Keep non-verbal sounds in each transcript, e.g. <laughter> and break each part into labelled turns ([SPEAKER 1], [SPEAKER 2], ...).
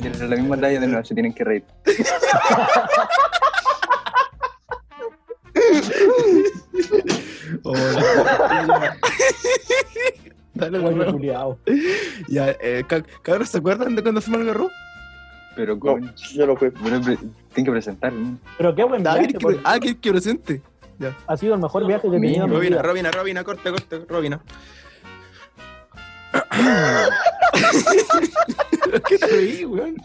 [SPEAKER 1] tienen la misma talla de nuevo, se tienen que reír.
[SPEAKER 2] Oh, la- Dale,
[SPEAKER 3] Oye,
[SPEAKER 2] Garro.
[SPEAKER 3] culiao.
[SPEAKER 2] pues. Ya, eh, ca- cabros, ¿se acuerdan de cuando fuimos al Garro?
[SPEAKER 1] Pero,
[SPEAKER 4] No,
[SPEAKER 1] con...
[SPEAKER 4] yo lo fui.
[SPEAKER 1] bueno, pre- tienen que presentar. ¿no?
[SPEAKER 3] Pero qué buen
[SPEAKER 2] Ah,
[SPEAKER 3] viaje,
[SPEAKER 2] que-
[SPEAKER 3] por-
[SPEAKER 2] ah, que, que presente.
[SPEAKER 3] ha sido el mejor viaje que he tenido en mi
[SPEAKER 2] Robina,
[SPEAKER 3] vida.
[SPEAKER 2] Robina, Robina, corta, corta, Robina. <laughs> ¿Qué te reí, weón?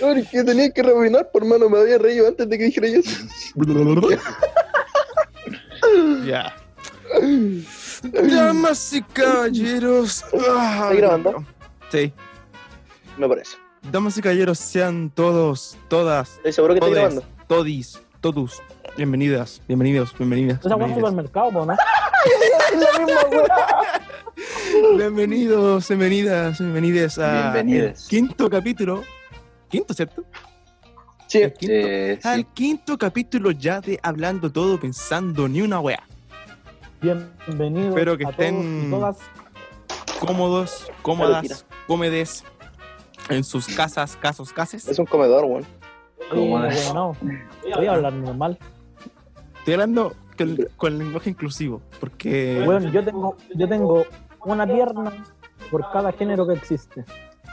[SPEAKER 4] Ay, que tenía que rebobinar, por mano, me había reído antes de que dijera yo eso.
[SPEAKER 2] <laughs> ya. Damas y caballeros. ah,
[SPEAKER 4] ¿Está grabando?
[SPEAKER 2] Sí.
[SPEAKER 4] Me parece.
[SPEAKER 2] Damas y caballeros, sean todos, todas,
[SPEAKER 4] Estoy seguro que estoy
[SPEAKER 2] Todes.
[SPEAKER 4] grabando.
[SPEAKER 2] todis, todos. Bienvenidas, bienvenidos, bienvenidas.
[SPEAKER 3] Esa fue al
[SPEAKER 2] bienvenidas.
[SPEAKER 3] supermercado, po, ¿no?
[SPEAKER 2] Bienvenidos, bienvenidas, bienvenidas a
[SPEAKER 1] Bienvenides.
[SPEAKER 2] el quinto capítulo. Quinto, ¿cierto?
[SPEAKER 4] Sí,
[SPEAKER 2] El quinto.
[SPEAKER 1] Eh, sí.
[SPEAKER 2] Al quinto capítulo ya de Hablando Todo Pensando Ni Una Wea.
[SPEAKER 3] Bienvenidos
[SPEAKER 2] Espero que
[SPEAKER 3] a
[SPEAKER 2] estén-
[SPEAKER 3] todos y todas.
[SPEAKER 2] Cómodos,
[SPEAKER 4] Claro,
[SPEAKER 2] cómodas, cómedes en sus casas, casos, cases.
[SPEAKER 4] es un comedor, weón.
[SPEAKER 1] Como
[SPEAKER 3] Sí,
[SPEAKER 1] es.
[SPEAKER 3] no, voy a hablar normal.
[SPEAKER 2] Estoy hablando con, con el lenguaje inclusivo, porque...
[SPEAKER 3] Bueno, yo tengo, yo tengo una pierna por cada género que existe.
[SPEAKER 2] Ah.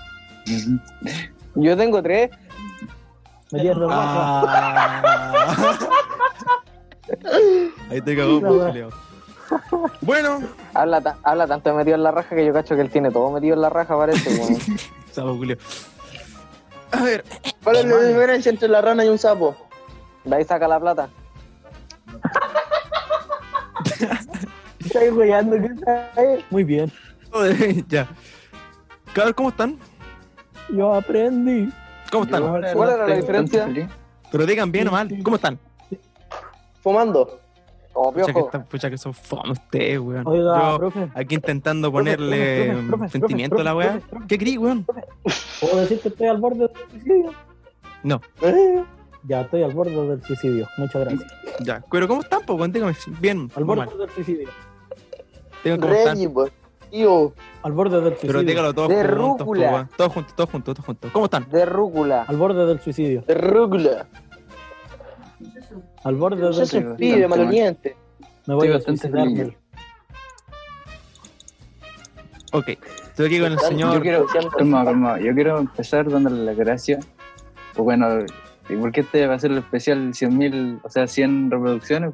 [SPEAKER 1] <laughs>
[SPEAKER 4] Yo tengo tres.
[SPEAKER 3] Me pierdo el guacho.
[SPEAKER 2] Ah. <laughs> Ahí te cagó,
[SPEAKER 3] La wea.
[SPEAKER 2] Leo. Bueno,
[SPEAKER 5] Habla, ta- habla tanto de metido en la raja que yo cacho que él tiene todo metido en la
[SPEAKER 4] <laughs>
[SPEAKER 5] raja, parece, weón.
[SPEAKER 2] Sapo Julio. A ver,
[SPEAKER 4] ¿Cuál es la diferencia entre la rana y un sapo?
[SPEAKER 5] De ahí saca la plata.
[SPEAKER 3] Estáis weyando, ¿qué tal? Muy bien.
[SPEAKER 2] joder, <laughs> ya. Cabrón, ¿cómo están?
[SPEAKER 3] Yo aprendí.
[SPEAKER 2] ¿Cómo
[SPEAKER 1] Yo
[SPEAKER 2] están?
[SPEAKER 1] ahora
[SPEAKER 4] ¿Cuál era la
[SPEAKER 1] estoy
[SPEAKER 4] diferencia?
[SPEAKER 1] bastante feliz.
[SPEAKER 2] Pero digan bien o mal, ¿cómo están?
[SPEAKER 4] Fumando.
[SPEAKER 5] O
[SPEAKER 2] Pucha que,
[SPEAKER 5] piojo.
[SPEAKER 2] están, pucha que son fome ustedes, weón.
[SPEAKER 3] Oiga,
[SPEAKER 2] Yo
[SPEAKER 3] profe.
[SPEAKER 2] aquí intentando
[SPEAKER 3] profe,
[SPEAKER 2] ponerle mm,
[SPEAKER 3] profe, profe, profe,
[SPEAKER 2] sentimiento a la
[SPEAKER 3] profe,
[SPEAKER 2] weá.
[SPEAKER 3] profe, profe.
[SPEAKER 2] ¿Qué creí, weón?
[SPEAKER 3] ¿Puedo decir que estoy al borde del suicidio?
[SPEAKER 4] Eh,
[SPEAKER 3] Ya, estoy al borde del suicidio. Muchas gracias.
[SPEAKER 2] Ya, pero ¿cómo están, po, weón? Dígame, bien
[SPEAKER 3] Al
[SPEAKER 2] o
[SPEAKER 3] borde
[SPEAKER 2] mal.
[SPEAKER 3] del suicidio.
[SPEAKER 2] Dígame cómo están.
[SPEAKER 4] Reggie, pues. Tío.
[SPEAKER 3] Al borde del
[SPEAKER 2] Pero
[SPEAKER 3] suicidio.
[SPEAKER 2] dígalo todos
[SPEAKER 5] De
[SPEAKER 2] juntos, po,
[SPEAKER 5] rúcula.
[SPEAKER 2] weón. Todos juntos, todos juntos, todos juntos. ¿Cómo están?
[SPEAKER 5] De rúcula.
[SPEAKER 3] Al borde del suicidio.
[SPEAKER 4] Rugla.
[SPEAKER 3] Al borde del
[SPEAKER 4] Yo soy
[SPEAKER 3] suicidio.
[SPEAKER 4] un pibe maloliente.
[SPEAKER 3] Me
[SPEAKER 1] Estoy
[SPEAKER 3] voy a
[SPEAKER 1] bastante
[SPEAKER 3] suicidar.
[SPEAKER 1] feliz.
[SPEAKER 3] Mel.
[SPEAKER 2] Ok, estoy aquí con el
[SPEAKER 4] Yo
[SPEAKER 2] señor.
[SPEAKER 4] quiero...
[SPEAKER 1] Calma, calma. Yo quiero empezar dándole las gracias. Pues bueno, ¿y por qué este va a ser el especial 100.000, o sea, 100 reproducciones?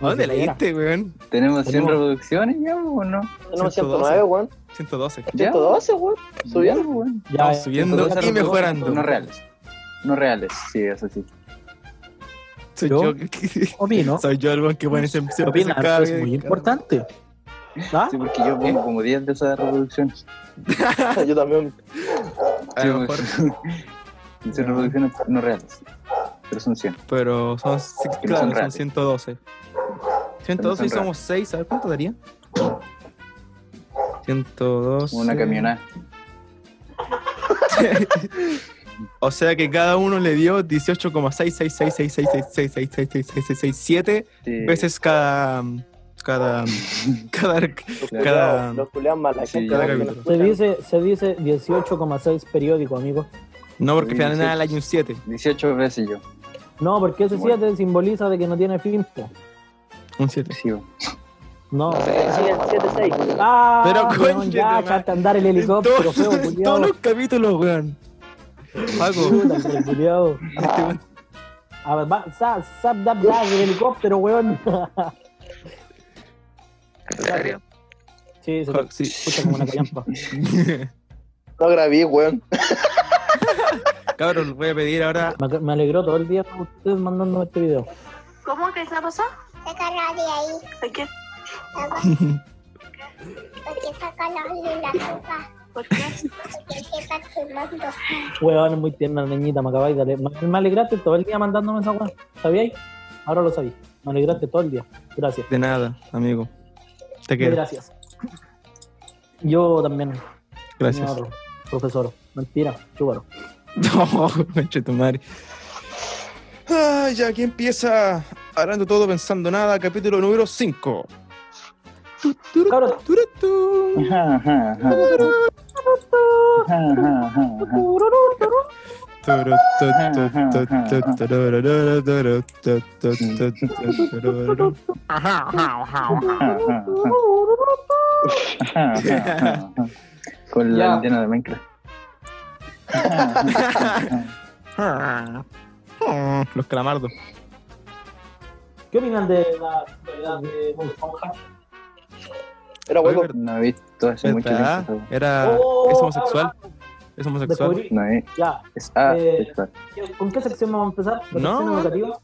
[SPEAKER 2] ¿A dónde
[SPEAKER 3] Ni siquiera.
[SPEAKER 2] leíste, weón?
[SPEAKER 1] ¿Tenemos 100
[SPEAKER 3] Tenemos-
[SPEAKER 1] reproducciones ya o no?
[SPEAKER 4] Tenemos 109, weón.
[SPEAKER 2] 112.
[SPEAKER 1] ¿Ya?
[SPEAKER 4] 112, weón.
[SPEAKER 1] Ya, pues
[SPEAKER 4] Subiendo.
[SPEAKER 1] bueno.
[SPEAKER 3] Ya,
[SPEAKER 2] Estamos subiendo
[SPEAKER 1] Entonces,
[SPEAKER 2] y
[SPEAKER 1] reproducciones,
[SPEAKER 2] mejorando.
[SPEAKER 1] No reales. No reales, sí, eso sí.
[SPEAKER 2] Soy
[SPEAKER 3] ¿Yo?
[SPEAKER 2] yo.
[SPEAKER 3] opino.
[SPEAKER 2] Soy yo el weón que pone siempre siempre
[SPEAKER 3] Opinar
[SPEAKER 2] cada
[SPEAKER 3] es
[SPEAKER 2] vez-
[SPEAKER 3] muy importante. ¿Ah?
[SPEAKER 1] Sí, porque yo pongo como 10 de esas reproducciones.
[SPEAKER 4] <laughs> Yo también.
[SPEAKER 2] A lo mejor,
[SPEAKER 1] <laughs> Sí, son reproducciones no reales, pero son 100.
[SPEAKER 2] pero son, sí,
[SPEAKER 1] Que no
[SPEAKER 2] claro,
[SPEAKER 1] son
[SPEAKER 2] son
[SPEAKER 1] reales.
[SPEAKER 2] 112.
[SPEAKER 1] no
[SPEAKER 2] 112
[SPEAKER 1] son
[SPEAKER 2] y somos 6, ¿sabes cuánto daría? 112.
[SPEAKER 1] Una camionada.
[SPEAKER 2] O sea que cada uno le dio 18,66666666667
[SPEAKER 1] Sí,
[SPEAKER 2] veces cada cada cada
[SPEAKER 4] Los
[SPEAKER 1] Cada-
[SPEAKER 4] culeados- Los culeados más la
[SPEAKER 1] Sí,
[SPEAKER 4] gente.
[SPEAKER 1] cada
[SPEAKER 4] weón, que
[SPEAKER 2] capítulo.
[SPEAKER 4] nos
[SPEAKER 3] Se dice,
[SPEAKER 4] escuchan.
[SPEAKER 3] se dice 18,6 periódico, amigo.
[SPEAKER 2] no porque al final hay un 7.
[SPEAKER 1] 18 veces yo.
[SPEAKER 3] No, porque ese
[SPEAKER 1] Bueno.
[SPEAKER 3] 7 simboliza de que no tiene fin. po.
[SPEAKER 2] Un 7.
[SPEAKER 1] Sí, bueno.
[SPEAKER 3] No.
[SPEAKER 4] Sí, el 7-6.
[SPEAKER 3] Ah,
[SPEAKER 2] Pero,
[SPEAKER 3] weón,
[SPEAKER 2] coño,
[SPEAKER 3] ya,
[SPEAKER 2] de
[SPEAKER 3] echaste a andar el helicóptero, feo, <laughs>
[SPEAKER 2] todos, todos
[SPEAKER 3] culiao.
[SPEAKER 2] los capítulos, weón. Paco,
[SPEAKER 3] Chuta, pero culiao.
[SPEAKER 2] este weón.
[SPEAKER 3] A ver, va, sa, sa, da, da, el helicóptero, weón. Sí, se te
[SPEAKER 2] Sí.
[SPEAKER 3] escucha como una callampa.
[SPEAKER 4] No grabé, weón.
[SPEAKER 2] Cabros, les voy a pedir ahora.
[SPEAKER 3] Me, me alegró todo el día con ustedes mandándome este video.
[SPEAKER 6] ¿Cómo que está pasando?
[SPEAKER 7] Sácala de ahí,
[SPEAKER 6] ¿Por qué?
[SPEAKER 7] papá, porque sácala de la copa,
[SPEAKER 6] ¿Por qué?
[SPEAKER 7] porque se está quemando.
[SPEAKER 3] Weón, es muy tierna la niñita, me acabáis de ale- Me, me alegraste todo el día mandándome esa weón. ¿Sabíais? Ahora lo sabí. Me alegraste todo el día. Gracias.
[SPEAKER 2] De nada, amigo. Te
[SPEAKER 3] Muchas
[SPEAKER 2] quiero.
[SPEAKER 3] Gracias. Yo también,
[SPEAKER 2] Gracias.
[SPEAKER 3] señor profesor. Mentira, chúbaro.
[SPEAKER 2] No, conche tu madre. Ah, ya aquí empieza hablando todo, pensando nada, capítulo número 5.
[SPEAKER 3] Cabros,
[SPEAKER 1] Ajá, ajá, ajá. Ajá, ajá, ajá.
[SPEAKER 2] Toro, to, to, to, to, torororo, toro, to, to, to, to, torororo.
[SPEAKER 1] Ajá, ajá, ajá. Ajá, ajá, ajá. Con
[SPEAKER 5] Ya.
[SPEAKER 1] la antena de Minecraft. Ajá, ajá, ajá.
[SPEAKER 2] Los calamardos.
[SPEAKER 3] ¿Qué opinan de la actualidad de Bob Esponja?
[SPEAKER 4] Era
[SPEAKER 2] Oye,
[SPEAKER 4] huevo.
[SPEAKER 2] ¿verdad?
[SPEAKER 1] No he visto hace mucho
[SPEAKER 2] ¿Verdad?
[SPEAKER 1] tiempo. esa
[SPEAKER 2] Era.
[SPEAKER 3] Oh,
[SPEAKER 2] Es homosexual. Es homosexual.
[SPEAKER 3] Descubrí,
[SPEAKER 1] wea. No he
[SPEAKER 3] ya.
[SPEAKER 1] es ah,
[SPEAKER 3] Eh,
[SPEAKER 1] sexual.
[SPEAKER 3] ¿Con qué sección vamos a empezar? ¿La
[SPEAKER 2] No.
[SPEAKER 3] sección educativa?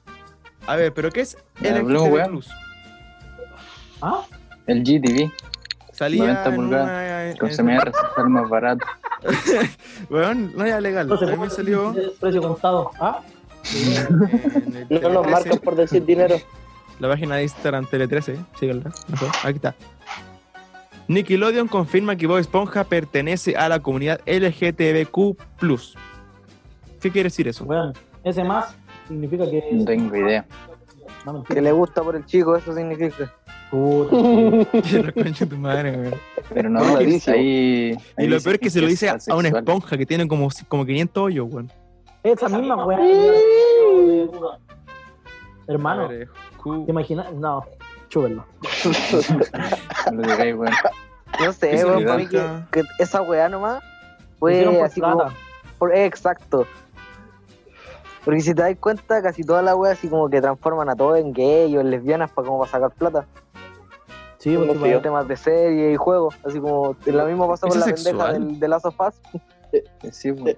[SPEAKER 2] A ver, pero ¿qué es
[SPEAKER 1] Me habló,
[SPEAKER 2] LGTB
[SPEAKER 1] weón.
[SPEAKER 2] Plus?
[SPEAKER 3] ¿Ah?
[SPEAKER 1] El GTV
[SPEAKER 2] Salía
[SPEAKER 1] 90
[SPEAKER 2] en
[SPEAKER 1] pulgadas,
[SPEAKER 2] una. en-
[SPEAKER 1] con CMR sale más barato.
[SPEAKER 2] Weón, no era legal.
[SPEAKER 3] No se
[SPEAKER 2] A mí me
[SPEAKER 3] puede
[SPEAKER 2] salió.
[SPEAKER 3] <laughs> decir precio contado. ¿Ah?
[SPEAKER 2] en el
[SPEAKER 4] No nos
[SPEAKER 2] Tele13,
[SPEAKER 4] marcas por decir dinero.
[SPEAKER 2] La página de Instagram Tele13, síganla. mejor. Aquí está. Nickelodeon confirma que Bob Esponja pertenece a la comunidad LGTBQ. ¿Qué quiere decir
[SPEAKER 3] <laughs>
[SPEAKER 2] eso? <laughs>
[SPEAKER 3] Bueno, ese más significa que.
[SPEAKER 1] No tengo idea.
[SPEAKER 3] No, mentira.
[SPEAKER 5] Que le gusta por el chico, eso significa.
[SPEAKER 3] Puta.
[SPEAKER 2] La concha de tu madre, weón.
[SPEAKER 1] Pero no,
[SPEAKER 4] Lo
[SPEAKER 1] ahí,
[SPEAKER 4] dice.
[SPEAKER 1] ahí
[SPEAKER 2] Y lo
[SPEAKER 1] dicen
[SPEAKER 2] peor es que se lo dice a una
[SPEAKER 1] asexual.
[SPEAKER 2] esponja que tiene como, como 500 hoyos, weón.
[SPEAKER 3] Esa misma weá. de duda. Hermano,
[SPEAKER 2] Madre, Q.
[SPEAKER 3] ¿te imaginas? No, chúbenlo.
[SPEAKER 1] No lo digáis, weón.
[SPEAKER 5] No
[SPEAKER 1] Qué
[SPEAKER 5] sé, Eh, weón, para mí que,
[SPEAKER 2] solidaridad.
[SPEAKER 5] que esa weá nomás
[SPEAKER 3] Lo hicieron
[SPEAKER 5] fue
[SPEAKER 3] por
[SPEAKER 5] así como.
[SPEAKER 3] plata.
[SPEAKER 5] por- eh, exacto. Porque si te das cuenta, casi toda la wea así como que transforman a todos en gay o en lesbianas para como para sacar plata.
[SPEAKER 3] Sí, pues,
[SPEAKER 4] Como
[SPEAKER 3] porque
[SPEAKER 4] fui yo.
[SPEAKER 5] Para temas de serie y juegos. Así como lo mismo pasó con
[SPEAKER 2] ¿Eso
[SPEAKER 5] la
[SPEAKER 2] es
[SPEAKER 5] pendeja
[SPEAKER 2] sexual?
[SPEAKER 5] del, de Last of Us.
[SPEAKER 1] Pues Sí, weón.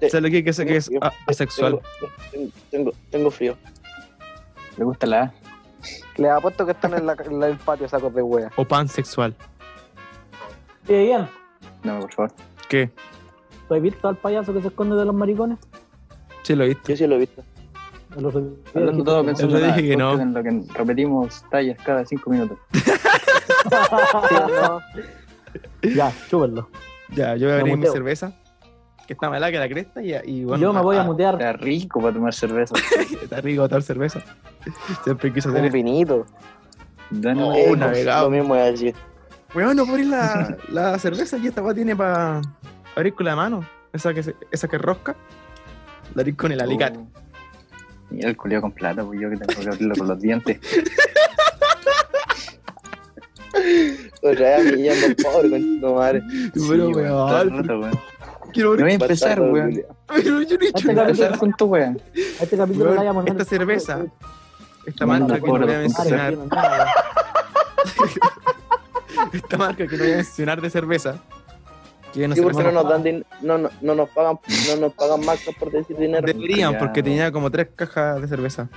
[SPEAKER 2] ¿Sabes lo que, que es, que es a- asexual?
[SPEAKER 4] Tengo, tengo, tengo frío.
[SPEAKER 1] Le gusta la A.
[SPEAKER 5] Les apuesto que están en, la, en la- el patio sacos de wea.
[SPEAKER 2] O pansexual.
[SPEAKER 3] Oye, Ian,
[SPEAKER 1] No, por favor.
[SPEAKER 2] ¿Qué?
[SPEAKER 3] ¿tú has visto al payaso que se esconde de los maricones?
[SPEAKER 2] Sí, lo viste.
[SPEAKER 4] Yo sí lo he visto.
[SPEAKER 3] Los-
[SPEAKER 1] Hablando todo pensando
[SPEAKER 2] Yo
[SPEAKER 1] nada,
[SPEAKER 2] dije que no.
[SPEAKER 1] podcast en lo que repetimos tallas cada cinco minutos.
[SPEAKER 5] Sí, <laughs> ¿no?
[SPEAKER 3] <laughs> Ya, chúbenlo.
[SPEAKER 2] Ya, yo voy a
[SPEAKER 3] Me
[SPEAKER 2] abrir mi
[SPEAKER 3] muteo.
[SPEAKER 2] cerveza. Que está mala que la cresta y, y bueno.
[SPEAKER 3] yo me voy a
[SPEAKER 2] ah,
[SPEAKER 3] mutear.
[SPEAKER 1] Está rico para tomar
[SPEAKER 2] <laughs>
[SPEAKER 1] cerveza.
[SPEAKER 2] Está rico tal cerveza. <laughs> Siempre quise hacer
[SPEAKER 5] Un
[SPEAKER 2] eso.
[SPEAKER 5] vinito.
[SPEAKER 1] Dan
[SPEAKER 2] Oh,
[SPEAKER 4] Eh,
[SPEAKER 2] navegado.
[SPEAKER 4] Lo mismo es así.
[SPEAKER 2] Weón, no puedo abrir la, la cerveza y esta weá tiene para abrir con la mano. Esa que, se- esa que rosca. La abrí con el alicate.
[SPEAKER 1] Mira el culio con plata, pues yo que tengo que abrirlo con los
[SPEAKER 2] <laughs>
[SPEAKER 1] dientes.
[SPEAKER 4] Otra vez humillando al pobre, con tu madre.
[SPEAKER 2] Pero
[SPEAKER 1] Oh, weón,
[SPEAKER 2] weón,
[SPEAKER 1] todo el rato, weón.
[SPEAKER 2] Quiero
[SPEAKER 1] No
[SPEAKER 2] abrir.
[SPEAKER 1] voy a empezar,
[SPEAKER 4] Bastardo,
[SPEAKER 1] weón.
[SPEAKER 4] Julio.
[SPEAKER 2] <laughs> Pero yo no he hecho
[SPEAKER 3] Este
[SPEAKER 2] nada.
[SPEAKER 1] Empezar con tu weón.
[SPEAKER 3] A este capítulo
[SPEAKER 2] Weón,
[SPEAKER 3] le voy a poner-
[SPEAKER 2] esta cerveza. Esta
[SPEAKER 1] No,
[SPEAKER 2] marca
[SPEAKER 1] no
[SPEAKER 2] que no voy a
[SPEAKER 1] recuerdo.
[SPEAKER 2] mencionar.
[SPEAKER 3] Compadre, tiene-
[SPEAKER 2] <laughs> Esta marca que no voy a mencionar de cerveza. Que no
[SPEAKER 4] ¿Y
[SPEAKER 2] sé
[SPEAKER 4] por qué pues, no
[SPEAKER 2] cómo-
[SPEAKER 4] nos dan din- no, no, no nos pagan, no nos pagan marcas por decir dinero?
[SPEAKER 2] Deberían,
[SPEAKER 1] Ya,
[SPEAKER 2] porque
[SPEAKER 1] weón.
[SPEAKER 2] tenía como tres cajas de cerveza.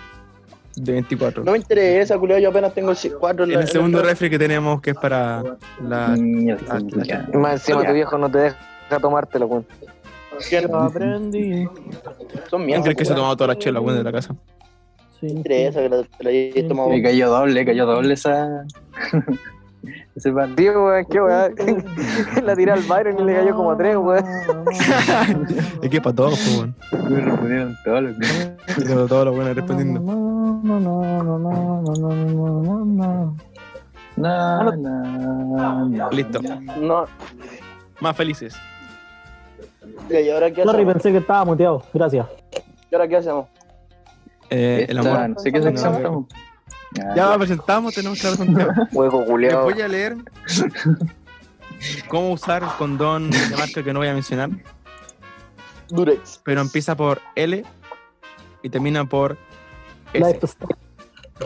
[SPEAKER 2] De 24.
[SPEAKER 4] No me interesa, culiao, yo apenas tengo ci- cuatro en
[SPEAKER 2] En
[SPEAKER 4] la-
[SPEAKER 2] el segundo
[SPEAKER 4] en la-
[SPEAKER 2] refri que tenemos, que es para la.
[SPEAKER 1] Mierda,
[SPEAKER 2] Ah, claro.
[SPEAKER 1] ya.
[SPEAKER 5] Y más encima tu viejo no te deja tomártelo, weón.
[SPEAKER 4] ¿Quién?
[SPEAKER 3] Aprendí.
[SPEAKER 4] Son
[SPEAKER 2] ¿Quién
[SPEAKER 4] mierdas.
[SPEAKER 2] crees que se ha
[SPEAKER 4] weón.
[SPEAKER 2] tomado toda la chela, weón, de la casa?
[SPEAKER 3] Sí.
[SPEAKER 4] No me interesa que la, que la hayas tomado.
[SPEAKER 1] Me cayó doble, cayó doble esa. <laughs> Ese par.
[SPEAKER 5] Digo, weón, qué weá. <laughs> la tiré al Byron y le cayó como tres, weón.
[SPEAKER 2] Es que para todos, pues, weón.
[SPEAKER 1] Me respondieron todos los
[SPEAKER 2] Pero todos los buenos respondiendo.
[SPEAKER 1] Na, na, na.
[SPEAKER 2] Listo.
[SPEAKER 4] No,
[SPEAKER 2] Más felices.
[SPEAKER 4] ¿y ahora qué
[SPEAKER 3] Sorry,
[SPEAKER 4] hacemos?
[SPEAKER 3] pensé que estaba muteado. Gracias.
[SPEAKER 4] ¿Y ahora qué hacemos?
[SPEAKER 2] Eh, el
[SPEAKER 1] Esta,
[SPEAKER 2] amor.
[SPEAKER 1] No sé qué sección
[SPEAKER 2] No,
[SPEAKER 1] estamos. Ah,
[SPEAKER 2] Ya presentamos, tenemos que hablar con
[SPEAKER 5] <laughs>
[SPEAKER 2] Teo.
[SPEAKER 5] Hueco
[SPEAKER 2] Les
[SPEAKER 5] culiao.
[SPEAKER 2] voy a leer cómo usar el condón de marca que no voy a mencionar,
[SPEAKER 4] Durex.
[SPEAKER 2] pero empieza por L y termina por S.
[SPEAKER 3] Life está-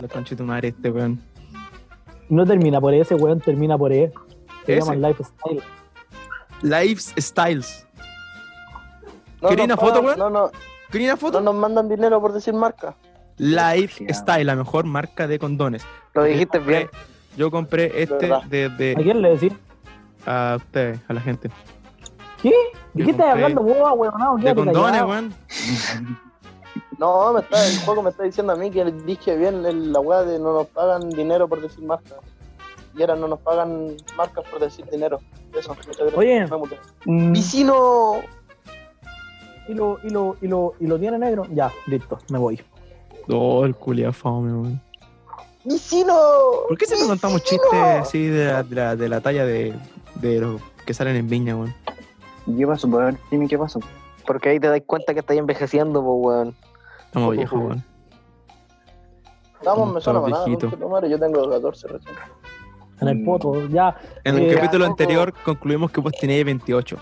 [SPEAKER 2] La concha de tu madre, este weón.
[SPEAKER 3] No termina por E, ese, weón, termina por E. Se
[SPEAKER 2] Ese.
[SPEAKER 3] llaman lifestyle.
[SPEAKER 2] Lifestyles.
[SPEAKER 4] No
[SPEAKER 2] ¿Quería
[SPEAKER 4] nos
[SPEAKER 2] una foto,
[SPEAKER 4] pagan-
[SPEAKER 2] weón?
[SPEAKER 4] No, no,
[SPEAKER 2] ¿Quería una foto?
[SPEAKER 4] no nos mandan dinero por decir marca.
[SPEAKER 2] Lifestyle, la mejor marca de condones.
[SPEAKER 5] Lo dijiste bien.
[SPEAKER 2] Yo compré este
[SPEAKER 4] ¿Verdad?
[SPEAKER 2] desde
[SPEAKER 3] ¿A quién le decís?
[SPEAKER 2] a ustedes, a la gente.
[SPEAKER 3] ¿Qué? ¿De
[SPEAKER 2] Yo
[SPEAKER 3] qué estás
[SPEAKER 2] compré
[SPEAKER 3] hablando, boba, weón? No,
[SPEAKER 2] De
[SPEAKER 3] quédate
[SPEAKER 2] condones,
[SPEAKER 3] callado.
[SPEAKER 2] weón.
[SPEAKER 4] No, me está, el juego me está diciendo a mí que dije bien el- la weá de no nos pagan dinero por decir marca. Y ahora no nos pagan marcas por decir dinero. Eso, muchas gracias.
[SPEAKER 3] Oye.
[SPEAKER 4] Me muteo.
[SPEAKER 3] Mm,
[SPEAKER 4] Vicino.
[SPEAKER 3] Y lo, y lo, y lo, y lo tiene negro. Ya, listo, me voy.
[SPEAKER 2] Oh, el culiao fome, weón.
[SPEAKER 4] Vicino.
[SPEAKER 2] ¿Por qué siempre contamos chistes así de la, de la, de la talla de, de los que salen en Viña, weón?
[SPEAKER 1] ¿Y qué pasó? Pues, A ver, dime qué pasó.
[SPEAKER 5] Porque ahí te das cuenta que estás envejeciendo, pues, weón.
[SPEAKER 2] Estamos viejos, weón.
[SPEAKER 4] Vamos, me suena para nada.
[SPEAKER 2] Viejito.
[SPEAKER 4] conche tu madre, Yo tengo 14 recién.
[SPEAKER 3] En
[SPEAKER 4] Mm.
[SPEAKER 3] el poto, ya.
[SPEAKER 2] En el
[SPEAKER 3] Eh,
[SPEAKER 2] capítulo
[SPEAKER 5] tampoco-
[SPEAKER 2] anterior concluimos que vos tenías 28.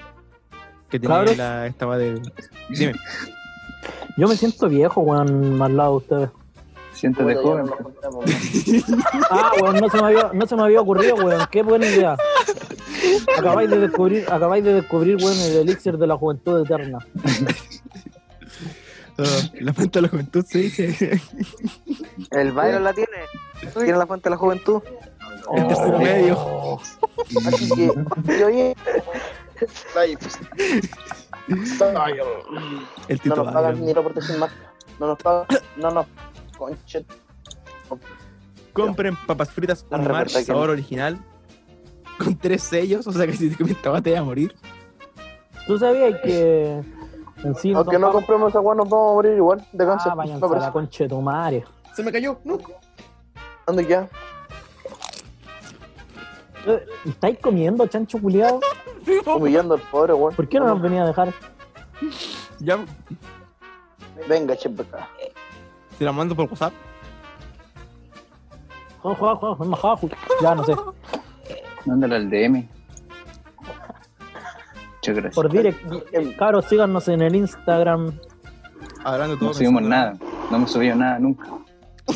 [SPEAKER 2] Que tenías
[SPEAKER 3] Cabros.
[SPEAKER 2] la estaba de. Dime. <laughs>
[SPEAKER 3] Yo me siento viejo, weón, al lado de ustedes.
[SPEAKER 1] Siéntate
[SPEAKER 4] Puta, ya no
[SPEAKER 1] joven.
[SPEAKER 4] nos juntemos, weón.
[SPEAKER 3] Ah, weón, no se me había, no se me había ocurrido, weón. Qué buena idea. Acabáis de descubrir, acabáis de descubrir, weón, el elixir de la juventud eterna.
[SPEAKER 2] Ah, la fuente de la juventud se dice.
[SPEAKER 5] El Byron la tiene. Tiene la fuente de la juventud.
[SPEAKER 2] El tercer medio.
[SPEAKER 4] Oh, Así que, y
[SPEAKER 5] <laughs>
[SPEAKER 4] oye, Lives.
[SPEAKER 2] El
[SPEAKER 4] No
[SPEAKER 2] Tito
[SPEAKER 4] nos pagan
[SPEAKER 2] Byron.
[SPEAKER 4] ni la protección más. No nos pagan. No nos. Conche.
[SPEAKER 2] Compren papas fritas
[SPEAKER 4] La
[SPEAKER 2] un mar
[SPEAKER 4] reporta que
[SPEAKER 2] sabor
[SPEAKER 4] no.
[SPEAKER 2] original. Con tres sellos, o sea que si te comes esta te vas a morir.
[SPEAKER 3] ¿Tú sabías que en sí
[SPEAKER 4] Aunque
[SPEAKER 3] son
[SPEAKER 4] no
[SPEAKER 3] papas?
[SPEAKER 4] compremos esa weá, nos vamos a morir igual de cáncer.
[SPEAKER 3] Ah, vayan
[SPEAKER 4] No,
[SPEAKER 3] a
[SPEAKER 4] pero
[SPEAKER 3] la concha de tu madre.
[SPEAKER 2] Se me cayó, no.
[SPEAKER 4] ¿Dónde queda?
[SPEAKER 3] Eh, ¿Estáis comiendo, chancho culiado?
[SPEAKER 4] Humillando al pobre, weón.
[SPEAKER 3] ¿Por qué no nos venía a dejar?
[SPEAKER 2] Ya
[SPEAKER 4] Venga, chepeca.
[SPEAKER 2] te la mando por WhatsApp.
[SPEAKER 3] Jo, jo, jo, jo, jo, jo. Ya, no sé.
[SPEAKER 1] Mándala al DM. Muchas gracias.
[SPEAKER 3] Por direct.
[SPEAKER 4] Em,
[SPEAKER 3] Cabros, síganos en el Instagram.
[SPEAKER 2] Hablando todo.
[SPEAKER 1] No subimos
[SPEAKER 2] <laughs> pensando-
[SPEAKER 1] nada. No hemos subido nada nunca.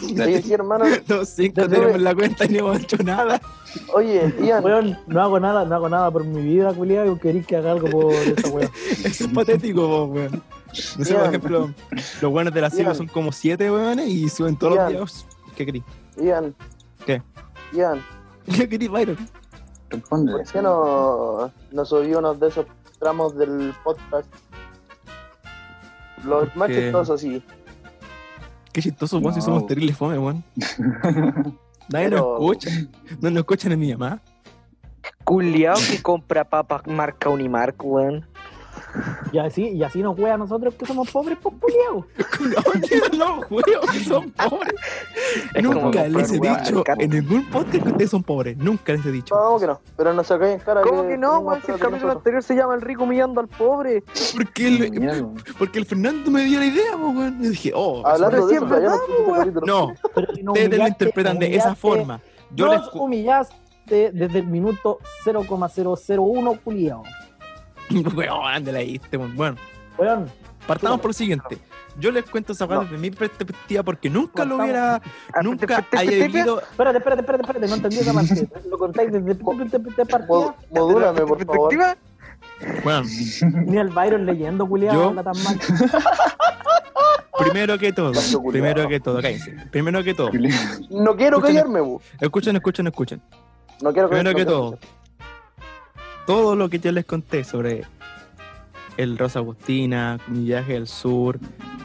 [SPEAKER 4] Oye, sí, hermano.
[SPEAKER 2] Los cinco
[SPEAKER 4] Desde
[SPEAKER 2] tenemos
[SPEAKER 4] hoy.
[SPEAKER 2] la cuenta y no hemos hecho nada. <laughs>
[SPEAKER 4] Oye, Ian.
[SPEAKER 3] Weón, no hago nada, no hago nada por mi vida, culiado. Y queréis que haga algo por esa weón.
[SPEAKER 2] Eso es patético, po, weón. No sé, por
[SPEAKER 4] Bien.
[SPEAKER 2] ejemplo, los buenos de la sigla
[SPEAKER 4] Bien.
[SPEAKER 2] son como siete, weones, y suben todos los
[SPEAKER 4] Bien.
[SPEAKER 2] días. ¿Qué querís? <laughs>
[SPEAKER 4] Ian.
[SPEAKER 2] ¿Qué?
[SPEAKER 4] Ian,
[SPEAKER 2] ¿Qué querís, Byron?
[SPEAKER 1] Responde.
[SPEAKER 4] ¿por qué no, no subí uno de esos tramos del podcast? Los más
[SPEAKER 2] Porque-
[SPEAKER 4] chistosos, sí.
[SPEAKER 2] Qué chistoso, weón, si
[SPEAKER 1] No.
[SPEAKER 2] somos terribles fome, weón. Nadie
[SPEAKER 4] Pero-
[SPEAKER 2] nos escucha. No nos escuchan a mi mamá.
[SPEAKER 5] Culeado que compra papas marca Unimark, weón.
[SPEAKER 3] Y así, y así nos wea a nosotros que somos pobres, pues culiado.
[SPEAKER 2] <laughs> no, weón, que son pobres.
[SPEAKER 5] Es como
[SPEAKER 2] Nunca
[SPEAKER 5] comprar
[SPEAKER 2] les he
[SPEAKER 5] weas al
[SPEAKER 2] dicho
[SPEAKER 5] Costco.
[SPEAKER 2] en ningún podcast que ustedes son pobres. Nunca les he dicho.
[SPEAKER 4] ¿Cómo que no? Pero nos sacáis en cara.
[SPEAKER 5] ¿Cómo que no,
[SPEAKER 4] tenemos
[SPEAKER 5] weón? Si el
[SPEAKER 4] plata
[SPEAKER 5] capítulo
[SPEAKER 4] nosotros.
[SPEAKER 5] anterior se llama El rico humillando al pobre.
[SPEAKER 2] Porque el,
[SPEAKER 1] Mierda.
[SPEAKER 2] <laughs> porque el Fernando me dio la idea, po, weón. Yo dije, oh,
[SPEAKER 4] Hablando
[SPEAKER 5] Pero
[SPEAKER 4] de
[SPEAKER 5] siempre
[SPEAKER 4] eso, ya no
[SPEAKER 5] hablamos,
[SPEAKER 4] escuché ese
[SPEAKER 5] weón.
[SPEAKER 4] capítulo.
[SPEAKER 2] no.
[SPEAKER 3] Pero si nos
[SPEAKER 2] Ustedes lo
[SPEAKER 3] humillaste,
[SPEAKER 2] interpretan de esa
[SPEAKER 3] humillaste,
[SPEAKER 2] forma. Yo les
[SPEAKER 3] nos humillaste desde el minuto 0,001, culiado.
[SPEAKER 2] <laughs> Weón, de la diste, weón. Bueno,
[SPEAKER 3] Weón,
[SPEAKER 2] partamos por lo siguiente. Yo les cuento esa weá desde mi perspectiva porque nunca lo
[SPEAKER 3] Partamos.
[SPEAKER 2] hubiera,
[SPEAKER 4] Ah,
[SPEAKER 2] nunca haya vivido.
[SPEAKER 3] espérate, espérate, espérate, espérate, no entendí esa parte. Lo contáis desde de
[SPEAKER 4] Mod-
[SPEAKER 3] partida.
[SPEAKER 4] Modúlame, por favor.
[SPEAKER 5] Perspectiva,
[SPEAKER 2] Bueno,
[SPEAKER 3] Ni el Byron leyendo, culiado,
[SPEAKER 2] Yo-
[SPEAKER 3] habla tan mal.
[SPEAKER 2] primero que todo,
[SPEAKER 4] Paso culiao.
[SPEAKER 2] primero que todo, cállense. Primero que todo,
[SPEAKER 4] No quiero
[SPEAKER 2] Escúchame.
[SPEAKER 4] callarme, bu.
[SPEAKER 2] escuchen, escuchen, escuchen.
[SPEAKER 4] No quiero callarme.
[SPEAKER 2] Primero que todo, todo lo que yo les conté sobre el Rosa Agustina, mi viaje al sur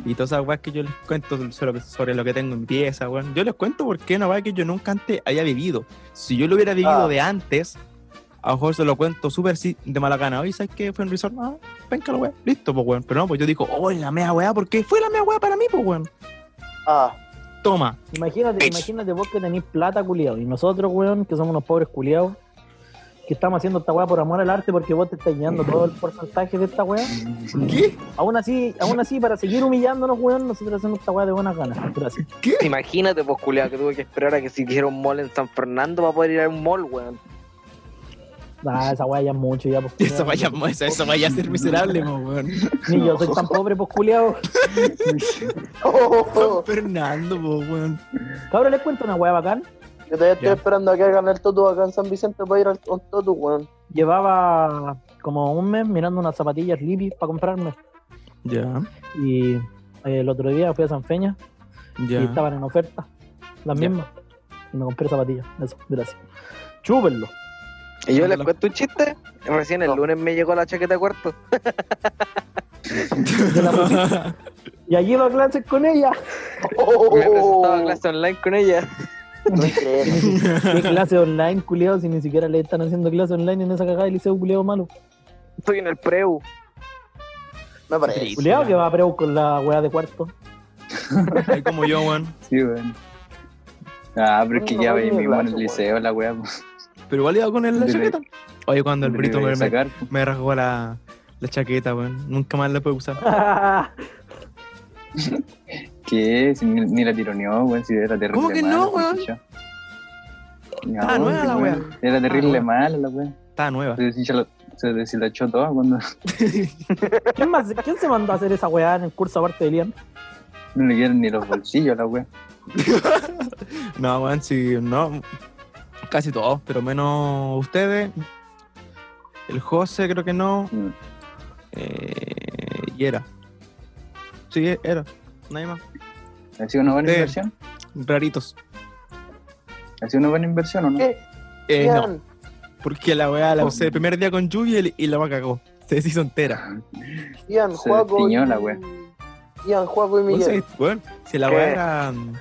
[SPEAKER 2] y todas esas weas que yo les cuento sobre, sobre lo que tengo en pieza, weón. Yo les cuento porque es una wea que yo nunca antes había vivido. Si yo lo hubiera vivido
[SPEAKER 4] Ah.
[SPEAKER 2] de antes, a lo mejor se lo cuento súper si- de mala gana. Oye, ¿sabes qué? Fue un resort, ah, penca la wea, listo, pues weón. Pero no, pues yo digo, oh, la mea wea, porque fue la mea wea para mí, pues weón.
[SPEAKER 4] Ah,
[SPEAKER 2] Toma,
[SPEAKER 3] Imagínate,
[SPEAKER 2] Bitch.
[SPEAKER 3] imagínate vos que tenés plata, culiado. Y nosotros, weón, que somos unos pobres culiados, que estamos haciendo esta weá por amor al arte porque vos te estás llenando todo el porcentaje de esta weá.
[SPEAKER 2] <laughs> ¿qué?
[SPEAKER 3] Aún así, aún así, para seguir humillándonos, weón, nosotros hacemos esta weá de buenas ganas. Gracias.
[SPEAKER 5] Imagínate, pues, culeado, que tuve que esperar a que se hiciera un mall en San Fernando para poder ir a un mall,
[SPEAKER 4] <laughs>
[SPEAKER 5] weón.
[SPEAKER 3] Ah, esa weá ya es mucho, ya, pues. culiao.
[SPEAKER 2] Eso vaya, eso, eso vaya a ser miserable, pues, weón.
[SPEAKER 3] Ni yo soy tan pobre, pues, culiado.
[SPEAKER 4] Oh,
[SPEAKER 2] Don Fernando, pues, weón.
[SPEAKER 3] Cabrón, les cuento una weá bacán.
[SPEAKER 4] yo todavía estoy
[SPEAKER 2] Ya.
[SPEAKER 4] esperando a que hagan el totu acá en San Vicente para ir al un totu, weón.
[SPEAKER 3] Llevaba como un mes mirando unas zapatillas Lippy para comprarme.
[SPEAKER 2] Ya,
[SPEAKER 3] Y eh, el otro día fui a San Feña
[SPEAKER 2] ya.
[SPEAKER 3] y estaban en oferta. Las
[SPEAKER 2] Ya.
[SPEAKER 3] mismas. Y me compré zapatillas. Eso, gracias. Chúpenlo.
[SPEAKER 5] Y yo les
[SPEAKER 2] Ándala.
[SPEAKER 5] cuento un chiste. Recién el
[SPEAKER 4] No.
[SPEAKER 5] lunes me llegó la chaqueta de cuarto.
[SPEAKER 3] Yo
[SPEAKER 5] <laughs>
[SPEAKER 3] la puse. y allí iba a clases con ella.
[SPEAKER 5] Me presentaba a clase online con ella.
[SPEAKER 4] Oh. <laughs> No creo.
[SPEAKER 3] ¿Qué clase online, culiado? Si ni siquiera le están haciendo clase online en esa cagada de liceo, culiado malo.
[SPEAKER 5] Estoy en el preu.
[SPEAKER 4] Me parece.
[SPEAKER 3] Culiado que va a preu con la weá de cuarto.
[SPEAKER 2] <laughs>
[SPEAKER 3] <laughs>
[SPEAKER 2] Ahí como yo, weón.
[SPEAKER 1] Sí, weón. Ah, pero es que
[SPEAKER 4] No,
[SPEAKER 1] ya
[SPEAKER 4] no,
[SPEAKER 1] veis
[SPEAKER 4] no,
[SPEAKER 1] mismo en
[SPEAKER 4] brazo,
[SPEAKER 1] el
[SPEAKER 4] weón.
[SPEAKER 1] liceo, la weá. pues,
[SPEAKER 2] Pero igual iba con el la
[SPEAKER 1] Dile.
[SPEAKER 2] chaqueta. Oye, cuando el
[SPEAKER 1] le
[SPEAKER 2] brito
[SPEAKER 1] iba a
[SPEAKER 2] me, me,
[SPEAKER 1] sacar. pues.
[SPEAKER 2] me rasgó la, La chaqueta, weón. Nunca más la puedo usar.
[SPEAKER 1] ¿Qué? Si ni, ni la tironeó, weón, si era terrible.
[SPEAKER 2] ¿Cómo que
[SPEAKER 1] mala, pues,
[SPEAKER 2] no, weón?
[SPEAKER 1] concha. No,
[SPEAKER 2] Ah, nueva la
[SPEAKER 1] weón, Era terrible mala la weón.
[SPEAKER 2] Está nueva.
[SPEAKER 1] Se deshizo- Se deshilachó toda cuando
[SPEAKER 3] ¿Quién, más, ¿Quién se mandó a hacer esa weá en el curso aparte de Lian?
[SPEAKER 1] <laughs> no le dieron ni los bolsillos a la weón.
[SPEAKER 2] <laughs> No, weón, sí, no. Casi todos, pero menos ustedes. El José, creo que no.
[SPEAKER 1] Mm.
[SPEAKER 2] Eh, y era. Sí, era. Nadie más.
[SPEAKER 1] ¿Ha sido una buena
[SPEAKER 2] Sí.
[SPEAKER 1] inversión?
[SPEAKER 2] Raritos.
[SPEAKER 1] ¿Ha sido una buena inversión o no?
[SPEAKER 4] ¿Qué?
[SPEAKER 2] Eh, no,
[SPEAKER 4] Ian,
[SPEAKER 2] porque la weá la usé el primer día con lluvia y- y la weá cagó. Se deshizo entera.
[SPEAKER 4] Ian,
[SPEAKER 1] Se
[SPEAKER 4] Juaco. y-
[SPEAKER 1] destiñó la wea.
[SPEAKER 4] Ian, Juaco y
[SPEAKER 2] Weón,
[SPEAKER 4] Miguel.
[SPEAKER 2] sí, weón, si la
[SPEAKER 5] ¿Qué?
[SPEAKER 2] weá era. mm,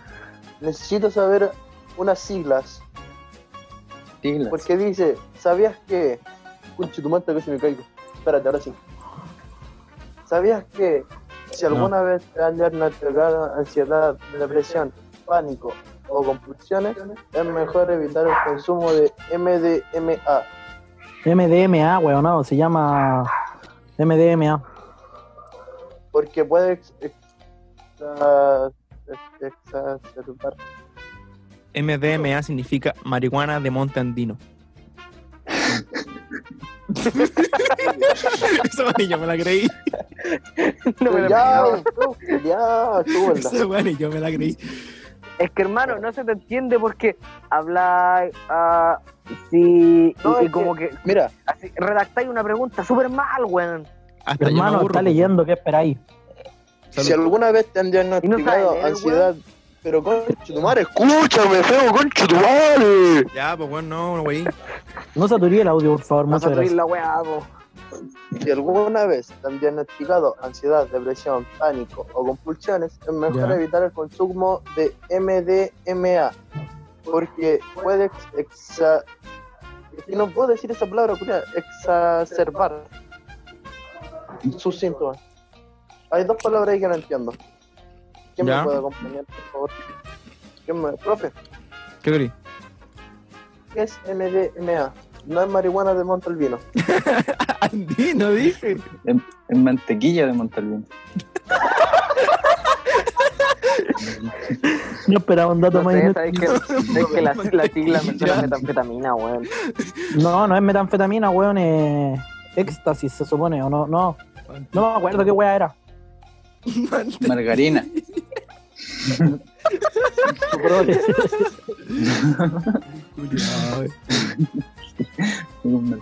[SPEAKER 4] Necesito saber unas siglas.
[SPEAKER 1] Sí, la-
[SPEAKER 4] Porque dice, ¿sabías que? Conchetumanta que se me caigo. Espérate, ahora sí. ¿Sabías que si
[SPEAKER 2] No.
[SPEAKER 4] alguna vez te han diagnosticado ansiedad, depresión, pánico o compulsiones, es mejor evitar el consumo de MDMA?
[SPEAKER 3] MDMA, weonado, se llama MDMA.
[SPEAKER 4] Porque puede ex- exa- ex- exacerbar.
[SPEAKER 2] MDMA significa marihuana de monte
[SPEAKER 3] <laughs>
[SPEAKER 2] andino. Esa weá ni yo me la creí.
[SPEAKER 5] <laughs> No me lo
[SPEAKER 4] ya,
[SPEAKER 5] esperaba.
[SPEAKER 4] tú, ya, tú, ¿verdad?
[SPEAKER 2] Esa weá ni yo me la creí.
[SPEAKER 5] Es que <laughs> hermano, no se te entiende porque habláis ah, sí, y-
[SPEAKER 4] No,
[SPEAKER 5] y,
[SPEAKER 4] es
[SPEAKER 5] como que,
[SPEAKER 4] Mira,
[SPEAKER 5] así, redactáis una pregunta súper mal, weón.
[SPEAKER 2] Hasta yo me
[SPEAKER 3] Hermano,
[SPEAKER 2] aburro,
[SPEAKER 3] está
[SPEAKER 2] po.
[SPEAKER 3] leyendo, ¿qué esperáis?
[SPEAKER 2] Salud.
[SPEAKER 4] si alguna vez te han
[SPEAKER 5] Y no
[SPEAKER 4] diagnosticado
[SPEAKER 5] sabes, ¿eh,
[SPEAKER 4] ansiedad, pero con chutumar, escúchame, feo, con chutumar.
[SPEAKER 2] Ya, pues weón, no, güey.
[SPEAKER 3] No saturí el audio, por favor,
[SPEAKER 5] No
[SPEAKER 3] muchas
[SPEAKER 5] saturéis
[SPEAKER 3] gracias.
[SPEAKER 5] la weá, po.
[SPEAKER 4] Si alguna vez te han diagnosticado ansiedad, depresión, pánico o compulsiones, es mejor
[SPEAKER 2] Ya.
[SPEAKER 4] evitar el consumo de MDMA. Porque puede ex- exa... es que no puedo decir esa palabra, culiao, exacerbar sus síntomas. Hay dos palabras ahí que no entiendo. ¿Quién
[SPEAKER 2] Ya.
[SPEAKER 4] me puede acompañar, por favor? ¿Quién me... Profe,
[SPEAKER 2] ¿Qué
[SPEAKER 3] <laughs>
[SPEAKER 2] querí?
[SPEAKER 4] ¿qué es MDMA? No es marihuana de monte albino.
[SPEAKER 2] Andino, dije.
[SPEAKER 1] En mantequilla de Montalbán.
[SPEAKER 3] No esperaba un dato
[SPEAKER 5] No
[SPEAKER 3] más.
[SPEAKER 5] sé,
[SPEAKER 3] inútil.
[SPEAKER 5] sabéis que, sabéis que la, la sigla me suena
[SPEAKER 2] Ya.
[SPEAKER 5] a metanfetamina, weón.
[SPEAKER 3] No, no es metanfetamina, weón, es éxtasis, se supone, o no, no. No me acuerdo qué weá era.
[SPEAKER 2] <laughs>
[SPEAKER 4] <laughs>
[SPEAKER 1] Margarina.
[SPEAKER 2] eh.
[SPEAKER 1] Mantequilla.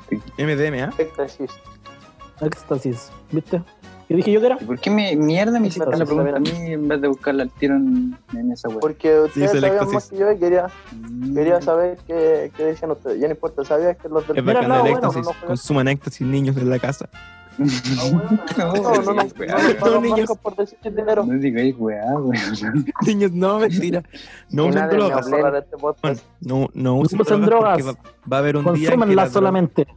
[SPEAKER 2] MDMA.
[SPEAKER 4] Éxtasis.
[SPEAKER 3] <laughs> éxtasis, ¿viste? Yo dije yo que era.
[SPEAKER 1] ¿Y por qué me, mierda me hiciste
[SPEAKER 4] Entonces,
[SPEAKER 1] la pregunta
[SPEAKER 4] a
[SPEAKER 1] a mí en vez de buscarla al tiro en, en esa web?
[SPEAKER 4] Porque
[SPEAKER 2] es
[SPEAKER 4] ustedes
[SPEAKER 2] el
[SPEAKER 4] sabían
[SPEAKER 2] éxtasis.
[SPEAKER 4] más que yo y quería, quería saber qué, qué decían ustedes. Ya no importa, sabías que los del
[SPEAKER 2] Es
[SPEAKER 3] Mira,
[SPEAKER 2] bacán
[SPEAKER 3] no,
[SPEAKER 2] el
[SPEAKER 3] bueno,
[SPEAKER 2] éxtasis.
[SPEAKER 4] no, no, no.
[SPEAKER 2] Consuman éxtasis, niños de la casa. <laughs>
[SPEAKER 1] Mm. No,
[SPEAKER 4] No, no, no, no,
[SPEAKER 1] digáis weá,
[SPEAKER 4] me
[SPEAKER 1] weón.
[SPEAKER 4] pagan
[SPEAKER 2] niños.
[SPEAKER 4] marcas por decir dinero.
[SPEAKER 1] <laughs> No digáis weá,
[SPEAKER 4] <laughs>
[SPEAKER 1] weón.
[SPEAKER 2] Niños, no, mentira. No
[SPEAKER 5] Y
[SPEAKER 2] usen
[SPEAKER 5] nada de
[SPEAKER 2] drogas.
[SPEAKER 5] neopren.
[SPEAKER 4] Para este podcast.
[SPEAKER 2] No, no usen
[SPEAKER 3] usen
[SPEAKER 2] drogas.
[SPEAKER 3] drogas.
[SPEAKER 2] porque va, va a haber un día en que las
[SPEAKER 3] Consúmenlas
[SPEAKER 2] drogas-
[SPEAKER 3] solamente.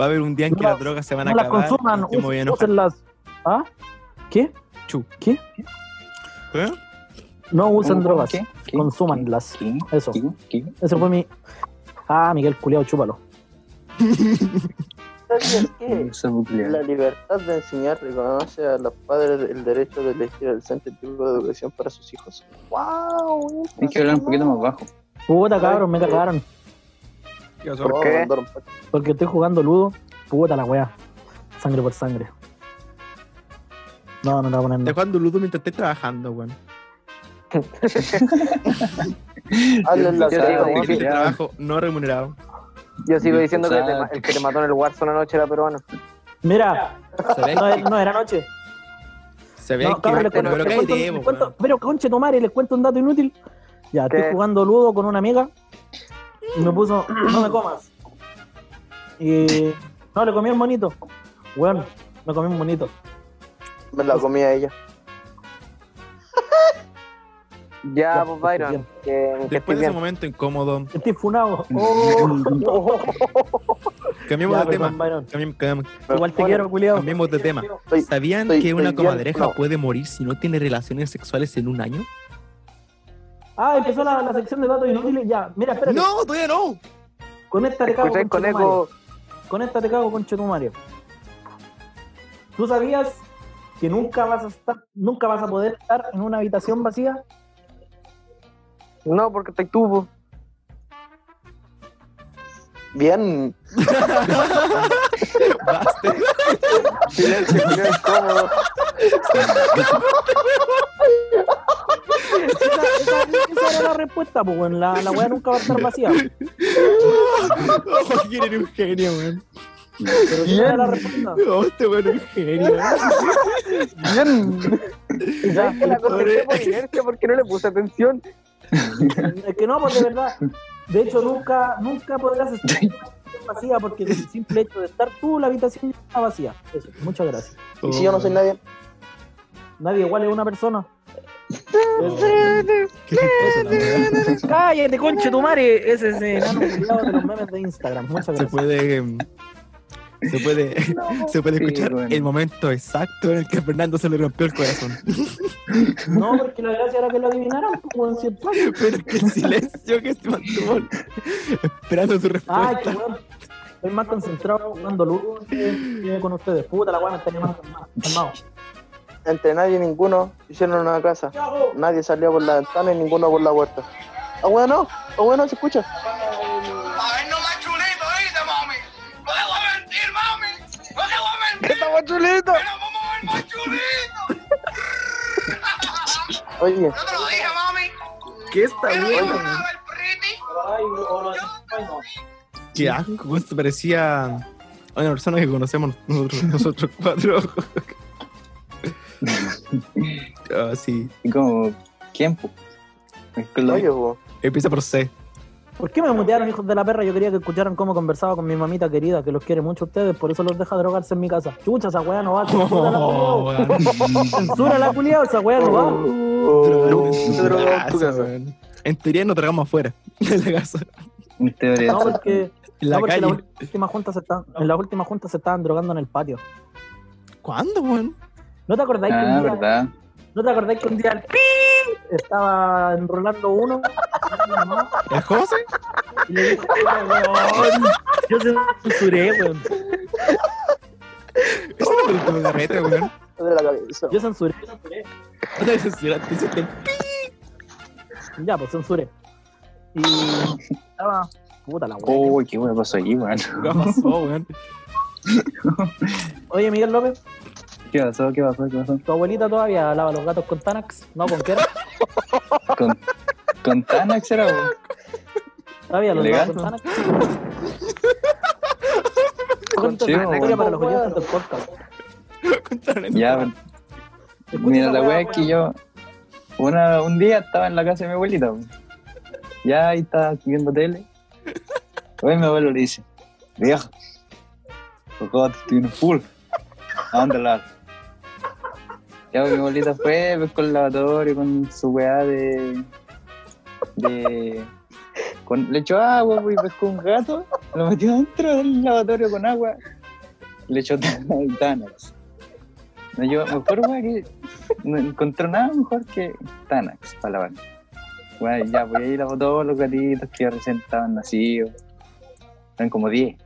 [SPEAKER 2] va a haber un día en que
[SPEAKER 3] No
[SPEAKER 2] las drogas se van a
[SPEAKER 3] No las
[SPEAKER 2] acabar.
[SPEAKER 3] consuman,
[SPEAKER 2] y yo me voy a enojar.
[SPEAKER 3] úsenlas. ¿Ah? ¿Qué?
[SPEAKER 2] Chu.
[SPEAKER 3] ¿Qué?
[SPEAKER 2] ¿Eh?
[SPEAKER 3] No usen drogas,
[SPEAKER 1] ¿Qué? ¿Qué?
[SPEAKER 3] consúmanlas.
[SPEAKER 1] ¿Qué?
[SPEAKER 3] Eso,
[SPEAKER 1] ¿Qué? ¿Qué?
[SPEAKER 3] ese fue mi... Ah, Miguel Culeado, chúpalo.
[SPEAKER 4] ¿Sabías que
[SPEAKER 1] Esa buclea.
[SPEAKER 4] la libertad de enseñar reconoce a los padres el derecho de elegir el centro tipo de educación para sus hijos? ¡Wow!
[SPEAKER 1] Tienes que hablar un poquito más bajo.
[SPEAKER 3] Puta, cabrón, me cagaron,
[SPEAKER 2] ¿Qué pasó?
[SPEAKER 5] ¿Por qué?
[SPEAKER 3] porque estoy jugando ludo. Puta la weá. Sangre por sangre. No, no la voy a poner.
[SPEAKER 2] Está jugando Ludo mientras esté trabajando, weón.
[SPEAKER 4] Hazle la
[SPEAKER 5] Yo
[SPEAKER 4] cara,
[SPEAKER 5] digo,
[SPEAKER 4] güey.
[SPEAKER 5] weón.
[SPEAKER 2] Este trabajo no remunerado.
[SPEAKER 5] Yo sigo
[SPEAKER 1] Yo
[SPEAKER 5] diciendo que el
[SPEAKER 1] pensaba
[SPEAKER 5] de- el que te mató en el Watson anoche era peruano.
[SPEAKER 3] Mira,
[SPEAKER 2] ¿Sabéis?
[SPEAKER 3] no, era- no era
[SPEAKER 2] <laughs>
[SPEAKER 3] noche.
[SPEAKER 2] Se ve
[SPEAKER 3] No,
[SPEAKER 2] que.
[SPEAKER 3] cabrón, les
[SPEAKER 2] Pero
[SPEAKER 3] cuento- les
[SPEAKER 2] cállate,
[SPEAKER 3] cuento- les
[SPEAKER 2] weón.
[SPEAKER 3] cuento- pero conche tu madre, les cuento un dato inútil. Ya,
[SPEAKER 5] ¿Qué?
[SPEAKER 3] estoy jugando ludo con una amiga y me puso, no me comas. Y no, le comí un monito. Bueno, me comí un monito.
[SPEAKER 4] Me la
[SPEAKER 3] <laughs>
[SPEAKER 4] comía ella.
[SPEAKER 5] Ya,
[SPEAKER 3] Ya,
[SPEAKER 5] pues
[SPEAKER 3] bien.
[SPEAKER 5] Byron, que, que
[SPEAKER 2] Después
[SPEAKER 5] estés
[SPEAKER 2] de ese
[SPEAKER 5] bien.
[SPEAKER 2] momento incómodo,
[SPEAKER 3] Estoy funado. Oh,
[SPEAKER 2] cambiamos
[SPEAKER 3] Ya,
[SPEAKER 2] de tema.
[SPEAKER 3] perdón, Byron.
[SPEAKER 2] Cambiamos- cambiamos-
[SPEAKER 3] <laughs> Igual te quiero, culiado.
[SPEAKER 2] Cambiemos de tema.
[SPEAKER 4] Soy-
[SPEAKER 2] ¿Sabían
[SPEAKER 4] Estoy-
[SPEAKER 2] que una
[SPEAKER 4] estoy bien
[SPEAKER 2] comadreja
[SPEAKER 4] funado.
[SPEAKER 2] puede morir si no tiene relaciones sexuales en un año?
[SPEAKER 3] Ah, empezó la, la sección de datos inútiles. Ya, mira, espérate.
[SPEAKER 2] ¡No! ¡Todavía no!
[SPEAKER 3] Con esta te cago
[SPEAKER 5] Escucháis
[SPEAKER 3] con
[SPEAKER 5] con eco.
[SPEAKER 3] Con esta te cago con Chetumario. ¿Tú sabías que nunca vas a estar, nunca vas a poder estar en una habitación vacía?
[SPEAKER 5] No, porque estoy tubo.
[SPEAKER 4] Bien.
[SPEAKER 2] Basta.
[SPEAKER 4] Silencio, culiao <laughs> incómodo.
[SPEAKER 3] Esa, esa- esa era la respuesta, pues, weón. La, la weá nunca va a estar vacía.
[SPEAKER 2] Oh, ¿quién era un genio, weón?
[SPEAKER 3] Pero esa era la respuesta.
[SPEAKER 2] Oh, este weón es un genio.
[SPEAKER 4] <laughs> Bien.
[SPEAKER 5] Y sabes que la contesté por inercia porque no le puse atención.
[SPEAKER 3] Es que no, pues de verdad. De hecho, nunca, nunca podrás estar en una habitación vacía porque el simple hecho de estar tú, la habitación ya está vacía. Eso, muchas gracias.
[SPEAKER 2] Oh,
[SPEAKER 4] ¿Y si yo no soy nadie?
[SPEAKER 3] Nadie igual es una persona.
[SPEAKER 2] Qué chistoso, la verdad.
[SPEAKER 3] <laughs> Cállate, conche tu madre. Ese es el enano culiao de los memes de Instagram. Muchas
[SPEAKER 2] Se
[SPEAKER 3] gracias.
[SPEAKER 2] puede. em, Se puede, se puede
[SPEAKER 1] Sí,
[SPEAKER 2] escuchar
[SPEAKER 1] weón.
[SPEAKER 2] el momento exacto en el que a Fernando se le rompió el corazón.
[SPEAKER 3] No, porque la gracia era que lo adivinaran, pues, weón, si es fácil.
[SPEAKER 2] Pero que el silencio que se mantuvo esperando su
[SPEAKER 3] Ay,
[SPEAKER 2] respuesta.
[SPEAKER 3] weón. Estoy más concentrado jugando luz que que con ustedes. Puta, la weá me está llamando calmado, calmado.
[SPEAKER 4] Entre nadie y ninguno hicieron una casa. Nadie salía por la ventana y ninguno por la puerta. Ah, bueno, ah, bueno, se
[SPEAKER 5] <laughs>
[SPEAKER 4] escucha.
[SPEAKER 8] A ver, no más chulito, dice mami. No te voy a mentir, mami. No te voy a mentir.
[SPEAKER 5] ¡Está más chulito!
[SPEAKER 8] Pero vamos a ver más chulito.
[SPEAKER 4] Oye,
[SPEAKER 8] Yo te lo dije, mami.
[SPEAKER 2] ¿Qué está
[SPEAKER 8] Pero yo no estaba el pretty.
[SPEAKER 2] Qué asco, weón, se parecía a una persona que conocemos nosotros, nosotros cuatro. Ah, sí.
[SPEAKER 1] Y como, ¿quién? po? Mezclado.
[SPEAKER 4] oye, po.
[SPEAKER 2] Empieza por C.
[SPEAKER 3] ¿Por qué me mutearon, hijos de la perra? Yo quería que escucharan cómo conversaba con mi mamita querida, que los quiere mucho a ustedes, por eso los deja drogarse en mi casa. Chucha, esa weá no va. Censura la
[SPEAKER 2] Oh,
[SPEAKER 3] culiao. Censura la culiao, esa weá no va.
[SPEAKER 4] Oh,
[SPEAKER 2] weón.
[SPEAKER 4] se drogó en
[SPEAKER 2] Casa,
[SPEAKER 4] tu casa.
[SPEAKER 2] weón. En teoría no tragamos afuera, <laughs> en la casa,
[SPEAKER 1] En teoría.
[SPEAKER 3] No, porque,
[SPEAKER 2] en la
[SPEAKER 3] no, porque
[SPEAKER 2] calle.
[SPEAKER 3] la última junta se estaban, en la última junta se estaban drogando en el patio.
[SPEAKER 2] ¿Cuándo, weón?
[SPEAKER 3] ¿No te acordáis que
[SPEAKER 1] Ah,
[SPEAKER 3] un día-
[SPEAKER 1] verdad.
[SPEAKER 3] ¿No te acordás que un día el pi estaba enrolando uno?
[SPEAKER 2] ¿El José?
[SPEAKER 3] Y le dijo, "Weón, Yo censuré, weón.
[SPEAKER 2] Eso no fue el último carrete, weón.
[SPEAKER 4] de la cabeza.
[SPEAKER 3] Yo censuré, censuré.
[SPEAKER 2] <laughs> No te censuraste, hiciste el
[SPEAKER 3] Ya, pues censuré. Y estaba. Puta la weón.
[SPEAKER 1] Uy, qué bueno pasó allí, weón.
[SPEAKER 2] ¿Qué pasó, weón?
[SPEAKER 3] Oye, Miguel López,
[SPEAKER 1] ¿Qué pasó? ¿Qué pasó? ¿Qué pasó?
[SPEAKER 3] ¿tu abuelita todavía lava los gatos con Tanax? No, con qué
[SPEAKER 1] Con, con Tanax era, weón.
[SPEAKER 3] Todavía los lava
[SPEAKER 1] Legal.
[SPEAKER 3] con Tanax.
[SPEAKER 1] Con
[SPEAKER 3] Cuéntanos
[SPEAKER 1] chivo,
[SPEAKER 3] una historia
[SPEAKER 1] weón.
[SPEAKER 3] para los oyentes del podcast.
[SPEAKER 2] Contaron eso.
[SPEAKER 1] Ya,
[SPEAKER 3] Escucha
[SPEAKER 1] Mira,
[SPEAKER 3] esa
[SPEAKER 1] la
[SPEAKER 3] weá,
[SPEAKER 1] wea es que yo una, un día estaba en la casa de mi abuelita. po. Ya ahí estaba viendo tele. Hoy mi abuelo le dice, viejo, los gatos tienen full. Ándala. Ya pues, mi abuelita fue, pescó el lavatorio con su weá de. de. Con, le echó agua, pues, y pescó un gato, lo metió dentro del lavatorio con agua, le echó <laughs> Tanax. No, yo, mejor, weá, que no encontró nada mejor que Tanax para lavar. Bueno, ya, pues ahí lavó todos los gatitos que recién estaban nacidos. Eran como 10.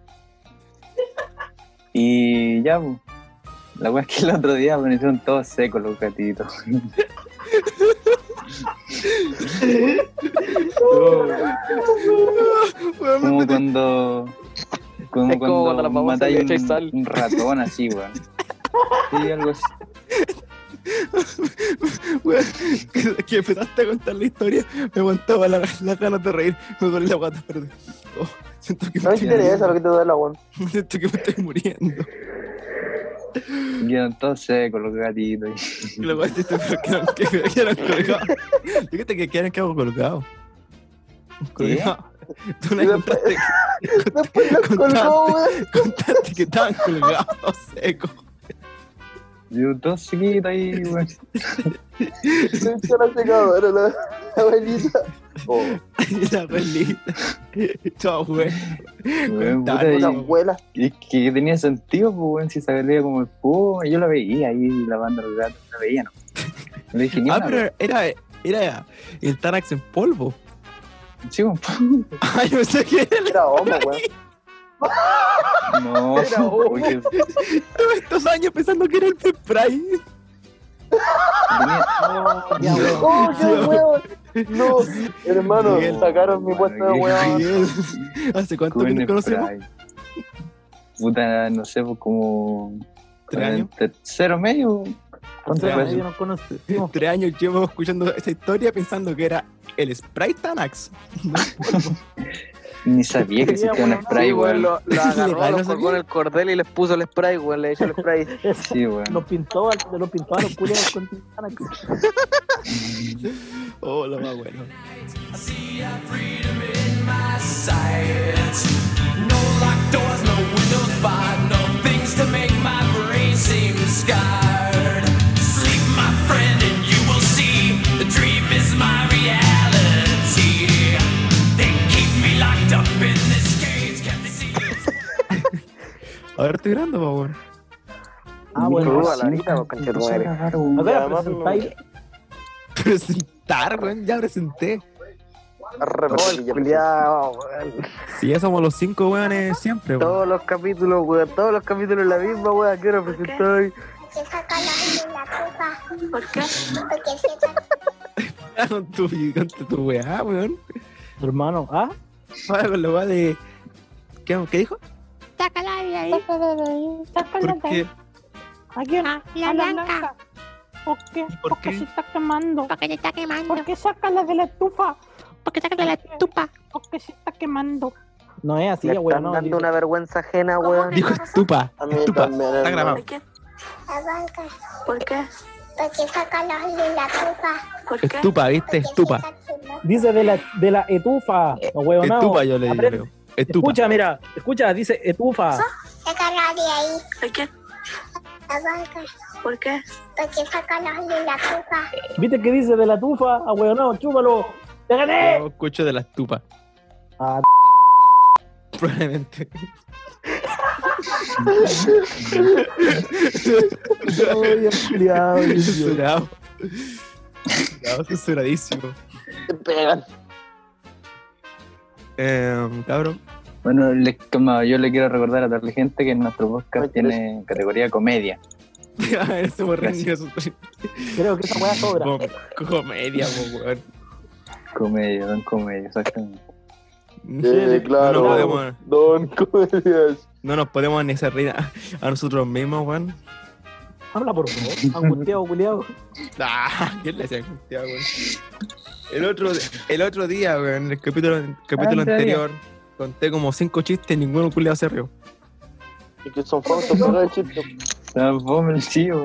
[SPEAKER 1] Y ya, pues. La weá es que el otro día aparecieron todos secos los gatitos.
[SPEAKER 2] Weón, me
[SPEAKER 1] Como cuando. Como
[SPEAKER 5] Es como
[SPEAKER 1] cuando,
[SPEAKER 5] cuando la famosa
[SPEAKER 1] matáis
[SPEAKER 5] le echáis
[SPEAKER 1] un-
[SPEAKER 5] sal.
[SPEAKER 1] un ratón así, weón. Sí, algo así.
[SPEAKER 2] Weón, que, que empezaste a contar la historia, me aguantaba la- las ganas de reír, me duele la guata, perdón. Oh, siento que me
[SPEAKER 4] No me
[SPEAKER 2] estoy
[SPEAKER 4] interesa lo que te da la weón.
[SPEAKER 2] muriendo, siento que me estoy muriendo.
[SPEAKER 1] Quedaron todos secos los gatitos.
[SPEAKER 2] Y la guata dice, pero quedaron, que que quedaron colgados. Fíjate que quedaron que hago colgado. Colgado. Tú no
[SPEAKER 4] Y
[SPEAKER 2] contaste,
[SPEAKER 4] Después lo colgó,
[SPEAKER 2] Contaste.
[SPEAKER 4] weón.
[SPEAKER 2] contaste que estaban colgados, todos
[SPEAKER 1] <laughs>
[SPEAKER 2] secos.
[SPEAKER 1] Yo todos sequitos ahí, weón.
[SPEAKER 4] <laughs> Se echó la secadora, la la abuelita. Oh,
[SPEAKER 2] Y la abuelita. Chao, güey.
[SPEAKER 1] Weón, puta,
[SPEAKER 2] Contanos.
[SPEAKER 1] y-
[SPEAKER 4] una abuela.
[SPEAKER 1] Y que tenía sentido, pues, weón, si se veía como espuma, yo la veía ahí lavando los gatos, la veía, ¿no? Le dije, ni
[SPEAKER 2] Ah,
[SPEAKER 1] una,
[SPEAKER 2] pero era, era el Tanax en polvo. <laughs>
[SPEAKER 1] weón. Sí, weón,
[SPEAKER 2] Ay, yo pensé que era el
[SPEAKER 4] Era homo, weón.
[SPEAKER 1] No, <laughs>
[SPEAKER 4] Era homo.
[SPEAKER 1] oye,
[SPEAKER 2] estos años pensando que era el Pep Pride.
[SPEAKER 1] tenía- no,
[SPEAKER 3] Ya, weón.
[SPEAKER 4] ¡Oh, qué
[SPEAKER 2] Sí.
[SPEAKER 4] huevo! No, hermano,
[SPEAKER 1] Miguel.
[SPEAKER 4] sacaron mi puesto de
[SPEAKER 1] Miguel.
[SPEAKER 4] huevo.
[SPEAKER 2] ¿Hace cuánto que
[SPEAKER 1] Con
[SPEAKER 2] nos conocemos?
[SPEAKER 1] spray. Puta, no sé, pues como.
[SPEAKER 2] Tres años.
[SPEAKER 1] Tercero medio.
[SPEAKER 3] ¿Cuánto
[SPEAKER 2] Tres
[SPEAKER 3] tiempo
[SPEAKER 2] años.
[SPEAKER 3] nos
[SPEAKER 1] <laughs>
[SPEAKER 3] conocimos?
[SPEAKER 2] Tres años llevo escuchando esta historia pensando que era el Sprite Tanax.
[SPEAKER 1] Ni sabía que existía
[SPEAKER 3] Tenía
[SPEAKER 1] un
[SPEAKER 3] buena-
[SPEAKER 1] spray,
[SPEAKER 5] Sí, weón,
[SPEAKER 1] weón.
[SPEAKER 5] lo, lo agarró,
[SPEAKER 2] ¿Verdad?
[SPEAKER 5] lo
[SPEAKER 2] No
[SPEAKER 5] colgó en el cordel y les puso el spray, weón, le echó el spray.
[SPEAKER 1] Sí, weón.
[SPEAKER 3] Nos pintó, al- nos pintó a los culiados con Tintana.
[SPEAKER 2] Oh, lo más bueno. Ahora estoy grabando, por favor.
[SPEAKER 3] Ah, bueno.
[SPEAKER 5] Saluda a la Anita,
[SPEAKER 2] pues,
[SPEAKER 5] vos, conchetumare.
[SPEAKER 3] Ahora
[SPEAKER 4] además no me
[SPEAKER 3] presentáis.
[SPEAKER 2] <laughs> Presentar, weón. Ya presenté.
[SPEAKER 5] Arrebol, culiao, weón.
[SPEAKER 2] Si ya somos los cinco weones siempre, weón.
[SPEAKER 5] Todos los capítulos, weón, todos los capítulos la misma, weón, quiero presentar hoy.
[SPEAKER 7] Porque saca la en la copa.
[SPEAKER 6] ¿Por qué?
[SPEAKER 7] Porque se saca
[SPEAKER 2] Ah, Con tu, con tu, tu weá, weón.
[SPEAKER 3] Hermano, ¿ah?
[SPEAKER 2] Para con la weá de. ¿Qué, qué dijo?
[SPEAKER 7] la de ahí. Saca
[SPEAKER 2] ¿Por qué?
[SPEAKER 9] ¿A quién?
[SPEAKER 7] La
[SPEAKER 9] a la
[SPEAKER 7] blanca.
[SPEAKER 9] blanca. ¿Por qué?
[SPEAKER 2] ¿Y por
[SPEAKER 9] Porque
[SPEAKER 2] qué?
[SPEAKER 9] se está quemando.
[SPEAKER 7] Porque se está quemando.
[SPEAKER 9] ¿Por qué sácala de la estufa?
[SPEAKER 7] Porque saca la tupa.
[SPEAKER 9] Porque se está quemando.
[SPEAKER 3] No es así,
[SPEAKER 5] Le
[SPEAKER 3] ya,
[SPEAKER 5] están
[SPEAKER 3] weón. No,
[SPEAKER 5] dando
[SPEAKER 3] digo,
[SPEAKER 5] una vergüenza ajena,
[SPEAKER 6] ¿Cómo
[SPEAKER 5] weón.
[SPEAKER 6] que?
[SPEAKER 2] Dijo estupa.
[SPEAKER 4] A mí
[SPEAKER 2] Estupa.
[SPEAKER 4] también,
[SPEAKER 2] Está
[SPEAKER 4] hermano.
[SPEAKER 2] grabado.
[SPEAKER 6] ¿Por qué?
[SPEAKER 7] La banca.
[SPEAKER 6] ¿Por qué?
[SPEAKER 7] Porque saca la en la copa.
[SPEAKER 6] ¿Por qué?
[SPEAKER 2] Estupa, ¿viste?
[SPEAKER 7] Porque
[SPEAKER 2] Estupa.
[SPEAKER 7] se está quemando.
[SPEAKER 3] Dice de la, de la etufa, no, weón.
[SPEAKER 2] Estupa, yo le digo. creo. Estupa.
[SPEAKER 3] Escucha, mira, escucha, dice etufa.
[SPEAKER 7] Saca la de ahí.
[SPEAKER 6] ¿Por qué?
[SPEAKER 7] La banca.
[SPEAKER 6] ¿Por qué?
[SPEAKER 7] Porque saca la en la copa.
[SPEAKER 3] ¿Viste que dice de la tufa? Ah, weón, no, chúpalo. ¡Te gané!
[SPEAKER 5] <laughs>
[SPEAKER 2] Yo escucho de la estupa. <laughs>
[SPEAKER 3] Ah, <laughs>
[SPEAKER 2] Probablemente.
[SPEAKER 4] Oye, culiao, Dios.
[SPEAKER 2] Censurado. Censurado, Censuradísimo.
[SPEAKER 4] Te pegan.
[SPEAKER 2] Eh, cabrón. <laughs>
[SPEAKER 1] Bueno, le- como yo le quiero recordar a toda la gente que nuestro podcast
[SPEAKER 4] Oye,
[SPEAKER 1] tiene categoría comedia.
[SPEAKER 2] A ver, se borran
[SPEAKER 3] creo que esa weá sobra.
[SPEAKER 2] Comedia, po, weón.
[SPEAKER 1] Comedia, don comedia, exactamente.
[SPEAKER 4] Sí, claro.
[SPEAKER 2] No nos podemos,
[SPEAKER 4] Don Comedias.
[SPEAKER 2] no nos podemos anexar reina a nosotros mismos, weón.
[SPEAKER 3] Habla por favor, angustiado, culiado.
[SPEAKER 2] Ah, <laughs> ¿quién le hacía angustia, weón? El otro, el otro día, weón, en el capítulo, el capítulo
[SPEAKER 1] Antes había.
[SPEAKER 2] anterior, conté como cinco chistes y ninguno culiado se rió.
[SPEAKER 4] Y que son falsos, pero el chiste.
[SPEAKER 1] No, fome el tío.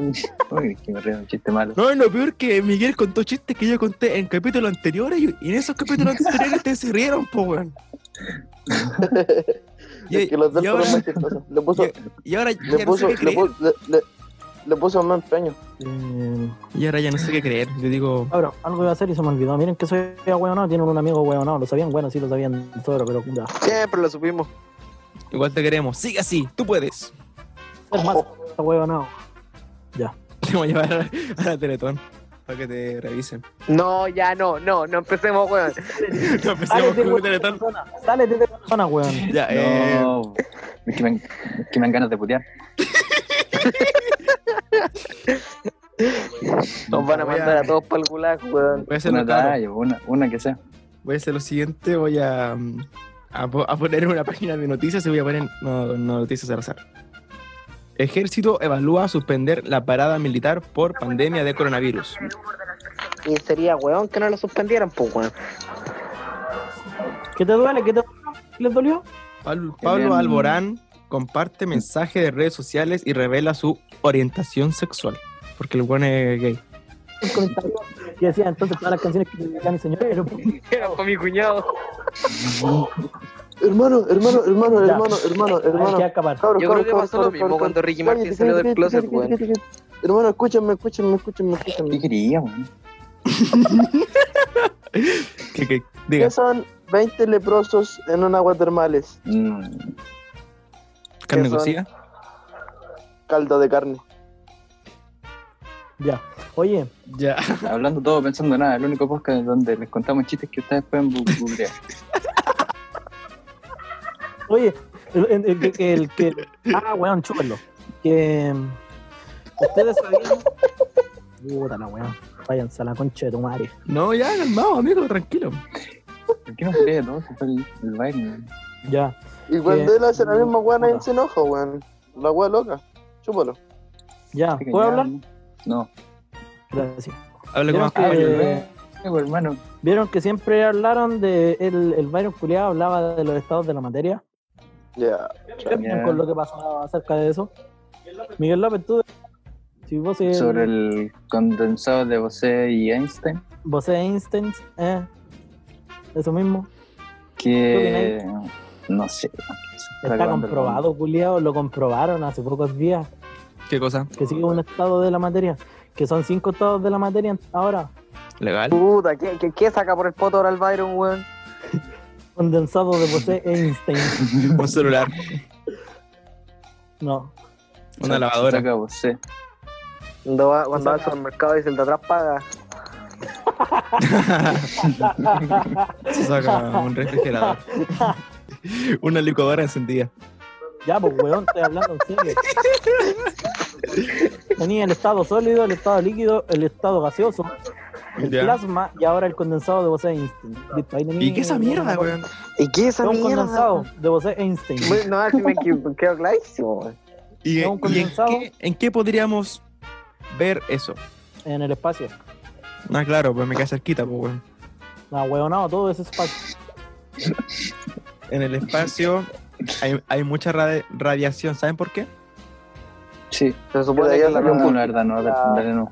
[SPEAKER 1] Uy, que me río, un chiste
[SPEAKER 3] <laughs>
[SPEAKER 1] malo.
[SPEAKER 2] No, y lo peor que Miguel contó chistes que yo conté en capítulos anteriores y y en esos capítulos anteriores ustedes se rieron, po, weón. Y,
[SPEAKER 4] <laughs> Es que los del
[SPEAKER 2] y ahora,
[SPEAKER 4] fueron más chistosos. Le puso,
[SPEAKER 2] y- y ahora eh, ya
[SPEAKER 4] le
[SPEAKER 2] no sé
[SPEAKER 4] puso,
[SPEAKER 2] qué
[SPEAKER 4] le
[SPEAKER 2] creer.
[SPEAKER 4] puso, le, le, le puso más empeño.
[SPEAKER 5] Eh.
[SPEAKER 2] Y ahora ya no sé qué creer. Yo digo,
[SPEAKER 3] Ahora, algo iba a hacer y se me olvidó. Miren que soy weonado, tienen un amigo weonado. Lo sabían, bueno, sí lo sabían todo, pero ya.
[SPEAKER 5] Siempre lo supimos.
[SPEAKER 2] igual te queremos, sigue así, tú puedes. <laughs>
[SPEAKER 3] Ser más weonado.
[SPEAKER 2] Te voy a llevar a la, a la Teletón para que te revisen. <laughs>
[SPEAKER 5] No, ya no, no, no empecemos, weón.
[SPEAKER 2] No, empecemos
[SPEAKER 3] Sálete,
[SPEAKER 2] con la
[SPEAKER 3] weón, de
[SPEAKER 2] Teletón.
[SPEAKER 3] persona. Sálete de persona, weón.
[SPEAKER 2] Ya, eh,
[SPEAKER 1] No, es que, me, es que me dan ganas de putear.
[SPEAKER 5] Nos van a
[SPEAKER 2] Voy a-
[SPEAKER 5] mandar a todos para el gulag, weón.
[SPEAKER 2] voy a hacer
[SPEAKER 1] Una
[SPEAKER 2] lo caro.
[SPEAKER 1] talla, una, una que sea.
[SPEAKER 2] Voy a hacer lo siguiente, voy a, mm, a, po- a poner una página de noticias y voy a poner no, no, noticias al azar. Ejército evalúa suspender la parada militar por pandemia de coronavirus.
[SPEAKER 5] Y sería, weón, que no lo suspendieran, pues, weón.
[SPEAKER 3] ¿Qué te duele? ¿Qué te les dolió?
[SPEAKER 2] Pablo,
[SPEAKER 1] Bien.
[SPEAKER 3] Em.
[SPEAKER 2] Pablo Alborán comparte mensaje de redes sociales y revela su orientación sexual. Porque el buen es gay.
[SPEAKER 3] Un comentario que decía entonces todas las canciones que tenía mi señor. Pero,
[SPEAKER 5] Era para mi cuñado.
[SPEAKER 4] Hermano, hermano, hermano,
[SPEAKER 3] Ya.
[SPEAKER 4] hermano, hermano,
[SPEAKER 3] hay que
[SPEAKER 4] hermano.
[SPEAKER 3] acabar.
[SPEAKER 4] Cabros,
[SPEAKER 5] Yo
[SPEAKER 4] cabros,
[SPEAKER 5] creo que pasó
[SPEAKER 4] cabros,
[SPEAKER 5] lo mismo
[SPEAKER 4] cabros,
[SPEAKER 5] cuando Ricky
[SPEAKER 4] cabros.
[SPEAKER 5] Martin salió del
[SPEAKER 4] Cállate, cállate,
[SPEAKER 5] closet,
[SPEAKER 4] cállate,
[SPEAKER 5] weón.
[SPEAKER 4] cállate, cállate. Hermano, escúchame, escúchame, escúchame, escúchame.
[SPEAKER 1] ¿Qué quería, weón?
[SPEAKER 2] Que, que-
[SPEAKER 4] ¿Qué
[SPEAKER 2] diga,
[SPEAKER 4] son 20 leprosos en un agua termales?
[SPEAKER 1] Mm,
[SPEAKER 2] carne
[SPEAKER 4] son?
[SPEAKER 2] cocida.
[SPEAKER 4] Caldo de carne.
[SPEAKER 3] Ya. Oye,
[SPEAKER 2] Ya.
[SPEAKER 1] hablando todo, pensando nada. El único podcast donde les contamos chistes que ustedes pueden bu- googlear.
[SPEAKER 3] oye, El, el- el que- el que. Ah, weón, chúpenlo. Que. Ustedes sabían. Puta la weón. Váyanse a la concha de tu madre.
[SPEAKER 2] No, ya, calmado, amigo, tranquilo.
[SPEAKER 1] ¿Por qué no fue no? Se fue el, el Bayern.
[SPEAKER 3] Ya.
[SPEAKER 4] Y cuando
[SPEAKER 3] Que-
[SPEAKER 4] él hace la misma weá, nadie
[SPEAKER 3] Uh, puta.
[SPEAKER 4] se enoja, weón. La weá loca. Chúpalo.
[SPEAKER 3] Ya.
[SPEAKER 1] Así que
[SPEAKER 3] ¿Ah, ¿Puedo
[SPEAKER 1] ya,
[SPEAKER 3] hablar?
[SPEAKER 1] No.
[SPEAKER 3] Gracias.
[SPEAKER 2] Habla con
[SPEAKER 3] Ya,
[SPEAKER 2] más
[SPEAKER 3] ah,
[SPEAKER 1] Ay,
[SPEAKER 2] cuidado.
[SPEAKER 3] eh,
[SPEAKER 1] luego, hermano.
[SPEAKER 3] ¿Vieron que siempre hablaron de. El, el Byron Culeado hablaba de los estados de la materia?
[SPEAKER 4] Ya.
[SPEAKER 3] ¿Qué opinan con lo que pasó acerca de eso? Miguel López, tú, si vos eres,
[SPEAKER 1] Sobre el condensado de Bose y Einstein,
[SPEAKER 3] vos eres Einstein, eh, eso mismo,
[SPEAKER 1] que no sé.
[SPEAKER 3] está
[SPEAKER 1] acabando el mundo.
[SPEAKER 3] comprobado, culiado, lo comprobaron hace pocos días,
[SPEAKER 2] ¿Qué cosa?
[SPEAKER 3] que sigue un estado de la materia, que son cinco estados de la materia ahora,
[SPEAKER 2] ¿Legal?
[SPEAKER 5] Puta, ¿qué, qué, qué saca por el poto ahora el Byron, weón?
[SPEAKER 3] condensado de José Einstein.
[SPEAKER 2] Un celular,
[SPEAKER 3] No, <laughs>
[SPEAKER 2] una
[SPEAKER 1] Se- se
[SPEAKER 2] lavadora.
[SPEAKER 1] saca Bose.
[SPEAKER 5] Cuando va, cuando va al
[SPEAKER 3] Saca.
[SPEAKER 5] supermercado dice el de atrás paga.
[SPEAKER 2] Se saca un
[SPEAKER 3] <laughs>
[SPEAKER 2] refrigerador. Una licuadora encendida.
[SPEAKER 3] ya, pues, weón, estoy hablando en serio. Tenía el estado sólido, el estado líquido, el estado gaseoso, el
[SPEAKER 2] Ya.
[SPEAKER 3] plasma y ahora el condensado de José Einstein. Listo, ahí tenía-
[SPEAKER 2] ¿Y qué esa mierda, weón?
[SPEAKER 5] ¿Y qué es esa
[SPEAKER 3] Es un
[SPEAKER 5] mierda?
[SPEAKER 3] condensado
[SPEAKER 5] weón?
[SPEAKER 3] de José Einstein.
[SPEAKER 5] Bueno, Pues, No, si me equi- quedo clarísimo, weón.
[SPEAKER 2] ¿Y,
[SPEAKER 3] Es un
[SPEAKER 2] y en,
[SPEAKER 3] condensado.
[SPEAKER 2] qué, en qué podríamos ver eso?
[SPEAKER 3] en el espacio.
[SPEAKER 2] Ah, claro, pues me queda cerquita, pues, weón.
[SPEAKER 3] No, huevonado, todo ese espacio.
[SPEAKER 2] En el espacio hay, hay mucha radi- radiación, ¿saben por qué?
[SPEAKER 1] Sí,
[SPEAKER 5] Se
[SPEAKER 4] Yo de
[SPEAKER 5] supone
[SPEAKER 4] ahí
[SPEAKER 5] que
[SPEAKER 4] a
[SPEAKER 5] es la,
[SPEAKER 4] la
[SPEAKER 1] no,
[SPEAKER 5] la,
[SPEAKER 1] la verdad, no, la verdad, no.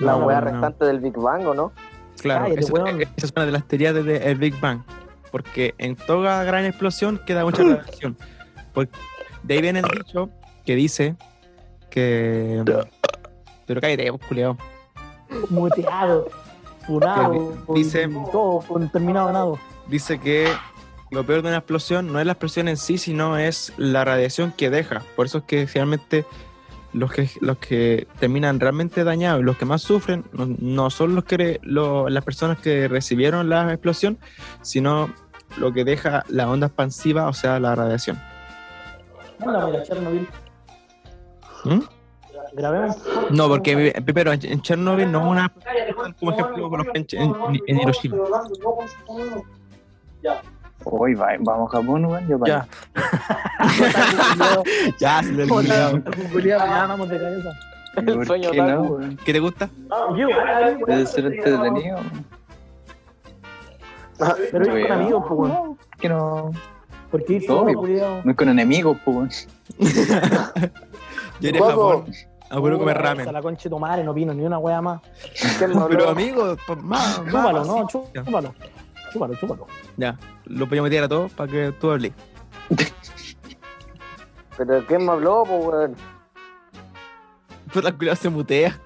[SPEAKER 3] No,
[SPEAKER 5] weá
[SPEAKER 2] no, no.
[SPEAKER 5] restante del Big Bang, ¿o no?
[SPEAKER 2] Claro,
[SPEAKER 3] Cállate,
[SPEAKER 2] esa,
[SPEAKER 3] weón.
[SPEAKER 2] esa es una de las teorías del Big Bang. Porque en toda gran explosión queda
[SPEAKER 3] <laughs>
[SPEAKER 2] mucha radiación. Por- de ahí viene el dicho que dice que. Pero cállate, vos, culiao.
[SPEAKER 3] Muteado, funado,
[SPEAKER 2] Que di- dice-
[SPEAKER 3] con todo, con terminado ganado.
[SPEAKER 2] Dice que lo peor de una explosión no es la explosión en sí, sino es la radiación que deja. Por eso es que generalmente los que, los que terminan realmente dañados y los que más sufren no, no son los que, lo- las personas que recibieron la explosión, sino lo que deja la onda expansiva, o sea, la radiación.
[SPEAKER 3] Anda, mira, Chernobyl.
[SPEAKER 2] ¿Mm?
[SPEAKER 3] Grabemos.
[SPEAKER 2] No, porque mi- primero en, en Chernobyl no es una como ejemplo por ejemplo, en, en- en Hiroshima.
[SPEAKER 1] Hoy va- vamos a Japón, weón. Yo para.
[SPEAKER 2] Ya. <laughs> ya, se le olvidó.
[SPEAKER 3] Ya, vamos de cabeza.
[SPEAKER 1] ¿Por
[SPEAKER 4] sueño
[SPEAKER 1] qué no,
[SPEAKER 4] otaku.
[SPEAKER 1] weón?
[SPEAKER 2] <laughs> ¿Qué te gusta?
[SPEAKER 3] Yo, ay, ay,
[SPEAKER 1] Debe ser entretenido.
[SPEAKER 3] Pero ir con
[SPEAKER 1] Weón.
[SPEAKER 3] amigos, pues, weón.
[SPEAKER 1] ¿Por qué no?
[SPEAKER 3] Porque ir
[SPEAKER 1] Obvio.
[SPEAKER 3] solo, culiao.
[SPEAKER 1] No es con enemigos, pues. weón.
[SPEAKER 2] Yo iré a
[SPEAKER 4] Guapo.
[SPEAKER 2] Japón. A puro comer ramen.
[SPEAKER 3] A la concha de tu madre, no opino ni una wea más.
[SPEAKER 4] ¿Quién no
[SPEAKER 2] <laughs> Pero
[SPEAKER 4] habló?
[SPEAKER 2] amigo, pa- más, más,
[SPEAKER 3] Chúpalo,
[SPEAKER 2] más,
[SPEAKER 3] no,
[SPEAKER 2] sí. Ya,
[SPEAKER 3] chúpalo. Chúpalo, chúpalo.
[SPEAKER 2] Ya, lo podemos meter a todos para que tú hables.
[SPEAKER 5] Pero ¿quién me habló, po, weón?
[SPEAKER 2] Puta, el Pues culiao se mutea.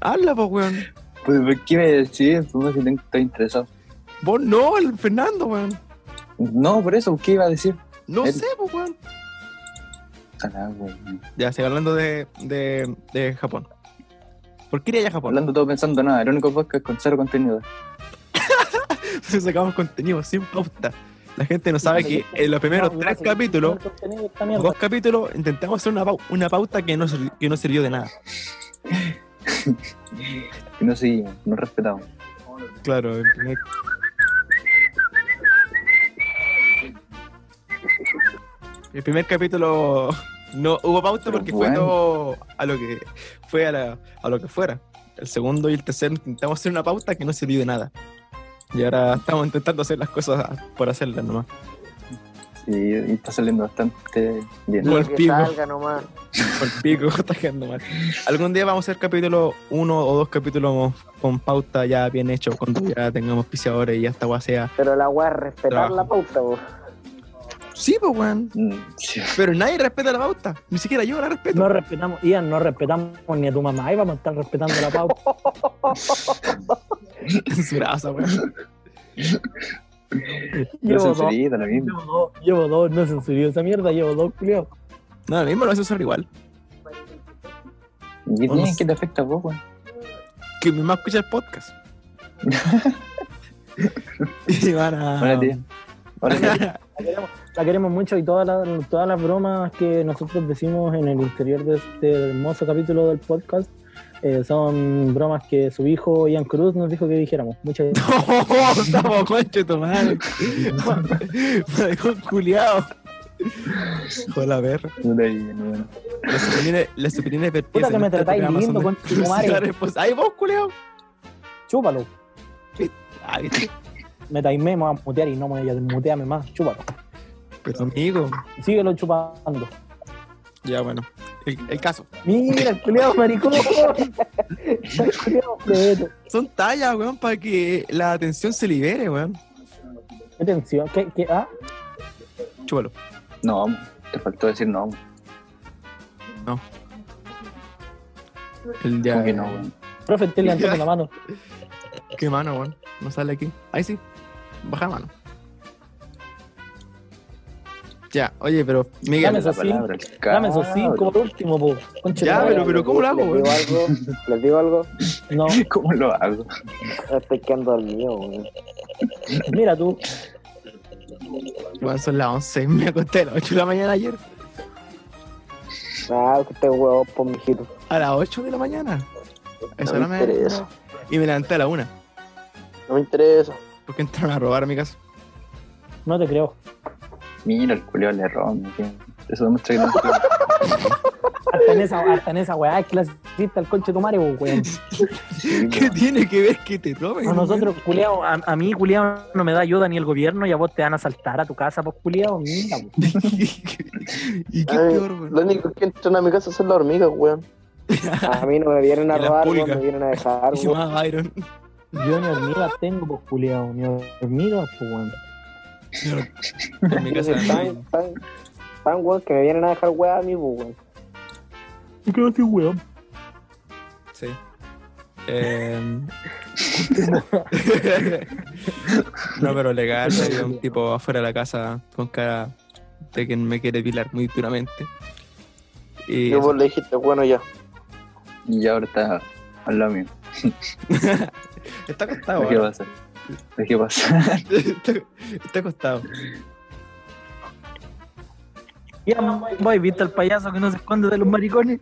[SPEAKER 2] Habla, pues, weón.
[SPEAKER 1] Pues, ¿por qué me decís? Pues, no, si tengo- estoy interesado.
[SPEAKER 2] Vos no, el Fernando, weón.
[SPEAKER 1] No, por eso, ¿qué iba a decir?
[SPEAKER 2] No
[SPEAKER 1] El-
[SPEAKER 2] sé, pues, weón.
[SPEAKER 1] A la weón.
[SPEAKER 2] Ya, sigue hablando de, de, de Japón. ¿Por qué iría a Japón?
[SPEAKER 1] Hablando todo pensando nada, el único podcast con cero contenido.
[SPEAKER 2] <laughs> sacamos contenido sin pauta. La gente no sabe que en los primeros
[SPEAKER 3] No,
[SPEAKER 2] tres
[SPEAKER 3] no,
[SPEAKER 2] capítulos,
[SPEAKER 3] el contenido de esta mierda.
[SPEAKER 2] dos capítulos, intentamos hacer una, pau- una pauta que no, sirvi- que no sirvió de nada.
[SPEAKER 1] Y no seguimos, no respetamos.
[SPEAKER 2] Claro, el primer- El primer capítulo <laughs> no hubo pauta
[SPEAKER 1] Pero
[SPEAKER 2] porque
[SPEAKER 1] bueno.
[SPEAKER 2] fue todo a lo que fue a, la- a lo que fuera. El segundo y el tercero intentamos hacer una pauta que no sirvió de nada. Y ahora estamos intentando hacer las cosas por hacerlas nomás.
[SPEAKER 1] Sí, y está saliendo bastante bien.
[SPEAKER 2] Como el
[SPEAKER 5] que
[SPEAKER 2] pico.
[SPEAKER 5] salga nomás.
[SPEAKER 2] Por pico, <laughs> está quedando mal. Algún día vamos a hacer capítulo uno o dos capítulos con pauta ya bien hecho, cuando ya tengamos piseadores y ya esta weá sea.
[SPEAKER 5] Pero la weá es respetar
[SPEAKER 2] Trabajo.
[SPEAKER 5] la pauta, po.
[SPEAKER 2] Sí, pues weón.
[SPEAKER 1] Mm, sí.
[SPEAKER 2] Pero nadie respeta la pauta. Ni siquiera yo la
[SPEAKER 3] <laughs>
[SPEAKER 2] respeto.
[SPEAKER 3] No respetamos, Ian, no respetamos ni a tu mamá. Ahí vamos a estar respetando la pauta.
[SPEAKER 2] Censurado esa weá.
[SPEAKER 1] No
[SPEAKER 3] <laughs> llevo, dos,
[SPEAKER 1] censurita, lo mismo.
[SPEAKER 3] llevo dos, llevo dos, no censuré esa mierda, llevo dos, culiao.
[SPEAKER 2] No, lo mismo lo haces igual.
[SPEAKER 1] ¿Y qué
[SPEAKER 2] Vamos.
[SPEAKER 1] tienes que te afecta a vos, weón?
[SPEAKER 2] Que mi mamá escucha el podcast. y van a. Ah.
[SPEAKER 1] Ahora, tío. Ahora, tío.
[SPEAKER 2] <laughs>
[SPEAKER 3] La queremos, La queremos mucho y todas las, todas las bromas que nosotros decimos en el interior de este hermoso capítulo del podcast eh, son bromas que su hijo Ian Cruz nos dijo que dijéramos. Muchas gracias.
[SPEAKER 2] Estamos conche tu madre. Maricón culiao. Hijo de la perra.
[SPEAKER 1] Puta, y, bueno.
[SPEAKER 2] Las opiniones, las opiniones vertidas
[SPEAKER 3] Puta que
[SPEAKER 2] en
[SPEAKER 3] me
[SPEAKER 2] este
[SPEAKER 3] tratáis
[SPEAKER 2] programa
[SPEAKER 3] lindo,
[SPEAKER 2] son
[SPEAKER 3] con
[SPEAKER 2] <laughs>
[SPEAKER 3] tu madre.
[SPEAKER 2] Pues, ahí vos, culiao.
[SPEAKER 3] Chúpalo.
[SPEAKER 2] Ay,
[SPEAKER 3] Me taimé, me van a mutear y no me voy a desmutearme más. Chúpalo.
[SPEAKER 2] pero amigo.
[SPEAKER 3] Síguelo chupando.
[SPEAKER 2] Ya, bueno. El, el caso.
[SPEAKER 3] Mira, el culiado <laughs> maricón. El culiado plebeto.
[SPEAKER 2] Son tallas, weón, para que la atención se libere, weón.
[SPEAKER 3] Qué tensión. ¿Qué, qué? Ah,
[SPEAKER 2] Chúpalo.
[SPEAKER 1] No, te faltó decir no.
[SPEAKER 2] El
[SPEAKER 1] ¿Cómo
[SPEAKER 2] ya.
[SPEAKER 1] que no, weón?
[SPEAKER 3] profe, estoy levantando la mano.
[SPEAKER 2] Qué mano, weón. No sale aquí. Ahí sí. Baja mano. Ya, oye, pero
[SPEAKER 3] Dame
[SPEAKER 2] Miguel.
[SPEAKER 3] esos
[SPEAKER 1] La
[SPEAKER 3] cinco.
[SPEAKER 1] palabra, el
[SPEAKER 3] Dame esos
[SPEAKER 1] cabrón.
[SPEAKER 3] <laughs> cinco por último, po. Conche
[SPEAKER 2] Ya,
[SPEAKER 3] tu
[SPEAKER 2] Ah, pero-
[SPEAKER 3] madre.
[SPEAKER 2] pero ¿cómo lo hago,
[SPEAKER 5] ¿Les digo algo? ¿Les digo algo?
[SPEAKER 3] No,
[SPEAKER 1] <laughs> ¿Cómo lo hago?
[SPEAKER 5] No estoy quedando dormido, weón.
[SPEAKER 3] mira tú.
[SPEAKER 2] Weón, son las 11. Me acosté a las 8 de la mañana ayer.
[SPEAKER 5] Ah, que te huevo por mijito.
[SPEAKER 2] A las 8 de la mañana. Eso
[SPEAKER 4] No
[SPEAKER 2] no
[SPEAKER 4] me
[SPEAKER 2] me.
[SPEAKER 4] interesa.
[SPEAKER 2] Y me levanté a la 1.
[SPEAKER 4] No me interesa.
[SPEAKER 2] Porque entraron a robar a mi casa.
[SPEAKER 3] No te creo.
[SPEAKER 1] Mira, el culiao le erró. mi tío. Eso demuestra que no
[SPEAKER 3] Hasta en esa, hasta en esa weá es clasista el conche tu madre, po, weón.
[SPEAKER 1] Sí,
[SPEAKER 2] ¿Qué
[SPEAKER 1] weón.
[SPEAKER 2] tiene que ver que te roben?
[SPEAKER 3] A
[SPEAKER 2] <laughs>
[SPEAKER 3] nosotros, culiao, a, a mí, culiao, no me da ayuda ni el gobierno y a vos te van a saltar a tu casa, pues, culiao. Mira, po.
[SPEAKER 2] ¿Y qué
[SPEAKER 4] Ay,
[SPEAKER 2] peor,
[SPEAKER 4] Lo
[SPEAKER 2] weón?
[SPEAKER 4] único que entran a mi casa son las hormigas, weón.
[SPEAKER 5] A mí no me vienen a
[SPEAKER 2] Y las
[SPEAKER 5] robar, weón,
[SPEAKER 2] pulgas.
[SPEAKER 5] me vienen a dejar,
[SPEAKER 2] Y
[SPEAKER 5] weón.
[SPEAKER 2] más Byron.
[SPEAKER 3] Yo ni hormigas tengo, pues, culiao. Ni hormigas, pues, weón.
[SPEAKER 2] En mi
[SPEAKER 4] <laughs>
[SPEAKER 2] casa. no hay-
[SPEAKER 5] Tan, tan, tan, weón, que me vienen a dejar weá a mí, pues, weón.
[SPEAKER 3] Yo creo que weón.
[SPEAKER 2] Sí. Eh, <laughs> no, pero legal, había un tipo afuera de la casa con cara de quien me quiere pilar muy duramente. Y
[SPEAKER 4] Yo vos le dijiste, bueno, ya.
[SPEAKER 1] Y ya ahora está al lado mío.
[SPEAKER 2] está acostado.
[SPEAKER 1] Dejé
[SPEAKER 2] ahora.
[SPEAKER 1] pasar. Dejé pasar.
[SPEAKER 2] <laughs> Está, está acostado.
[SPEAKER 3] Ya, voy, ¿viste al payaso que no se esconde de los maricones?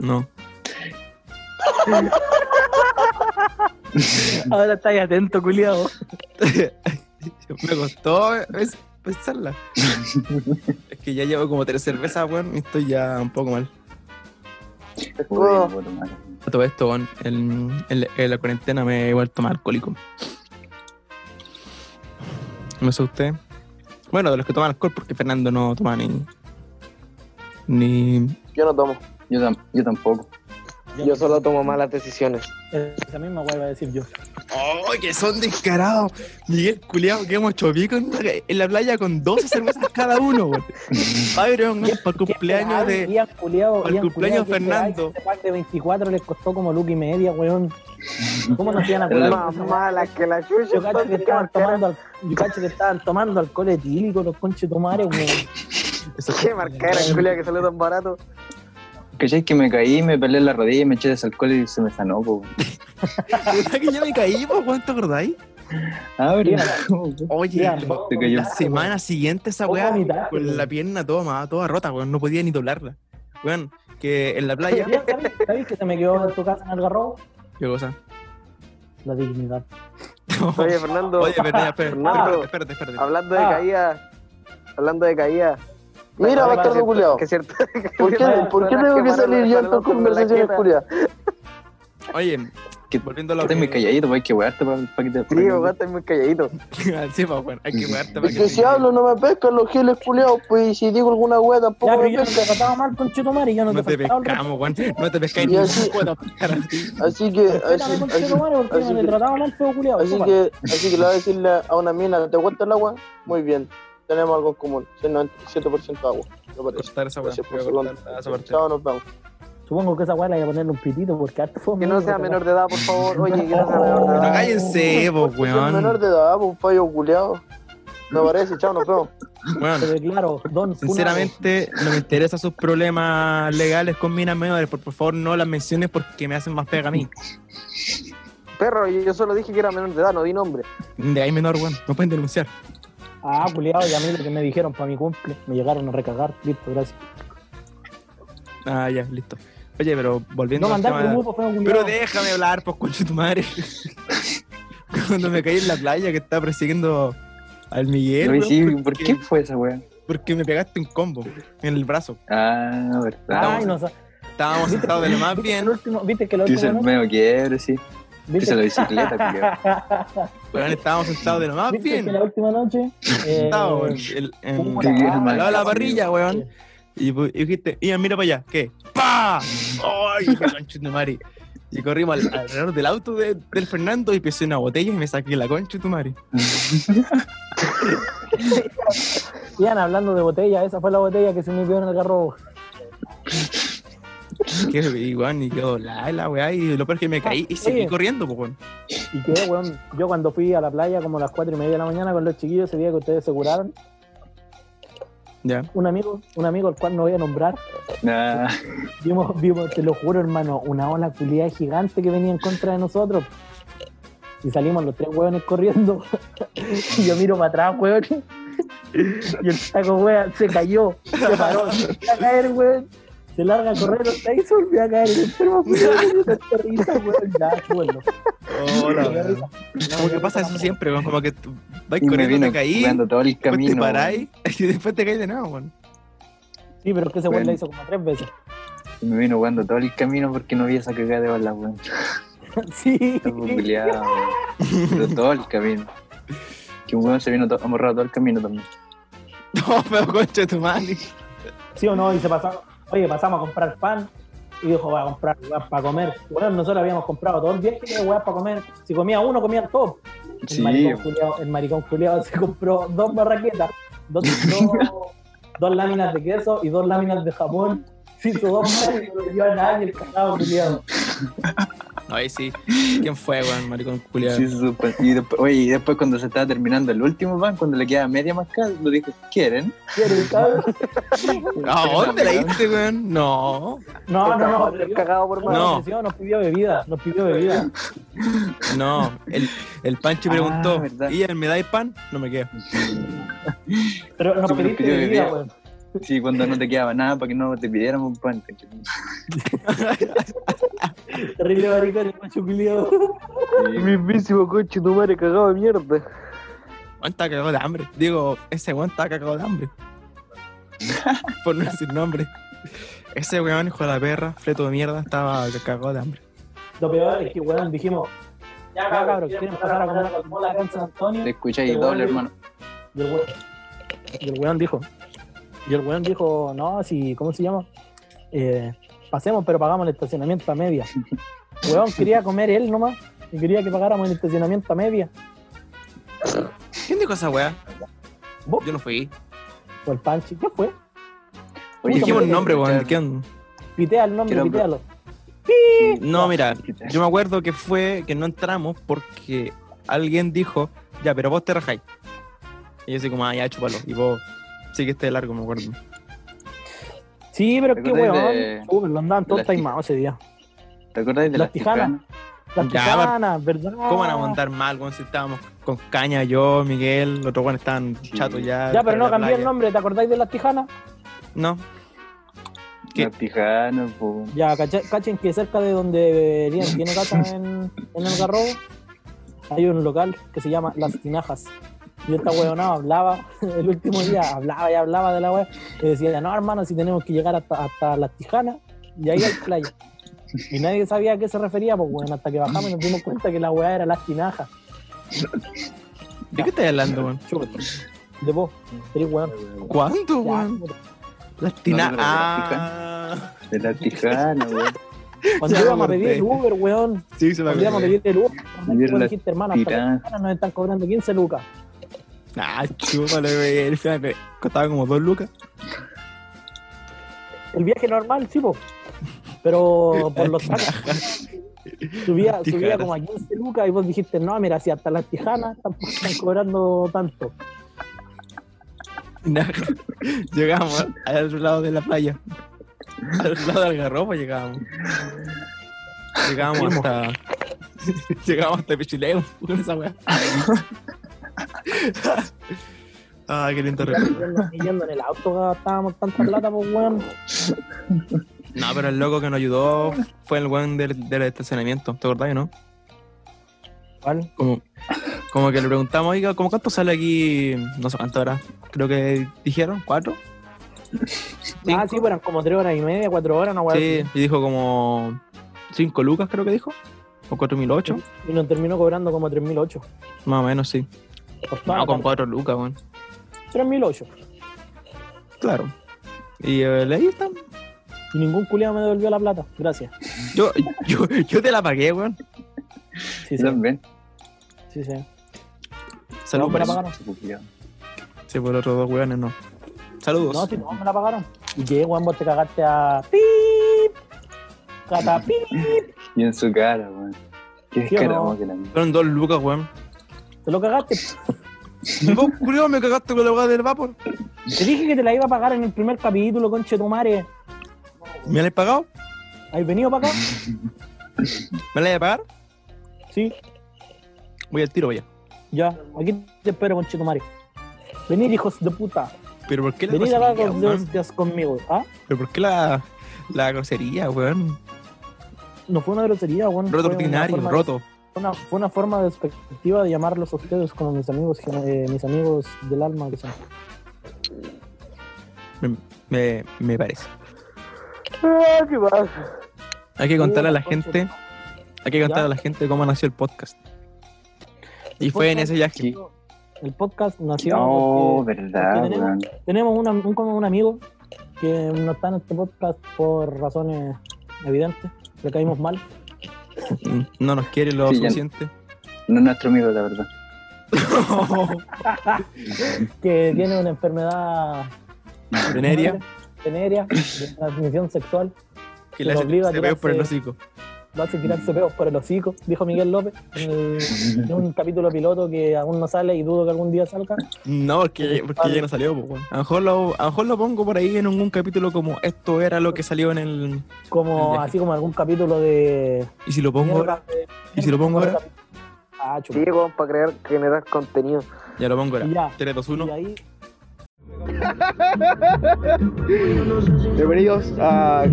[SPEAKER 2] No.
[SPEAKER 3] Ahora estáis atento, culiao.
[SPEAKER 2] <laughs> me costó es- pensarla. es que ya llevo como tres cervezas, weón, y estoy ya un poco mal.
[SPEAKER 5] Pues, Oh.
[SPEAKER 1] Uy, puta madre.
[SPEAKER 2] A todo esto, weón, en, en la- en la cuarentena me he vuelto más alcohólico. No sé usted. Bueno, de los que toman alcohol, porque Fernando no toma ni. Ni.
[SPEAKER 4] Yo no tomo.
[SPEAKER 1] Yo, tam- yo tampoco.
[SPEAKER 5] Yo solo tomo malas decisiones.
[SPEAKER 3] Esa misma weá iba a decir yo.
[SPEAKER 2] ¡Oh, que son descarados! Miguel Culeado, que hemos hecho pico en la, en la playa con 12 cervezas cada uno, weón. Byron, weón, para el cumpleaños de.
[SPEAKER 3] Ian Culeado,
[SPEAKER 2] para el
[SPEAKER 3] Ian
[SPEAKER 2] cumpleaños
[SPEAKER 3] Culeado, que
[SPEAKER 2] Fernando.
[SPEAKER 3] Este pack de 24 les costó como look y media, weón. ¿Cómo no se iban a acordar?
[SPEAKER 5] Más mala que la chucha.
[SPEAKER 3] Yo cacho que
[SPEAKER 5] entonces,
[SPEAKER 3] estaban
[SPEAKER 5] ¿qué marcará?
[SPEAKER 3] tomando, al- yo cacho que estaban tomando alcohol etílico los conches tomares,
[SPEAKER 2] <laughs>
[SPEAKER 3] weón.
[SPEAKER 2] Eso es-
[SPEAKER 5] <laughs> ¿Qué marcar, Julia, que salió tan barato?
[SPEAKER 1] ¿Cachai que me caí, me pelé la rodilla y me eché desalcohol y se me sanó, po?
[SPEAKER 2] ¿Verdad Ah, que yo me caí, po, weón? ¿Te acordáis?
[SPEAKER 1] Ah, pero...
[SPEAKER 2] Oye,
[SPEAKER 3] Ya,
[SPEAKER 2] la-
[SPEAKER 3] no,
[SPEAKER 1] te cayó
[SPEAKER 2] la semana siguiente esa
[SPEAKER 3] Vos
[SPEAKER 2] weá,
[SPEAKER 3] vomitaste,
[SPEAKER 2] con
[SPEAKER 3] weón.
[SPEAKER 2] la pierna toda, ma- toda rota, weón, no podía ni doblarla. Weón, que en la playa,
[SPEAKER 3] Ian, ¿sabes- ¿Sabes que se me quedó en tu casa en Algarrobo?
[SPEAKER 2] qué cosa. <laughs>
[SPEAKER 3] La dignidad.
[SPEAKER 5] Oye, Fernando,
[SPEAKER 2] Oye, Fernanda, espérate,
[SPEAKER 5] Fernando.
[SPEAKER 2] espérate, espérate, espérate.
[SPEAKER 5] hablando de
[SPEAKER 3] Ah.
[SPEAKER 5] caída, hablando de caída.
[SPEAKER 4] Mira,
[SPEAKER 3] Vale,
[SPEAKER 4] bastardo
[SPEAKER 5] cierto-
[SPEAKER 4] culiao.
[SPEAKER 5] <laughs> Que cierto,
[SPEAKER 4] ¿Por qué,
[SPEAKER 5] ciertas
[SPEAKER 4] ¿por qué tengo
[SPEAKER 5] personas
[SPEAKER 4] que
[SPEAKER 5] quemaron
[SPEAKER 4] salir
[SPEAKER 5] la-
[SPEAKER 4] yo en tus
[SPEAKER 5] la- la- la- la-
[SPEAKER 4] conversaciones,
[SPEAKER 5] la-
[SPEAKER 4] culiao?
[SPEAKER 2] Oye, que volviendo a lo
[SPEAKER 1] Estás
[SPEAKER 2] <laughs>
[SPEAKER 1] muy calladito, pues hay que wearte para que te...
[SPEAKER 5] Sí, vos estás muy calladito.
[SPEAKER 2] sí, pues, weón, hay que wearte para
[SPEAKER 4] Es que si
[SPEAKER 2] te-
[SPEAKER 4] hablo no me pescan los giles culiados, pues y si digo alguna hueá
[SPEAKER 3] Ya,
[SPEAKER 4] tampoco
[SPEAKER 3] pero
[SPEAKER 4] me
[SPEAKER 3] yo no te
[SPEAKER 4] pescan.
[SPEAKER 3] trataba mal, conche tomare, yo no,
[SPEAKER 2] No te
[SPEAKER 3] faltaba el respeto.
[SPEAKER 2] pescamos, weón, no te pescáis
[SPEAKER 4] Y
[SPEAKER 2] ni
[SPEAKER 4] así-
[SPEAKER 2] un <laughs> puedo pescar a ti.
[SPEAKER 4] Así que, así,
[SPEAKER 3] Espérame, conche
[SPEAKER 4] así,
[SPEAKER 3] tomare, porque
[SPEAKER 4] así
[SPEAKER 3] me
[SPEAKER 4] que-
[SPEAKER 3] trataba mal, feo culiao.
[SPEAKER 4] así
[SPEAKER 3] chúpalo.
[SPEAKER 4] que, así que le voy a decirle a una mina, ¿te gusta el agua? Muy bien, tenemos algo en común, soy 97% agua, me parece.
[SPEAKER 2] Cortar esa weá,
[SPEAKER 4] Gracias por
[SPEAKER 2] voy a
[SPEAKER 4] su
[SPEAKER 2] cortar esa parte.
[SPEAKER 4] Chao, nos vemos.
[SPEAKER 3] Supongo que esa weá le voy a ponerle un pitito porque harto fue.
[SPEAKER 5] Que no sea menor de edad, por favor. Oye, que no sea menor de
[SPEAKER 2] Pero
[SPEAKER 5] edad.
[SPEAKER 2] cállense, vos,
[SPEAKER 4] Soy menor
[SPEAKER 2] weón.
[SPEAKER 4] de edad, pues un fallo culiado. Me parece, chao, nos vemos.
[SPEAKER 2] Weón,
[SPEAKER 3] Pero claro, don.
[SPEAKER 2] Sinceramente, no me interesan sus problemas legales con minas menores. Por, por favor, no las menciones porque me hacen más pega a mí.
[SPEAKER 5] Perro, yo yo solo dije que era menor de edad, no di nombre.
[SPEAKER 2] De ahí menor, weón. No pueden denunciar.
[SPEAKER 3] Ah, culiado, y a mí lo que me dijeron para mi cumple, me llegaron a recagar, listo, gracias.
[SPEAKER 2] Ah, ya, listo. Oye, pero volviendo
[SPEAKER 3] No
[SPEAKER 2] al
[SPEAKER 3] mandar
[SPEAKER 2] tema-
[SPEAKER 3] el grupo, fue un
[SPEAKER 2] Pero
[SPEAKER 3] culiao.
[SPEAKER 2] déjame hablar, pues, concha tu madre. <laughs> Cuando me caí en la playa que estaba persiguiendo al Miguel,
[SPEAKER 1] Oye,
[SPEAKER 2] weón,
[SPEAKER 1] sí, ¿por
[SPEAKER 2] porque-
[SPEAKER 1] qué fue esa weá?
[SPEAKER 2] Porque me pegaste un combo en el brazo.
[SPEAKER 1] Ah, verdad.
[SPEAKER 3] Ay, no sé.
[SPEAKER 2] Estábamos sentados de lo más bien.
[SPEAKER 3] El último, viste que el
[SPEAKER 1] Dice
[SPEAKER 3] último.
[SPEAKER 1] el
[SPEAKER 3] ¿no?
[SPEAKER 1] medio quiebre, sí. Dice
[SPEAKER 3] ¿Viste <laughs>
[SPEAKER 1] la bicicleta, culiao.
[SPEAKER 2] <laughs> weón, estábamos sentados de lo más
[SPEAKER 3] <laughs> ¿Viste
[SPEAKER 2] Ah, bien.
[SPEAKER 3] que la última
[SPEAKER 2] <laughs>
[SPEAKER 3] noche. eh,
[SPEAKER 2] Estábamos en- en- en-
[SPEAKER 1] Te vieron
[SPEAKER 2] al lado de la
[SPEAKER 1] mal,
[SPEAKER 2] parrilla, weón. Y, pu- y dijiste, Ian, mira para allá. ¿Qué? ¡Pah! ¡Ay, qué concha de tu madre! Y corrimos al- alrededor del auto de- del Fernando y pisé una botella y me saqué la concha de tu madre.
[SPEAKER 3] Ian, hablando de botella, esa fue la botella que se me quedó en el carro.
[SPEAKER 2] Que, y, weón, y quedó la, la weá. Y lo peor es que me caí y seguí corriendo, pues, weón.
[SPEAKER 3] Y quedé, weón. Yo cuando fui a la playa, como a las 4 y media de la mañana, con los chiquillos, ese día que ustedes se curaron,
[SPEAKER 2] Ya.
[SPEAKER 3] un amigo, un amigo al cual no voy a nombrar,
[SPEAKER 1] Nah,
[SPEAKER 3] vimos, vimos, te lo juro, hermano, una ola culiada gigante que venía en contra de nosotros. Y salimos los tres hueones corriendo. <laughs> y yo miro para atrás, hueón. Y el saco, hueón, se cayó. Se paró. Se volvió a caer, hueón. Se larga a correr los tres y se volvió a caer. Y el enfermo, hueón, de risa, hueón. Ya, súbelo.
[SPEAKER 2] Hola,
[SPEAKER 3] Me da
[SPEAKER 2] weón.
[SPEAKER 3] risa.
[SPEAKER 2] Como que pasa eso siempre, weón. Como que tú vas
[SPEAKER 1] y me
[SPEAKER 2] corriendo,
[SPEAKER 1] vino
[SPEAKER 2] te caí,
[SPEAKER 1] jugando todo el
[SPEAKER 2] después te
[SPEAKER 1] camino.
[SPEAKER 2] paráis <laughs> y después te caí de nada, weón. <laughs>
[SPEAKER 3] Sí, pero es que ese hueón
[SPEAKER 1] Bueno.
[SPEAKER 3] la hizo como tres veces. <laughs>
[SPEAKER 1] weón. Me vino jugando todo el camino porque no vi esa cagada de bala, weón.
[SPEAKER 3] Sí.
[SPEAKER 2] <laughs>
[SPEAKER 1] Estaba culiao, weón. Pero todo el camino. Que un weón se vino to- amorrado todo el camino también.
[SPEAKER 2] No, pero concha de tu madre.
[SPEAKER 3] ¿Sí o no? Y se pasó. Oye, pasamos a comprar pan. Y dijo, va a comprar weas para comer. Bueno, nosotros habíamos comprado todo el viaje de weas para comer. Si comía uno, comían todos. El,
[SPEAKER 1] Sí,
[SPEAKER 3] maricón
[SPEAKER 1] weón.
[SPEAKER 3] culiao, el maricón culiao se compró dos barraquetas, dos,
[SPEAKER 1] <laughs>
[SPEAKER 3] dos- dos láminas de queso y dos láminas de jamón. Se hizo dos manos y no le dio a nadie el cagado culiado.
[SPEAKER 2] No, ahí sí. ¿Quién fue, weón? Maricón culiado.
[SPEAKER 1] Sí, supe. Y después, oye, y después cuando se estaba terminando el último pan, cuando le quedaba media mascada, lo dijo, ¿quieren?
[SPEAKER 3] ¿Quieres, cabrón?
[SPEAKER 2] ¿A dónde la diste, weón? No.
[SPEAKER 3] No, no, no.
[SPEAKER 5] Ser cagado por mano.
[SPEAKER 2] No.
[SPEAKER 3] No, nos pidió bebida, nos pidió bebida.
[SPEAKER 2] No. El, el Panchi
[SPEAKER 1] Ah,
[SPEAKER 2] preguntó,
[SPEAKER 1] verdad.
[SPEAKER 2] Ian, ¿me dais pan? No me quedo.
[SPEAKER 3] Pero
[SPEAKER 1] Sí,
[SPEAKER 3] nos
[SPEAKER 1] nos
[SPEAKER 3] pediste
[SPEAKER 1] pidió
[SPEAKER 3] bebida,
[SPEAKER 1] bebida.
[SPEAKER 3] weón.
[SPEAKER 1] Sí, cuando no te quedaba nada para que no te pidiéramos un pan. ¿cachai?
[SPEAKER 3] Terrible maricón, el macho culiado.
[SPEAKER 1] Sí, weón.
[SPEAKER 5] Mismísimo coche, tu madre cagado de mierda.
[SPEAKER 2] Weón está cagado de hambre. Digo, ese weón está cagado de
[SPEAKER 1] <laughs>
[SPEAKER 2] hambre. Por no decir nombre. Ese weón, hijo de la perra, fleto de mierda, estaba cagado de hambre.
[SPEAKER 3] Lo peor es que, weón, dijimos, ya cabros, quieren pasar a comer Coca-Cola acá en San Antonio.
[SPEAKER 1] Te escucháis doble, hermano.
[SPEAKER 3] Y el weón, y el weón dijo, y el weón dijo, no, si, ¿cómo se llama? Eh, pasemos, pero pagamos el estacionamiento
[SPEAKER 1] <laughs>
[SPEAKER 3] a media. Weón, quería comer él nomás, y quería que pagáramos el estacionamiento a media.
[SPEAKER 2] ¿Quién dijo esa weá?
[SPEAKER 3] ¿Vos?
[SPEAKER 2] Yo no fui.
[SPEAKER 3] O el panchi, ¿qué fue?
[SPEAKER 1] Oye,
[SPEAKER 2] Dijimos
[SPEAKER 1] quiero
[SPEAKER 2] un nombre, weón.
[SPEAKER 1] escuchar-
[SPEAKER 2] ¿Quién?
[SPEAKER 3] Pitea el nombre,
[SPEAKER 1] Quiero-
[SPEAKER 3] pitealo.
[SPEAKER 2] No, mira, yo me acuerdo que fue que no entramos porque alguien dijo, ya, pero vos te rajáis. Y yo así como, ah, ya, chúpalo. Y vos, sí que esté largo, me acuerdo.
[SPEAKER 3] Sí, pero qué
[SPEAKER 1] ¿Recordáis
[SPEAKER 3] weón,
[SPEAKER 1] de-
[SPEAKER 3] Uy, lo andaban todos
[SPEAKER 1] de las
[SPEAKER 3] timados ese día.
[SPEAKER 1] ¿Te acordáis de
[SPEAKER 3] Las
[SPEAKER 1] las,
[SPEAKER 3] tijanas.
[SPEAKER 1] tijanas?
[SPEAKER 3] Las
[SPEAKER 2] Ya, pero-
[SPEAKER 3] tijanas, ¿verdad?
[SPEAKER 2] ¿Cómo van a montar mal, weón? Si estábamos con caña, yo, Miguel, los otros weones estaban chatos ya.
[SPEAKER 3] Ya, pero
[SPEAKER 2] para
[SPEAKER 3] no
[SPEAKER 2] la
[SPEAKER 3] cambié el
[SPEAKER 2] playa.
[SPEAKER 3] nombre, ¿te acordáis de las tijanas?
[SPEAKER 2] No, ¿Qué?
[SPEAKER 1] Las tijanas, po.
[SPEAKER 3] Ya, cacha- cachen que cerca de donde Lian tiene casa en, en Algarrobo, hay un local que se llama Las Tinajas. Y esta huevonada hablaba, <laughs> el último día hablaba y hablaba de la wea, y decía, no hermano, si tenemos que llegar hasta, hasta Las Tijanas, y ahí hay playa. Y nadie sabía a qué se refería, pues bueno, hasta que bajamos y nos dimos cuenta que la weá era Las Tinajas.
[SPEAKER 2] ¿de qué estás hablando, weón?
[SPEAKER 3] Chúpate. De vos, tres weón.
[SPEAKER 2] ¿Cuánto,
[SPEAKER 3] Ya,
[SPEAKER 2] weón?
[SPEAKER 3] puta.
[SPEAKER 2] Las tina-
[SPEAKER 1] No, no, no,
[SPEAKER 2] ah,
[SPEAKER 1] De las tijanas, weón.
[SPEAKER 3] Cuando
[SPEAKER 2] Ya me
[SPEAKER 3] íbamos a pedir
[SPEAKER 2] acordé.
[SPEAKER 3] el Uber, weón,
[SPEAKER 2] sí, se me
[SPEAKER 3] cuando íbamos a
[SPEAKER 2] acordó.
[SPEAKER 3] pedir el Uber,
[SPEAKER 1] Pedir
[SPEAKER 3] weón,
[SPEAKER 1] Las
[SPEAKER 3] dijiste, hermano, hasta Las
[SPEAKER 1] Tinajas".
[SPEAKER 3] Tijanas nos están cobrando 15 lucas.
[SPEAKER 2] Ah, chúpalo, weón. Fíjate, Costaba como dos lucas.
[SPEAKER 3] El viaje normal, sí, po.
[SPEAKER 2] <laughs>
[SPEAKER 3] Pero por los tacos. Subía,
[SPEAKER 2] Las
[SPEAKER 3] subía
[SPEAKER 2] tijanas.
[SPEAKER 3] como a 15 lucas y vos dijiste, no, mira, si hasta las tijanas tampoco están
[SPEAKER 2] <laughs>
[SPEAKER 3] cobrando tanto.
[SPEAKER 2] Nah, <laughs> llegamos al otro lado de la playa. Al otro lado del garrobo llegábamos. Llegábamos hasta. <laughs> Llegamos hasta Pichileo <laughs> con esa weá. ah, qué lindo recuerdo.
[SPEAKER 3] Yendo en el auto gastábamos tanta plata, pues weón.
[SPEAKER 2] No, pero el loco que nos ayudó fue el weón del, del estacionamiento. ¿Te acordás, no?
[SPEAKER 3] ¿Cuál?
[SPEAKER 2] Como, como que le preguntamos, oiga, ¿cómo cuánto sale aquí? No sé cuánto era. Creo que dijeron, ¿cuatro?
[SPEAKER 3] Ah, sí, eran como tres horas y media, cuatro horas, una weá.
[SPEAKER 2] Sí, y dijo como cinco lucas, creo que dijo. O cuatro mil ocho,
[SPEAKER 3] así. Y nos terminó cobrando como 3.008.
[SPEAKER 2] más o menos, sí.
[SPEAKER 3] Por toda
[SPEAKER 2] No,
[SPEAKER 3] la
[SPEAKER 2] con
[SPEAKER 3] tarde.
[SPEAKER 2] cuatro lucas, weón.
[SPEAKER 3] 3.008.
[SPEAKER 2] Claro. Y eh, ahí está.
[SPEAKER 3] Y ningún culiado me devolvió la plata. Gracias.
[SPEAKER 2] Yo, yo, yo te la pagué, weón.
[SPEAKER 1] Yo
[SPEAKER 3] Sí, sí.
[SPEAKER 1] también.
[SPEAKER 3] sí, sí.
[SPEAKER 2] Saludos por
[SPEAKER 3] No, me la
[SPEAKER 2] eso.
[SPEAKER 3] pagaron.
[SPEAKER 2] Sí, por otros dos weones, no. Saludos.
[SPEAKER 3] No, si no, me la pagaron. Y que, weón, vos te cagaste a. ¡Pip! ¡Catapip!
[SPEAKER 1] Y en su cara, weón. Qué
[SPEAKER 3] ¿Sí o
[SPEAKER 1] descarado
[SPEAKER 3] no?
[SPEAKER 1] que la mía.
[SPEAKER 2] Fueron dos lucas, weón.
[SPEAKER 3] Te lo cagaste.
[SPEAKER 2] <laughs> Vos, culiao, me cagaste con la weá del vapor.
[SPEAKER 3] Te dije que te la iba a pagar en el primer capítulo, conche tu madre.
[SPEAKER 2] ¿Me la habéis pagado?
[SPEAKER 3] ¿Has venido para acá?
[SPEAKER 2] ¿Me la vais a pagar?
[SPEAKER 3] Sí,
[SPEAKER 2] Voy al tiro, vaya.
[SPEAKER 3] ya. Aquí te espero, conche tu madre. Venid, hijos de puta.
[SPEAKER 2] Pero ¿por qué la
[SPEAKER 3] Venid acá
[SPEAKER 2] grosería,
[SPEAKER 3] con
[SPEAKER 2] weón?
[SPEAKER 3] hostias conmigo. ¿Ah?
[SPEAKER 2] Pero ¿por qué la, la grosería, weón?
[SPEAKER 3] No fue una grosería, weón.
[SPEAKER 2] Roto
[SPEAKER 3] fue una
[SPEAKER 2] ordinario,
[SPEAKER 3] forma-
[SPEAKER 2] roto.
[SPEAKER 3] una- fue una forma despectiva de llamarlos a ustedes como mis amigos, que- eh, mis amigos del alma que son.
[SPEAKER 2] Me, me parece.
[SPEAKER 4] Ah, ¿Qué pasa?
[SPEAKER 2] Hay que contarle a la
[SPEAKER 3] Puta, conche.
[SPEAKER 2] gente,
[SPEAKER 3] pues,
[SPEAKER 2] hay que contarle a la gente cómo nació el podcast.
[SPEAKER 3] Pues
[SPEAKER 2] Y fue en ese viaje.
[SPEAKER 3] El podcast nació.
[SPEAKER 1] No,
[SPEAKER 3] porque
[SPEAKER 1] verdad,
[SPEAKER 3] tenemos-
[SPEAKER 1] weón.
[SPEAKER 3] Tenemos una- un, como un amigo que no está en este podcast por razones evidentes. Le caímos mal.
[SPEAKER 2] Mm, No nos quiere lo
[SPEAKER 1] Sí, ya.
[SPEAKER 2] suficiente. <laughs>
[SPEAKER 1] No es nuestro amigo, la verdad.
[SPEAKER 3] que tiene una enfermedad
[SPEAKER 2] Veneria,
[SPEAKER 3] venérea, de transmisión sexual,
[SPEAKER 2] que le
[SPEAKER 3] Lo
[SPEAKER 2] hace
[SPEAKER 3] obliga a
[SPEAKER 2] se ve por el
[SPEAKER 3] tirarse-
[SPEAKER 2] hocico.
[SPEAKER 3] lo hace tirarse peos por el hocico, dijo Miguel López en, el- en un capítulo piloto que aún no sale y dudo que algún día salga.
[SPEAKER 2] No, porque, porque ya no salió. pues, bueno. A lo mejor lo- a lo mejor lo pongo por ahí en un capítulo como esto era lo que salió en el.
[SPEAKER 3] Como así como algún capítulo de.
[SPEAKER 2] Y si lo pongo ahora,
[SPEAKER 3] mierda de-
[SPEAKER 2] y si lo pongo ahora,
[SPEAKER 3] Ah, chupa.
[SPEAKER 5] Sí, weón, para crear, generar contenido.
[SPEAKER 2] ya lo pongo ahora.
[SPEAKER 3] Ya.
[SPEAKER 2] 3, 2,
[SPEAKER 3] Y
[SPEAKER 2] 1.
[SPEAKER 3] ahí
[SPEAKER 4] Bienvenidos a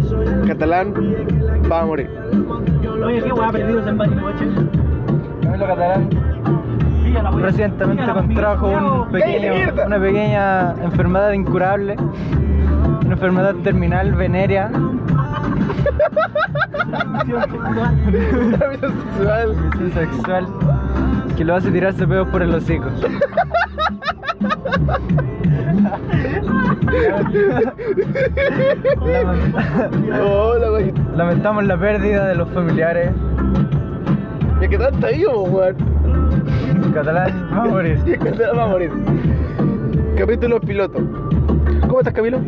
[SPEAKER 4] Catalán va a morir.
[SPEAKER 3] Oye, qué hueá perdidos en Bariloche. Camilo Catalán. Recientemente contrajo un pequeño, una pequeña enfermedad incurable, una enfermedad terminal venérea. Transmisión sexual que lo hace tirarse pedos por el <laughs> hocico. Lamentamos la pérdida de los familiares.
[SPEAKER 4] Ya que está vivo, weón. <laughs>
[SPEAKER 3] Catalán, va a morir.
[SPEAKER 4] Ya que está- va a morir. Capítulo piloto. ¿Cómo estás, Camilo?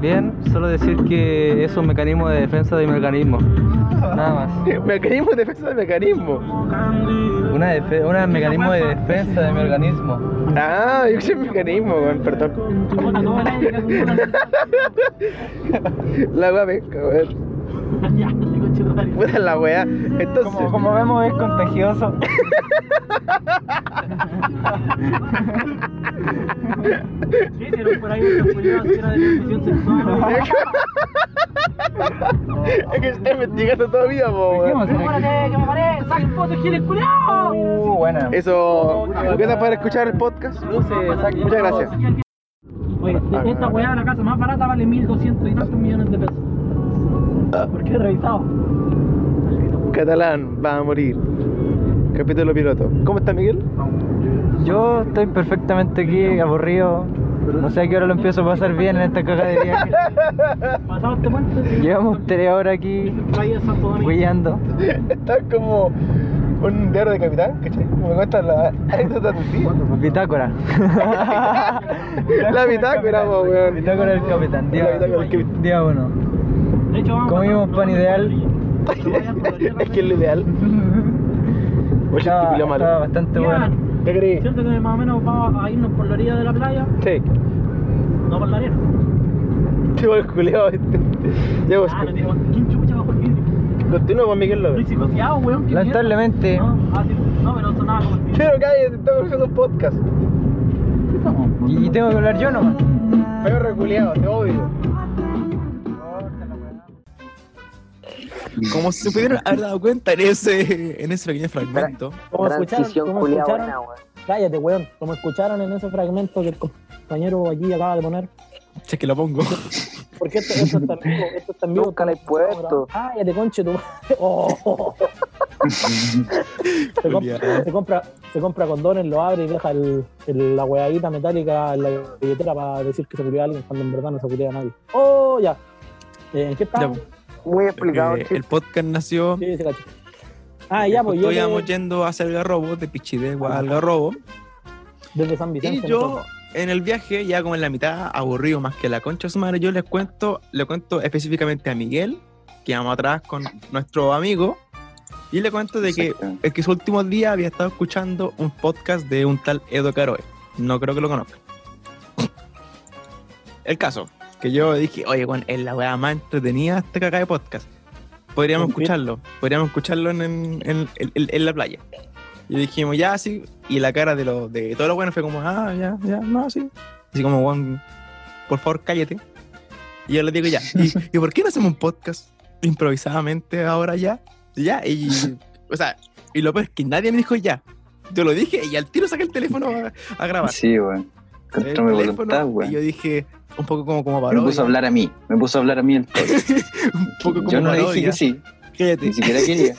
[SPEAKER 3] Bien, solo decir que es un mecanismo de defensa de mi organismo. Nada más.
[SPEAKER 4] <laughs> Mecanismo de defensa de mecanismo.
[SPEAKER 3] Una defe- una mecanismo de defensa de mi organismo.
[SPEAKER 4] Ah, yo soy mecanismo, weón, perdón. La weá venga,
[SPEAKER 3] <laughs>
[SPEAKER 4] weón. Puta la weá. Entonces.
[SPEAKER 3] Como, como vemos es contagioso.
[SPEAKER 4] Es que estoy investigando todavía, po, weón.
[SPEAKER 3] Uh, buena.
[SPEAKER 4] Eso. Gracias por escuchar el podcast. Muchas gracias. Ah,
[SPEAKER 3] Oye, esta weá de la casa más barata vale 1200 y tantos millones de pesos. ¿Por qué he revisado?
[SPEAKER 4] Catalán va a morir. Capítulo piloto. ¿Cómo está Miguel?
[SPEAKER 3] Yo estoy perfectamente aquí, aburrido. No sé a qué hora lo empiezo a pasar bien en esta caja de
[SPEAKER 4] <laughs>
[SPEAKER 3] viaje.
[SPEAKER 9] este
[SPEAKER 3] Llevamos tres horas aquí guiando.
[SPEAKER 4] Estás como un diario de capitán, ¿cachai? Como me cuentas la anécdota de tu tío.
[SPEAKER 3] Bitácora.
[SPEAKER 4] La bitácora, po, weón.
[SPEAKER 3] Bitácora del capitán.
[SPEAKER 4] La bitácora del capitán.
[SPEAKER 3] Día uno. Comimos pan ideal.
[SPEAKER 4] Es que es lo ideal. Oye, este
[SPEAKER 3] Estaba,
[SPEAKER 4] culiao
[SPEAKER 3] estaba
[SPEAKER 4] malo.
[SPEAKER 1] <laughs>
[SPEAKER 3] bastante bueno.
[SPEAKER 4] ¿Qué crees?
[SPEAKER 9] Siento que más o menos vamos a irnos por la orilla de la playa,
[SPEAKER 4] <laughs> Sí.
[SPEAKER 9] no por la arena.
[SPEAKER 4] Este el culiao este. Ya pues, vos.
[SPEAKER 9] Ah, no tiene ¿Quién chucha bajo el vidrio?
[SPEAKER 10] Continúa con Miguel López.
[SPEAKER 9] Estoy psicoseado, weón. ¿qué
[SPEAKER 1] Lamentablemente.
[SPEAKER 9] mierda? No, ah, sí, no, pero sonaba como el pico.
[SPEAKER 10] Pero cállate, estamos haciendo un podcast.
[SPEAKER 1] Y tengo que hablar yo nomás.
[SPEAKER 10] Feo reculeado, te odio.
[SPEAKER 2] Como si se pudieran haber dado cuenta en ese, en ese pequeño fragmento.
[SPEAKER 3] Como escucharon,
[SPEAKER 5] Transición
[SPEAKER 3] como
[SPEAKER 5] culia
[SPEAKER 3] escucharon,
[SPEAKER 5] buena, weón.
[SPEAKER 3] cállate, weón. Como escucharon en ese fragmento que el compañero aquí acaba de poner.
[SPEAKER 2] Che, que lo pongo.
[SPEAKER 3] Porque esto, esto está en vivo, esto está en vivo.
[SPEAKER 5] Nunca la he puesto.
[SPEAKER 3] Cállate, conche, tu madre.
[SPEAKER 2] <laughs>
[SPEAKER 3] Oh. se, compra, se, compra, se compra condones, lo abre y deja el, el- la hueadita metálica en la billetera para decir que se culió a alguien cuando en verdad no se culió a nadie. Oh, ya. Eh, ¿En
[SPEAKER 2] <laughs>
[SPEAKER 3] qué
[SPEAKER 2] Ya, pues.
[SPEAKER 3] estamos?
[SPEAKER 5] Muy explicado.
[SPEAKER 2] eh,
[SPEAKER 5] chico.
[SPEAKER 2] el podcast nació.
[SPEAKER 3] Sí, se cacho. Ah, ya, pues yo
[SPEAKER 2] Justo íbamos
[SPEAKER 3] desde,
[SPEAKER 2] yendo hacia el garrobo, de Pichidegua al garrobo.
[SPEAKER 3] desde San Vicente.
[SPEAKER 2] Y yo,
[SPEAKER 3] entonces.
[SPEAKER 2] en el viaje, ya como en la mitad, aburrido más que la concha de su madre, yo les cuento, le cuento específicamente a Miguel, que íbamos atrás con nuestro amigo, y le cuento de que
[SPEAKER 1] Exactamente.
[SPEAKER 2] es que su último día había estado escuchando un podcast de un tal Edo Caroe. No creo que lo conozca. <coughs> El caso, que yo dije, oye, bueno, es la weá más entretenida esta caca de podcast. Podríamos
[SPEAKER 3] Ok.
[SPEAKER 2] escucharlo, podríamos escucharlo en, en- en- en- en la playa. Y dijimos, ya, sí. Y la cara de, los de todos los buenos fue como, ah, ya, ya, no, sí. Así como, Juan, por favor, cállate. Y yo le digo, ya, ¿y, y por qué no hacemos un podcast improvisadamente ahora ya? Ya, y, o sea, y lo peor es que nadie me dijo ya. Yo lo dije y al tiro saqué el teléfono a, a
[SPEAKER 1] <laughs>
[SPEAKER 2] grabar.
[SPEAKER 1] Sí, weón.
[SPEAKER 2] El
[SPEAKER 1] Contra mi
[SPEAKER 2] teléfono,
[SPEAKER 1] voluntad,
[SPEAKER 2] y yo
[SPEAKER 1] weón.
[SPEAKER 2] dije, un poco como, como
[SPEAKER 1] Me puso a
[SPEAKER 2] parodia.
[SPEAKER 1] hablar a mí. Me puso a hablar a mí el
[SPEAKER 2] Un poco como
[SPEAKER 1] Yo no le dije
[SPEAKER 2] parodia.
[SPEAKER 1] que sí.
[SPEAKER 2] Cállate. <laughs>
[SPEAKER 1] <laughs> Ni siquiera quería.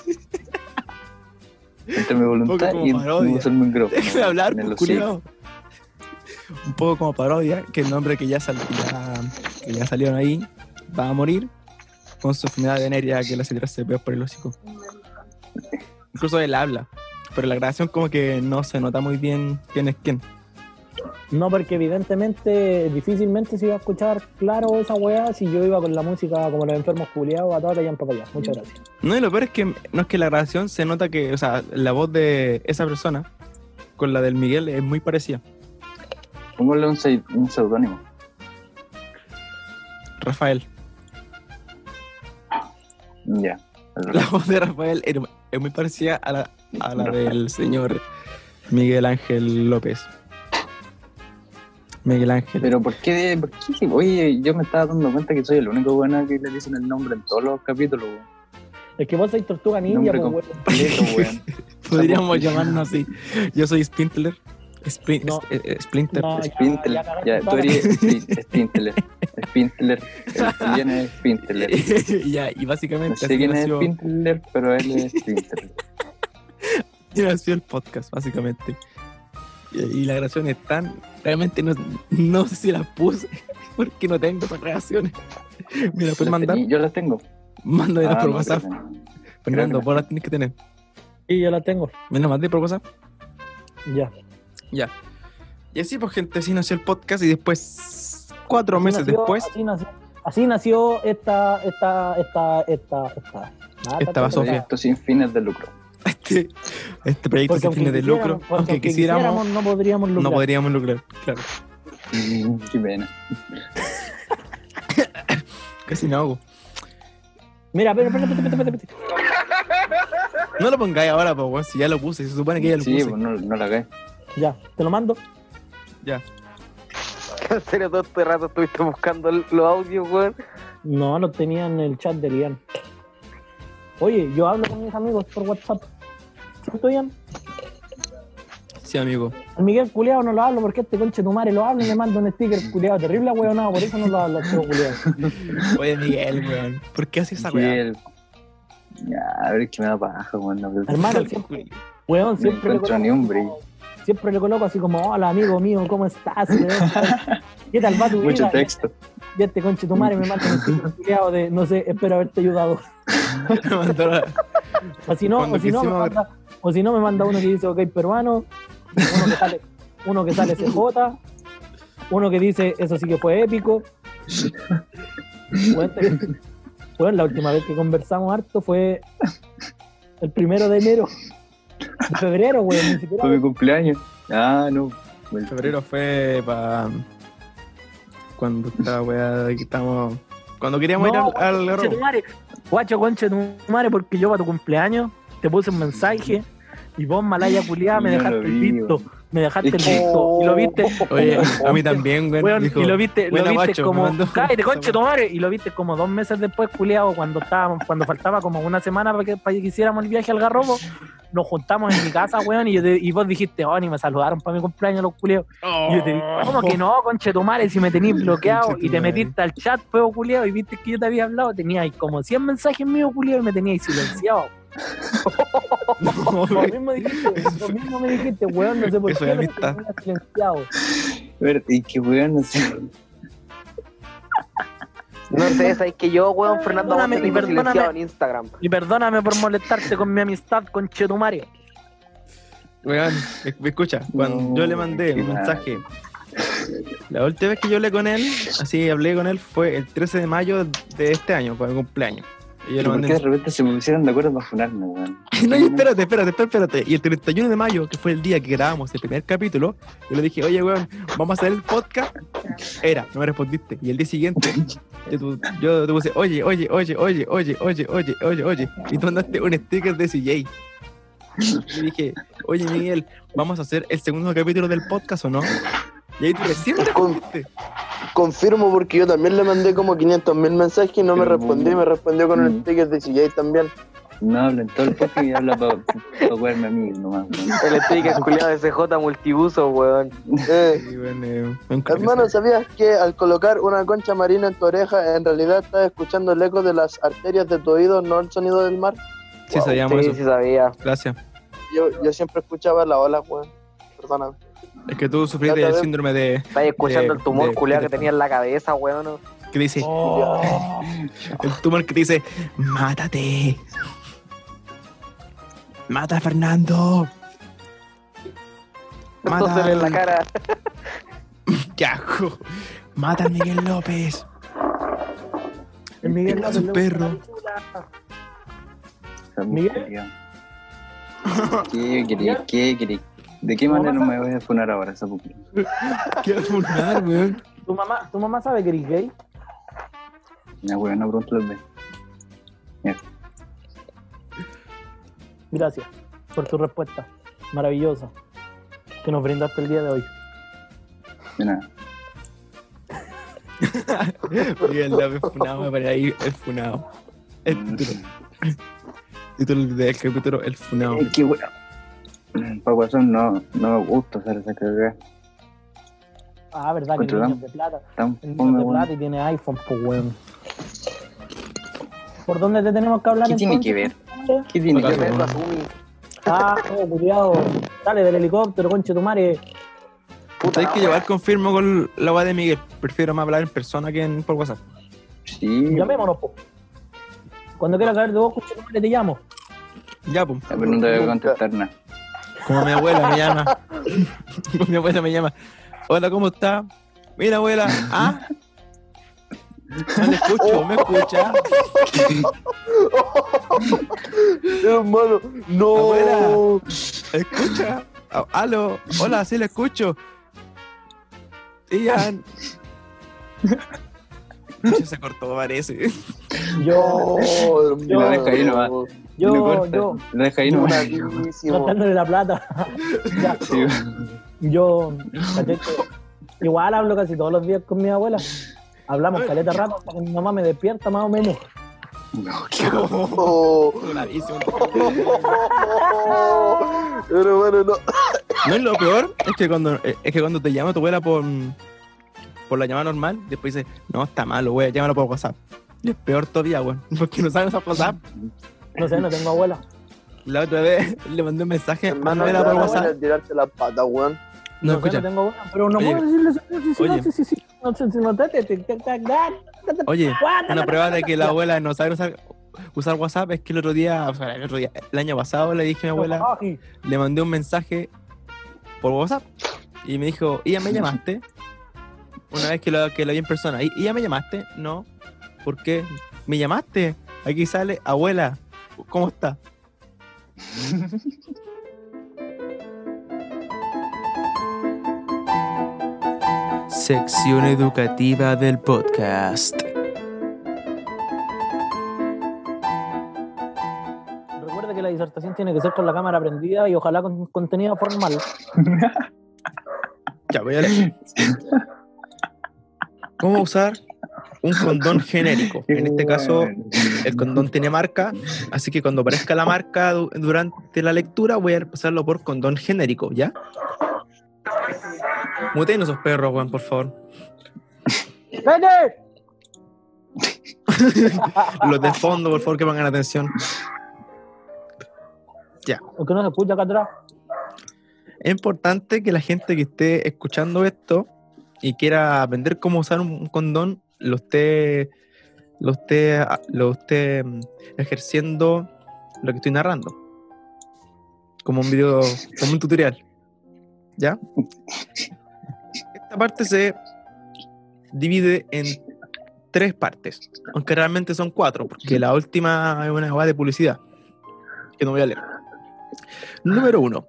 [SPEAKER 1] Entre mi voluntad
[SPEAKER 2] como
[SPEAKER 1] y
[SPEAKER 2] parodia.
[SPEAKER 1] me puso el micrófono.
[SPEAKER 2] Déjame hablar,
[SPEAKER 1] en el
[SPEAKER 2] pues,
[SPEAKER 1] hocico.
[SPEAKER 2] culiao. Un poco como parodia, que el nombre que ya, sal- ya- que ya salieron ahí va a morir con su enfermedad venérea que la hace tirarse peos por el hocico. Incluso él habla, pero en la grabación como que no se nota muy bien quién es quién.
[SPEAKER 3] No, porque evidentemente, difícilmente se iba a escuchar claro esa weá si yo iba con la música como los enfermos culiados a toda talla en papaya.
[SPEAKER 5] Mm.
[SPEAKER 3] Muchas gracias.
[SPEAKER 2] No, y lo peor es que no es que la grabación se nota que, o sea, la voz de esa persona con la del Miguel es muy parecida.
[SPEAKER 1] Póngale un, pseu- un seudónimo.
[SPEAKER 2] Rafael, <laughs>
[SPEAKER 1] Ya.
[SPEAKER 2] la voz de Rafael era- es muy parecida a la, a la del señor Miguel Ángel López. Miguel Ángel.
[SPEAKER 1] Pero ¿por qué, ¿por qué? Oye, yo me estaba dando cuenta que soy el único bueno que le dicen el nombre en todos los capítulos, weón.
[SPEAKER 3] Es que vos sois tortuga ninja,
[SPEAKER 1] Nombre
[SPEAKER 3] pues,
[SPEAKER 1] completo,
[SPEAKER 2] <laughs>
[SPEAKER 3] weón.
[SPEAKER 1] weón.
[SPEAKER 2] Podríamos llamarnos así. Yo soy Spintler. Sprin-
[SPEAKER 3] No.
[SPEAKER 2] es- eh, Splinter.
[SPEAKER 3] No, ya-
[SPEAKER 1] Spintel.
[SPEAKER 3] ya cagaste
[SPEAKER 1] Ya, tú
[SPEAKER 3] toda la-
[SPEAKER 1] eres Spin- Spinteler. Spinteler. El chileno es Spinteler.
[SPEAKER 2] <laughs> ya, y
[SPEAKER 1] No
[SPEAKER 2] básicamente
[SPEAKER 1] sé
[SPEAKER 2] así
[SPEAKER 1] quién es
[SPEAKER 2] nació,
[SPEAKER 1] Spinteler, pero él
[SPEAKER 2] <laughs>
[SPEAKER 1] es Spinteler.
[SPEAKER 2] así nació el podcast, básicamente. Y, y la grabación es tan. Realmente no, no sé si la puse <laughs> porque no tengo esas grabaciones. <laughs> Me la puedes
[SPEAKER 1] Las
[SPEAKER 2] mandar.
[SPEAKER 1] tení- Yo las tengo.
[SPEAKER 2] Mándame
[SPEAKER 1] Ah,
[SPEAKER 2] por
[SPEAKER 1] no,
[SPEAKER 2] WhatsApp.
[SPEAKER 1] creo que no.
[SPEAKER 2] Fernando,
[SPEAKER 1] que
[SPEAKER 2] vos las tienes que tener.
[SPEAKER 3] Sí, yo la tengo.
[SPEAKER 2] Me las mandé por WhatsApp.
[SPEAKER 3] Ya.
[SPEAKER 2] Ya. Y así, pues, gente, así nació el podcast y después, cuatro
[SPEAKER 3] Así
[SPEAKER 2] meses
[SPEAKER 3] nació- <laughs>
[SPEAKER 2] después, <laughs>
[SPEAKER 3] Así nació, así nació esta, esta, esta, esta, esta. Nada,
[SPEAKER 2] Esta
[SPEAKER 3] tanta
[SPEAKER 2] basofia.
[SPEAKER 3] weá.
[SPEAKER 1] Proyecto sin fines de lucro.
[SPEAKER 2] este, este proyecto
[SPEAKER 3] Porque
[SPEAKER 2] sin
[SPEAKER 3] aunque
[SPEAKER 2] fines de
[SPEAKER 3] quisiéramos-
[SPEAKER 2] lucro,
[SPEAKER 3] porque
[SPEAKER 2] aunque quisiéramos,
[SPEAKER 3] no podríamos
[SPEAKER 2] no
[SPEAKER 3] lucrar.
[SPEAKER 2] podríamos lucrar. Claro, Mm.
[SPEAKER 1] Qué pena.
[SPEAKER 2] casi me ahogo.
[SPEAKER 3] Mira, pero, espérate, espérate, espérate, espérate.
[SPEAKER 2] No lo pongáis ahora, pues, weón, si ya lo puse, se supone que ya lo
[SPEAKER 1] Sí,
[SPEAKER 2] puse.
[SPEAKER 1] pues no, no la cae.
[SPEAKER 3] Ya, te lo mando.
[SPEAKER 2] Ya.
[SPEAKER 5] En serio, todo este rato estuviste buscando el- los audios, weón.
[SPEAKER 3] No, lo tenía en el chat de Lian. Oye, yo hablo con mis amigos por WhatsApp. ¿Cierto, Ian?
[SPEAKER 2] Sí, amigo.
[SPEAKER 3] Al Miguel culeado no lo hablo porque este conche tu madre lo habla y me manda un sticker culeado terrible, weón. No, por eso no lo hablo, chico culeado.
[SPEAKER 2] Oye, Miguel, weón, ¿por qué haces esa weá?
[SPEAKER 1] Miguel. Ya, a ver, es que me da paja, weón. no, pero-
[SPEAKER 3] Hermano, siempre, weón,
[SPEAKER 1] No
[SPEAKER 3] siempre le,
[SPEAKER 1] encuentro ni
[SPEAKER 3] coloco,
[SPEAKER 1] un brillo.
[SPEAKER 3] siempre le coloco así como: Hola, amigo mío, ¿cómo estás? weón? ¿Qué tal va
[SPEAKER 1] <laughs>
[SPEAKER 3] tu
[SPEAKER 1] Mucho
[SPEAKER 3] vida?
[SPEAKER 1] texto.
[SPEAKER 3] Y este conche tu madre me manda un sticker culeado de no sé, espero haberte ayudado. <laughs>
[SPEAKER 2] Me <laughs> mandó la-
[SPEAKER 3] O si no,
[SPEAKER 2] Cuando
[SPEAKER 3] o si no, me
[SPEAKER 2] quisimos-
[SPEAKER 3] manda, o si no me manda uno que dice ok peruano, uno que sale, uno que sale CJ, uno que dice eso sí que fue épico. Bueno, te- bueno, la última vez que conversamos harto fue el primero de enero. De febrero, güey, ni siquiera-
[SPEAKER 1] Fue mi cumpleaños. Ah, no. Bueno,
[SPEAKER 2] Febrero fue para. Cuando esta weá, que estamos. Cuando queríamos
[SPEAKER 3] No,
[SPEAKER 2] ir al, al
[SPEAKER 3] Conchetumare, Guacho, concha de tu madre, porque yo para tu cumpleaños te puse un mensaje y vos, malaya culiada, me
[SPEAKER 1] No lo
[SPEAKER 3] dejaste el
[SPEAKER 1] vi,
[SPEAKER 3] visto.
[SPEAKER 1] weón.
[SPEAKER 3] Me dejaste
[SPEAKER 1] Es
[SPEAKER 3] el
[SPEAKER 1] que-
[SPEAKER 3] visto. Y
[SPEAKER 1] <laughs>
[SPEAKER 3] lo viste.
[SPEAKER 2] Oye, a mí también, güey.
[SPEAKER 3] Weón, y
[SPEAKER 2] <laughs>
[SPEAKER 3] lo viste, lo
[SPEAKER 2] "Buena,
[SPEAKER 3] viste
[SPEAKER 2] guacho", me
[SPEAKER 3] como.
[SPEAKER 2] mandó.
[SPEAKER 3] Cállate, conche, tu madre", Y lo viste como dos meses después, culiado, cuando estábamos, cuando faltaba como una semana para que, para que hiciéramos el viaje al garrobo. Nos juntamos en mi casa, weón, y, yo te- y vos dijiste, oh, ni me saludaron para mi cumpleaños los culiados. Y yo te dije,
[SPEAKER 2] Oh.
[SPEAKER 3] ¿cómo que no, conche tu madre, si me
[SPEAKER 2] <laughs>
[SPEAKER 3] tenís bloqueado? Y te
[SPEAKER 2] Conchetumare.
[SPEAKER 3] metiste al chat, feo culiado, y viste que yo te había hablado, teníais como 100 mensajes míos, culiado, y me
[SPEAKER 2] <laughs>
[SPEAKER 3] teníais silenciado. Lo mismo dijiste, lo mismo me dijiste, weón, no sé por
[SPEAKER 2] Eso
[SPEAKER 3] qué
[SPEAKER 2] es
[SPEAKER 3] me
[SPEAKER 2] amistad.
[SPEAKER 3] tenías silenciado.
[SPEAKER 1] Ver, y que weón, no sé.
[SPEAKER 5] No sé, sabes que yo, weón, Fernando, vos
[SPEAKER 3] Perdóname,
[SPEAKER 5] tenés
[SPEAKER 3] perdóname.
[SPEAKER 5] silenciado en Instagram.
[SPEAKER 3] Y perdóname por molestarte con mi amistad, conche tu madre.
[SPEAKER 2] Weón, me, me escucha, cuando
[SPEAKER 1] No,
[SPEAKER 2] yo le mandé
[SPEAKER 1] qué
[SPEAKER 2] un
[SPEAKER 1] mal.
[SPEAKER 2] mensaje, la última vez que yo hablé con él, así hablé con él, fue el 13 de mayo de este año, para mi cumpleaños. Y yo
[SPEAKER 1] ¿Y
[SPEAKER 2] le
[SPEAKER 1] ¿Por qué de
[SPEAKER 2] mandé.
[SPEAKER 1] repente se me pusieron de acuerdo para funarme, weón?
[SPEAKER 2] <laughs> No, y espérate, espérate, espérate, espérate. Y el 31 de mayo, que fue el día que grabamos el primer capítulo, yo le dije, oye, weón, vamos a hacer el podcast. Era, no me respondiste. Y el día
[SPEAKER 5] <laughs>
[SPEAKER 2] siguiente, yo, tu- yo te puse, oye, oye, oye, oye, oye, oye, oye, oye, oye. Y tú mandaste un sticker de CJ. Y dije, oye Miguel, ¿vamos a hacer el segundo capítulo del podcast o no? Y ahí tú recién me respondiste.
[SPEAKER 4] Confirmo porque yo también le mandé como 500 mil mensajes y no me
[SPEAKER 1] Pero-
[SPEAKER 4] respondió y me respondió con
[SPEAKER 1] Mm.
[SPEAKER 4] un sticker de CJ también.
[SPEAKER 1] No habla en todo el podcast y habla para pa wearme a mí nomás, weón.
[SPEAKER 5] El sticker culiado de CJ multibuso, weón.
[SPEAKER 4] Eh,
[SPEAKER 2] Y bueno, eh, nunca me
[SPEAKER 4] hermano, ¿sabías que al colocar una concha marina en tu oreja, en realidad estás escuchando el eco de las arterias de tu oído, no el sonido del mar?
[SPEAKER 2] sal- Sí, sabíamos
[SPEAKER 5] Sí,
[SPEAKER 2] eso.
[SPEAKER 5] sí sabía.
[SPEAKER 2] Gracias.
[SPEAKER 4] Yo, yo siempre escuchaba la ola, weón. Perdóname.
[SPEAKER 2] Es que tú sufriste
[SPEAKER 4] Trata
[SPEAKER 2] del
[SPEAKER 4] de-
[SPEAKER 2] síndrome de...
[SPEAKER 5] Estaba escuchando
[SPEAKER 2] De-
[SPEAKER 5] el tumor
[SPEAKER 2] de-
[SPEAKER 5] culiado
[SPEAKER 2] de-
[SPEAKER 5] que tenía en la cabeza, weón.
[SPEAKER 2] que dice, el tumor que te dice, mátate. Mata a Fernando.
[SPEAKER 5] Entonces en la
[SPEAKER 2] al-
[SPEAKER 5] cara.
[SPEAKER 2] Qué asco. Mata a Miguel López.
[SPEAKER 3] El Miguel
[SPEAKER 2] Tenga
[SPEAKER 3] López
[SPEAKER 2] su
[SPEAKER 3] le gusta
[SPEAKER 2] perro.
[SPEAKER 3] la chula. Miguel.
[SPEAKER 1] ¿Qué queréis? ¿Qué queréis? ¿De qué manera me voy a funar ahora, esa puta?
[SPEAKER 2] Qué afunar, weón.
[SPEAKER 3] ¿Tu mamá, ¿Tu mamá sabe que eres gay?
[SPEAKER 1] Ya, weón, no pregúntale de.
[SPEAKER 3] Gracias por tu respuesta maravillosa que nos brindaste el día de hoy.
[SPEAKER 1] De nada.
[SPEAKER 2] Miguel López funado, me parece ahí el funado. El título, título del capítulo, el funado.
[SPEAKER 1] Es que, weón. Para guasón no, no me gusta hacer esa cagada.
[SPEAKER 3] Ah, verdad que el
[SPEAKER 1] Controlamos.
[SPEAKER 3] niño es de plata.
[SPEAKER 1] Tan
[SPEAKER 3] El
[SPEAKER 1] fome,
[SPEAKER 3] niño es de
[SPEAKER 1] weón.
[SPEAKER 3] plata y tiene iPhone, pues weón. ¿Por dónde te tenemos que hablar
[SPEAKER 1] ¿Qué tiene que
[SPEAKER 3] entonces?
[SPEAKER 1] ver? ¿Qué tiene que
[SPEAKER 2] Acá,
[SPEAKER 1] ver?
[SPEAKER 5] Tremendo
[SPEAKER 2] weón.
[SPEAKER 5] Azumi.
[SPEAKER 3] Ah, oh, cuidado. Dale del helicóptero, conche tu madre.
[SPEAKER 2] Hay que llevar confirmo con la voz de Miguel. Prefiero más hablar en persona que en, por WhatsApp.
[SPEAKER 1] Sí.
[SPEAKER 3] Llamémonos, po. Cuando quieras saber de vos, conche tu madre, te llamo.
[SPEAKER 2] Ya, pum.
[SPEAKER 1] Ya, pero no te voy a contestar nada.
[SPEAKER 2] Como mi abuela me llama. Como mi abuela me llama. Hola, ¿cómo está? Mira, abuela. ¿Ah? No le escucho, ¿me escucha?
[SPEAKER 4] Hermano, no.
[SPEAKER 2] Abuela. ¿Escucha? A- Aló. Hola, sí le escucho. Ian. Ya se cortó, parece. <laughs>
[SPEAKER 3] Yo,
[SPEAKER 2] Oh.
[SPEAKER 1] Yo la dejo ahí nomás.
[SPEAKER 3] yo,
[SPEAKER 1] lo corta,
[SPEAKER 3] yo,
[SPEAKER 1] Lo deja ahí nomás.
[SPEAKER 4] Duradísimo.
[SPEAKER 3] gastándole la plata. Ya.
[SPEAKER 1] <laughs> Sí, weón.
[SPEAKER 3] Yo, caché que igual hablo casi todos los días con mi abuela. Hablamos caleta rato hasta que mi mamá me despierta más o menos. <laughs>
[SPEAKER 1] No, qué
[SPEAKER 2] Como-
[SPEAKER 4] Oh.
[SPEAKER 2] Bravísimo.
[SPEAKER 4] Pero bueno, no.
[SPEAKER 2] No es lo peor, es que cuando, eh, es que cuando te llama tu abuela por, por la llamada normal, después dice, no, está malo, wey, llámalo por WhatsApp. Y es peor todavía, weón, <laughs> porque no saben usar WhatsApp.
[SPEAKER 3] No sé, no tengo abuela.
[SPEAKER 2] La otra vez <laughs> le mandé un mensaje,
[SPEAKER 4] Hermano,
[SPEAKER 2] mándamela por WhatsApp.
[SPEAKER 4] tirarte la pata, weón.
[SPEAKER 2] No,
[SPEAKER 3] sé, no
[SPEAKER 2] escucha,
[SPEAKER 3] tengo abuela. Pero no
[SPEAKER 2] Oye.
[SPEAKER 3] puedo decirle sí, sí, sí,
[SPEAKER 2] Oye.
[SPEAKER 3] no, sí, sí, sí. No sé, sí, no te, te, te, te, te, te,
[SPEAKER 2] oye, una prueba de que la abuela no sabe usar, usar WhatsApp es que el otro día, o sea, el otro día, el año pasado le dije a mi abuela,
[SPEAKER 3] Ay,
[SPEAKER 2] le mandé un mensaje por WhatsApp y me dijo, ¿y ya me llamaste? Una vez que lo, que lo vi en persona, ¿y y ya me llamaste? No, ¿por qué? ¿Me llamaste? Aquí sale, abuela, ¿cómo está? Sección educativa del podcast.
[SPEAKER 3] de que la disertación tiene que ser con la cámara prendida y ojalá con contenido formal.
[SPEAKER 2] Ya, voy a leer. ¿Cómo usar un condón genérico? En este caso, el condón tiene marca, así que cuando aparezca la marca du- durante la lectura, voy a pasarlo por condón genérico, ¿ya? Muten esos perros, Juan, por favor.
[SPEAKER 3] ¡Vete!
[SPEAKER 2] Los de fondo, por favor, que pongan atención.
[SPEAKER 3] Aunque no se escucha acá atrás.
[SPEAKER 2] Es importante que la gente que esté escuchando esto y quiera aprender cómo usar un un condón, lo esté, lo esté, ah, lo esté mm, ejerciendo lo que estoy narrando. Como un video, como un tutorial. ¿Ya? Esta parte se divide en tres partes, aunque realmente son cuatro, porque la última es una hueá de publicidad, que no voy a leer. Número uno,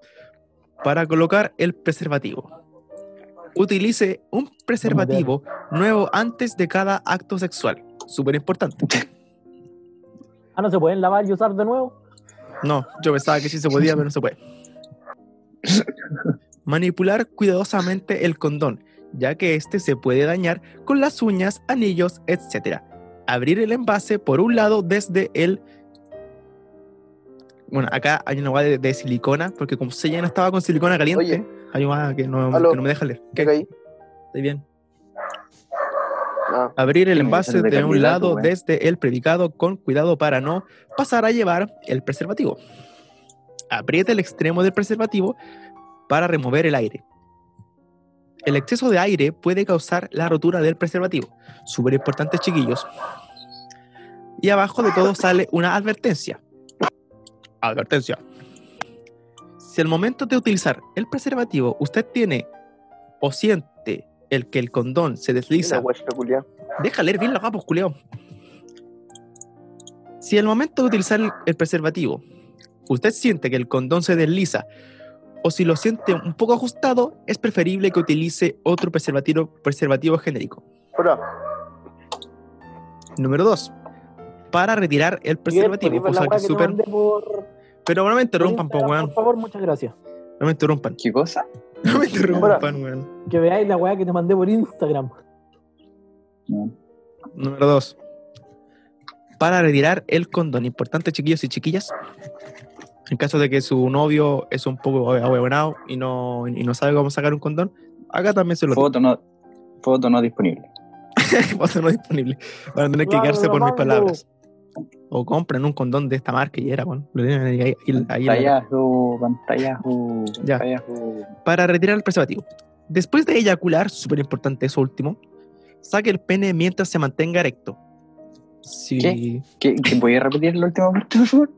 [SPEAKER 2] para colocar el preservativo. Utilice un preservativo nuevo antes de cada acto sexual. Súper importante.
[SPEAKER 3] Ah, no se pueden lavar y usar de nuevo.
[SPEAKER 2] No, yo pensaba que sí se podía, pero no se puede. Manipular cuidadosamente el condón, ya que este se puede dañar con las uñas, anillos, etc. Abrir el envase por un lado desde el. Bueno, acá hay una guada de, de silicona, porque como ella no estaba con silicona caliente,
[SPEAKER 4] Oye.
[SPEAKER 2] hay una guada que no,
[SPEAKER 4] Aló.
[SPEAKER 2] que no me deja leer. ¿Qué?
[SPEAKER 4] ¿Qué caí?
[SPEAKER 2] Estoy bien.
[SPEAKER 4] Ah,
[SPEAKER 2] Abrir el
[SPEAKER 1] Tiene que
[SPEAKER 2] envase
[SPEAKER 1] ser de
[SPEAKER 2] de un
[SPEAKER 1] candidato,
[SPEAKER 2] lado
[SPEAKER 1] weón.
[SPEAKER 2] desde el predicado con cuidado para no pasar a llevar el preservativo. Aprieta el extremo del preservativo para remover el aire. El exceso de aire puede causar la rotura del preservativo. Súper importante, chiquillos. Y abajo de todo sale una advertencia. Advertencia. Si al momento de utilizar el preservativo usted tiene o siente el que el condón se
[SPEAKER 4] esa
[SPEAKER 2] desliza
[SPEAKER 4] huesca, culiao.
[SPEAKER 2] Deja leer bien los capos, culiao. Si al momento de utilizar el, el preservativo usted siente que el condón se desliza o si lo siente un poco ajustado, es preferible que utilice otro preservativo, preservativo genérico.
[SPEAKER 4] Pero,
[SPEAKER 2] Número 2. Para retirar el preservativo,
[SPEAKER 3] Miguel, ¿podéis ver la
[SPEAKER 2] cosa que
[SPEAKER 3] weá
[SPEAKER 2] es súper-
[SPEAKER 3] te mandé por- por
[SPEAKER 2] Pero no me interrumpan, po,
[SPEAKER 3] Instagram,
[SPEAKER 2] weón.
[SPEAKER 3] Por favor, muchas gracias.
[SPEAKER 2] No me interrumpan. <laughs>
[SPEAKER 1] ¿Qué cosa?
[SPEAKER 2] No me interrumpan, weón.
[SPEAKER 3] Que veáis la weá que te mandé por Instagram.
[SPEAKER 2] Número 2. Para retirar el condón. Importante, chiquillos y chiquillas. En caso de que su novio es un poco ahuevonado y no, y no sabe cómo sacar un condón, acá también se lo <laughs>
[SPEAKER 1] Foto no, foto no disponible.
[SPEAKER 2] tiene. Foto no disponible. Van a tener que
[SPEAKER 3] Claro,
[SPEAKER 2] quedarse por mis
[SPEAKER 3] mando.
[SPEAKER 2] palabras. O compren un condón de esta marca y era, bueno. Lo tienen ahí- ahí- ahí- ahí en la-
[SPEAKER 1] Pantallazo, pantallazo,
[SPEAKER 2] Ya.
[SPEAKER 1] pantallazo.
[SPEAKER 2] para retirar el preservativo. Después de eyacular, súper importante eso último, saque el pene mientras se mantenga erecto. Sí.
[SPEAKER 1] ¿Qué? ¿Qué, qué, voy a repetir la última parte, <laughs> por favor?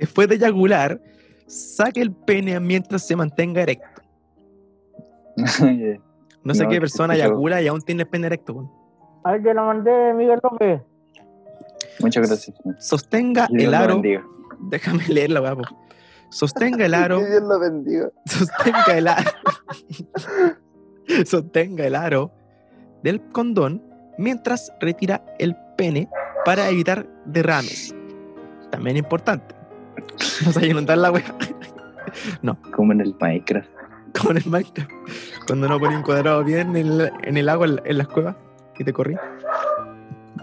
[SPEAKER 2] Después de eyacular, saque el pene mientras se mantenga erecto.
[SPEAKER 1] Ya.
[SPEAKER 2] No sé
[SPEAKER 1] No,
[SPEAKER 2] qué persona
[SPEAKER 1] escucho.
[SPEAKER 2] eyacula y aún tiene el pene erecto. weón.
[SPEAKER 3] A ver, te la mandé, Miguel López.
[SPEAKER 1] Muchas gracias.
[SPEAKER 2] Sostenga
[SPEAKER 1] Dios
[SPEAKER 2] el
[SPEAKER 1] lo
[SPEAKER 2] aro.
[SPEAKER 1] bendiga.
[SPEAKER 2] Déjame leerla, guapo. Sostenga el
[SPEAKER 1] <laughs>
[SPEAKER 2] aro.
[SPEAKER 4] que Dios lo bendiga.
[SPEAKER 2] <laughs> Sostenga el aro. Sostenga el aro del condón mientras retira el pene para evitar derrames. También importante. <laughs> No se va a inundar la wea
[SPEAKER 1] Como en el Minecraft.
[SPEAKER 2] con el Minecraft. Cuando no ponía un cuadrado bien en el, en el agua, en, la- en las cuevas, y te corrí.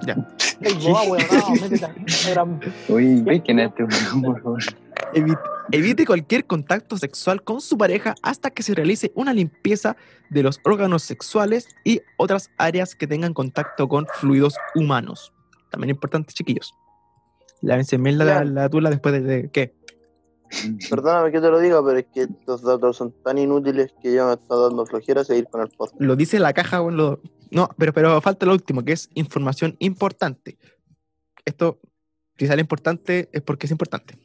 [SPEAKER 2] Ya.
[SPEAKER 3] Ey, boa, weón, no, <laughs> métete a Instagram.
[SPEAKER 1] Uy, ve quién es este weón, por favor.
[SPEAKER 2] Evite, evite cualquier contacto sexual con su pareja hasta que se realice una limpieza de los órganos sexuales y otras áreas que tengan contacto con fluidos humanos. También importante, chiquillos. Lávense bien la,
[SPEAKER 4] Ya.
[SPEAKER 2] la tula después de, de- qué.
[SPEAKER 4] Perdóname que te lo diga, pero es que estos datos son tan inútiles que ya me está dando flojera seguir con el podcast.
[SPEAKER 2] Lo dice la caja. weón, lo- no, pero, pero falta lo último, que es información importante. Esto, si sale importante, es porque es importante.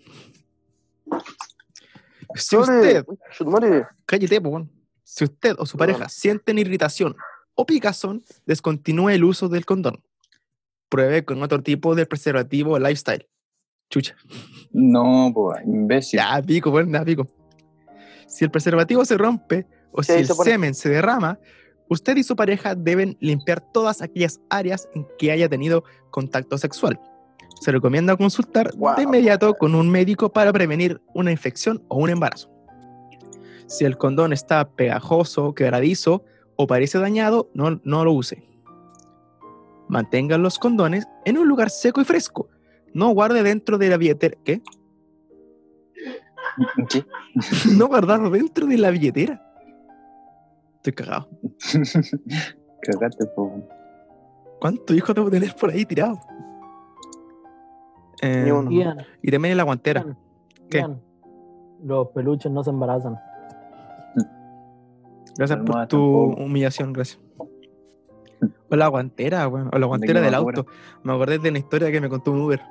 [SPEAKER 2] Si usted
[SPEAKER 4] Sudmore,
[SPEAKER 2] Cállate, po, weón. Si usted o su pareja sienten irritación o picazón, descontinúe el uso del condón. Pruebe con otro tipo de preservativo o lifestyle. Chucha.
[SPEAKER 1] No, pues, imbécil.
[SPEAKER 2] Ya, pico, weón, ya, pico. Si el preservativo se rompe o
[SPEAKER 4] Sí,
[SPEAKER 2] si el
[SPEAKER 4] se pone-
[SPEAKER 2] semen se derrama, usted y su pareja deben limpiar todas aquellas áreas en que haya tenido contacto sexual. se recomienda consultar
[SPEAKER 4] Wow.
[SPEAKER 2] de inmediato con un médico para prevenir una infección o un embarazo. Si el condón está pegajoso, quebradizo o parece dañado, no, no lo use. Mantengan los condones en un lugar seco y fresco. No guarde dentro de la billetera. ¿Qué?
[SPEAKER 1] ¿Qué? <laughs>
[SPEAKER 2] <laughs> no guardar dentro de la billetera. Estoy cagado.
[SPEAKER 1] Cagaste, po.
[SPEAKER 2] ¿Cuánto hijo debo tener por ahí tirado? Eh,
[SPEAKER 4] Ni uno.
[SPEAKER 3] Ian,
[SPEAKER 2] y también en la guantera.
[SPEAKER 3] Ian,
[SPEAKER 2] ¿Qué?
[SPEAKER 3] Ian, los peluches no se embarazan.
[SPEAKER 2] Gracias por
[SPEAKER 1] Almohada
[SPEAKER 2] tu
[SPEAKER 1] tampoco.
[SPEAKER 2] humillación,
[SPEAKER 1] <laughs>
[SPEAKER 2] gracias. O la guantera, weón. O la guantera
[SPEAKER 1] quedo
[SPEAKER 2] del
[SPEAKER 1] ahora.
[SPEAKER 2] auto. Me acordé de una historia que me contó un Uber.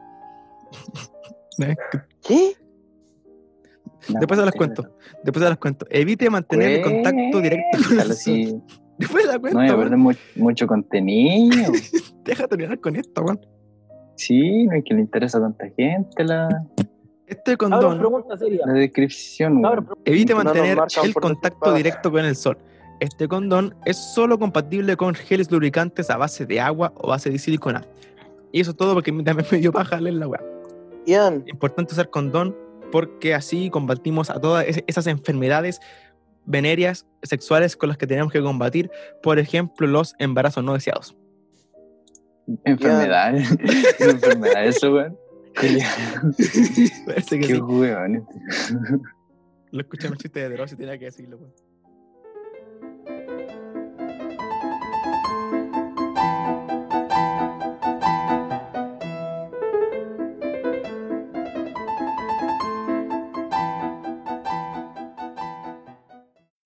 [SPEAKER 4] ¿Qué?
[SPEAKER 2] Después se las cuento. Después se las cuento. Evite mantener el contacto directo con
[SPEAKER 1] Déjalo,
[SPEAKER 2] el <laughs>
[SPEAKER 1] sí.
[SPEAKER 2] Después de la
[SPEAKER 1] No
[SPEAKER 2] cuenta,
[SPEAKER 1] voy a
[SPEAKER 2] weón.
[SPEAKER 1] perder mu- mucho contenido.
[SPEAKER 2] Deja terminar con esto, weón.
[SPEAKER 1] Sí, no es que le interesa a tanta gente la,
[SPEAKER 2] Este
[SPEAKER 3] Ahora,
[SPEAKER 2] condón
[SPEAKER 3] pregunta seria.
[SPEAKER 1] la descripción.
[SPEAKER 3] Ahora,
[SPEAKER 1] weón.
[SPEAKER 2] evite
[SPEAKER 4] no nos
[SPEAKER 2] mantener
[SPEAKER 4] marcan
[SPEAKER 2] el
[SPEAKER 4] por nuestra
[SPEAKER 2] contacto
[SPEAKER 4] espada.
[SPEAKER 2] directo con el sol. Este condón es solo compatible con geles lubricantes a base de agua o base de silicona. Y eso es todo porque también <laughs> me dio paja leer la weá.
[SPEAKER 4] Ian,
[SPEAKER 2] importante usar condón porque así combatimos a todas es- esas enfermedades venéreas sexuales con las que tenemos que combatir, por ejemplo, los embarazos no deseados. <laughs>
[SPEAKER 1] Enfermedades. Una enfermedad, eso, weón.
[SPEAKER 2] Parece que
[SPEAKER 1] Qué
[SPEAKER 2] sí.
[SPEAKER 1] weón.
[SPEAKER 2] Lo escuché en el chiste de Dross y tenía que decirlo. weón.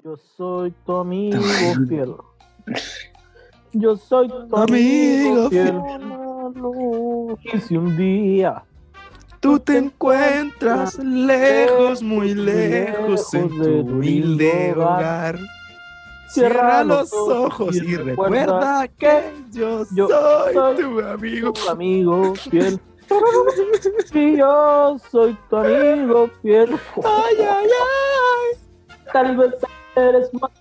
[SPEAKER 3] Yo soy tu <laughs> amigo fiel. Yo soy tu
[SPEAKER 2] Amigo
[SPEAKER 3] amigo, fiel. Y si un día
[SPEAKER 2] Tú te encuentras lejos, muy lejos, en tu humilde hogar. Cierra los ojos y recuerda que yo
[SPEAKER 3] yo
[SPEAKER 2] soy
[SPEAKER 3] soy
[SPEAKER 2] tu amigo.
[SPEAKER 3] tu amigo <laughs> fiel. Y yo soy tu amigo fiel.
[SPEAKER 2] Ay, ay, ay,
[SPEAKER 3] Tal vez eres más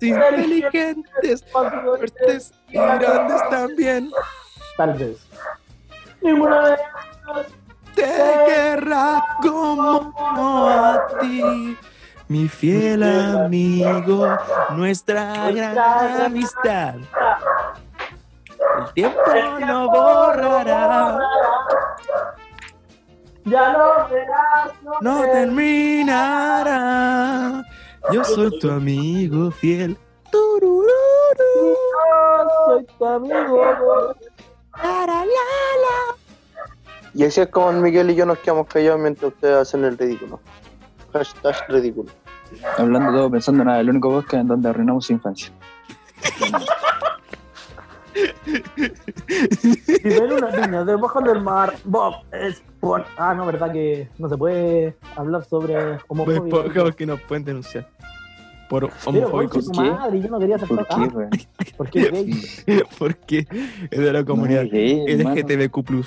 [SPEAKER 2] inteligentes,
[SPEAKER 3] más fuerte.
[SPEAKER 2] fuertes y grandes también.
[SPEAKER 3] Tal vez. Ninguna de ellas
[SPEAKER 2] Te querrá como a ti, mi fiel amigo, nuestra gran amistad. El tiempo no borrará,
[SPEAKER 3] ya no verás.
[SPEAKER 2] no terminará. Yo soy tu amigo fiel. Turururu,
[SPEAKER 3] Yo soy tu amigo.
[SPEAKER 2] tarala.
[SPEAKER 4] y así es como el Miguel y yo nos quedamos callados mientras ustedes hacen el ridículo. Hashtag ridículo.
[SPEAKER 1] Hablando todo, pensando nada, el único podcast en donde arruinamos su infancia.
[SPEAKER 3] Nivel una piña debajo del mar. Bob es por. Ah, no, verdad que no se puede hablar sobre
[SPEAKER 2] Pues
[SPEAKER 3] homofobia.
[SPEAKER 2] poco que nos pueden denunciar por
[SPEAKER 3] Pero por
[SPEAKER 2] homofóbicos.
[SPEAKER 3] su
[SPEAKER 1] ¿Qué?
[SPEAKER 3] madre, yo no quería
[SPEAKER 1] ¿Por
[SPEAKER 3] aceptar.
[SPEAKER 1] qué,
[SPEAKER 3] Ah,
[SPEAKER 1] weón?
[SPEAKER 3] porque es gay.
[SPEAKER 2] <laughs> Porque es de la comunidad
[SPEAKER 1] No es gay, hermano.
[SPEAKER 2] LGTBQ.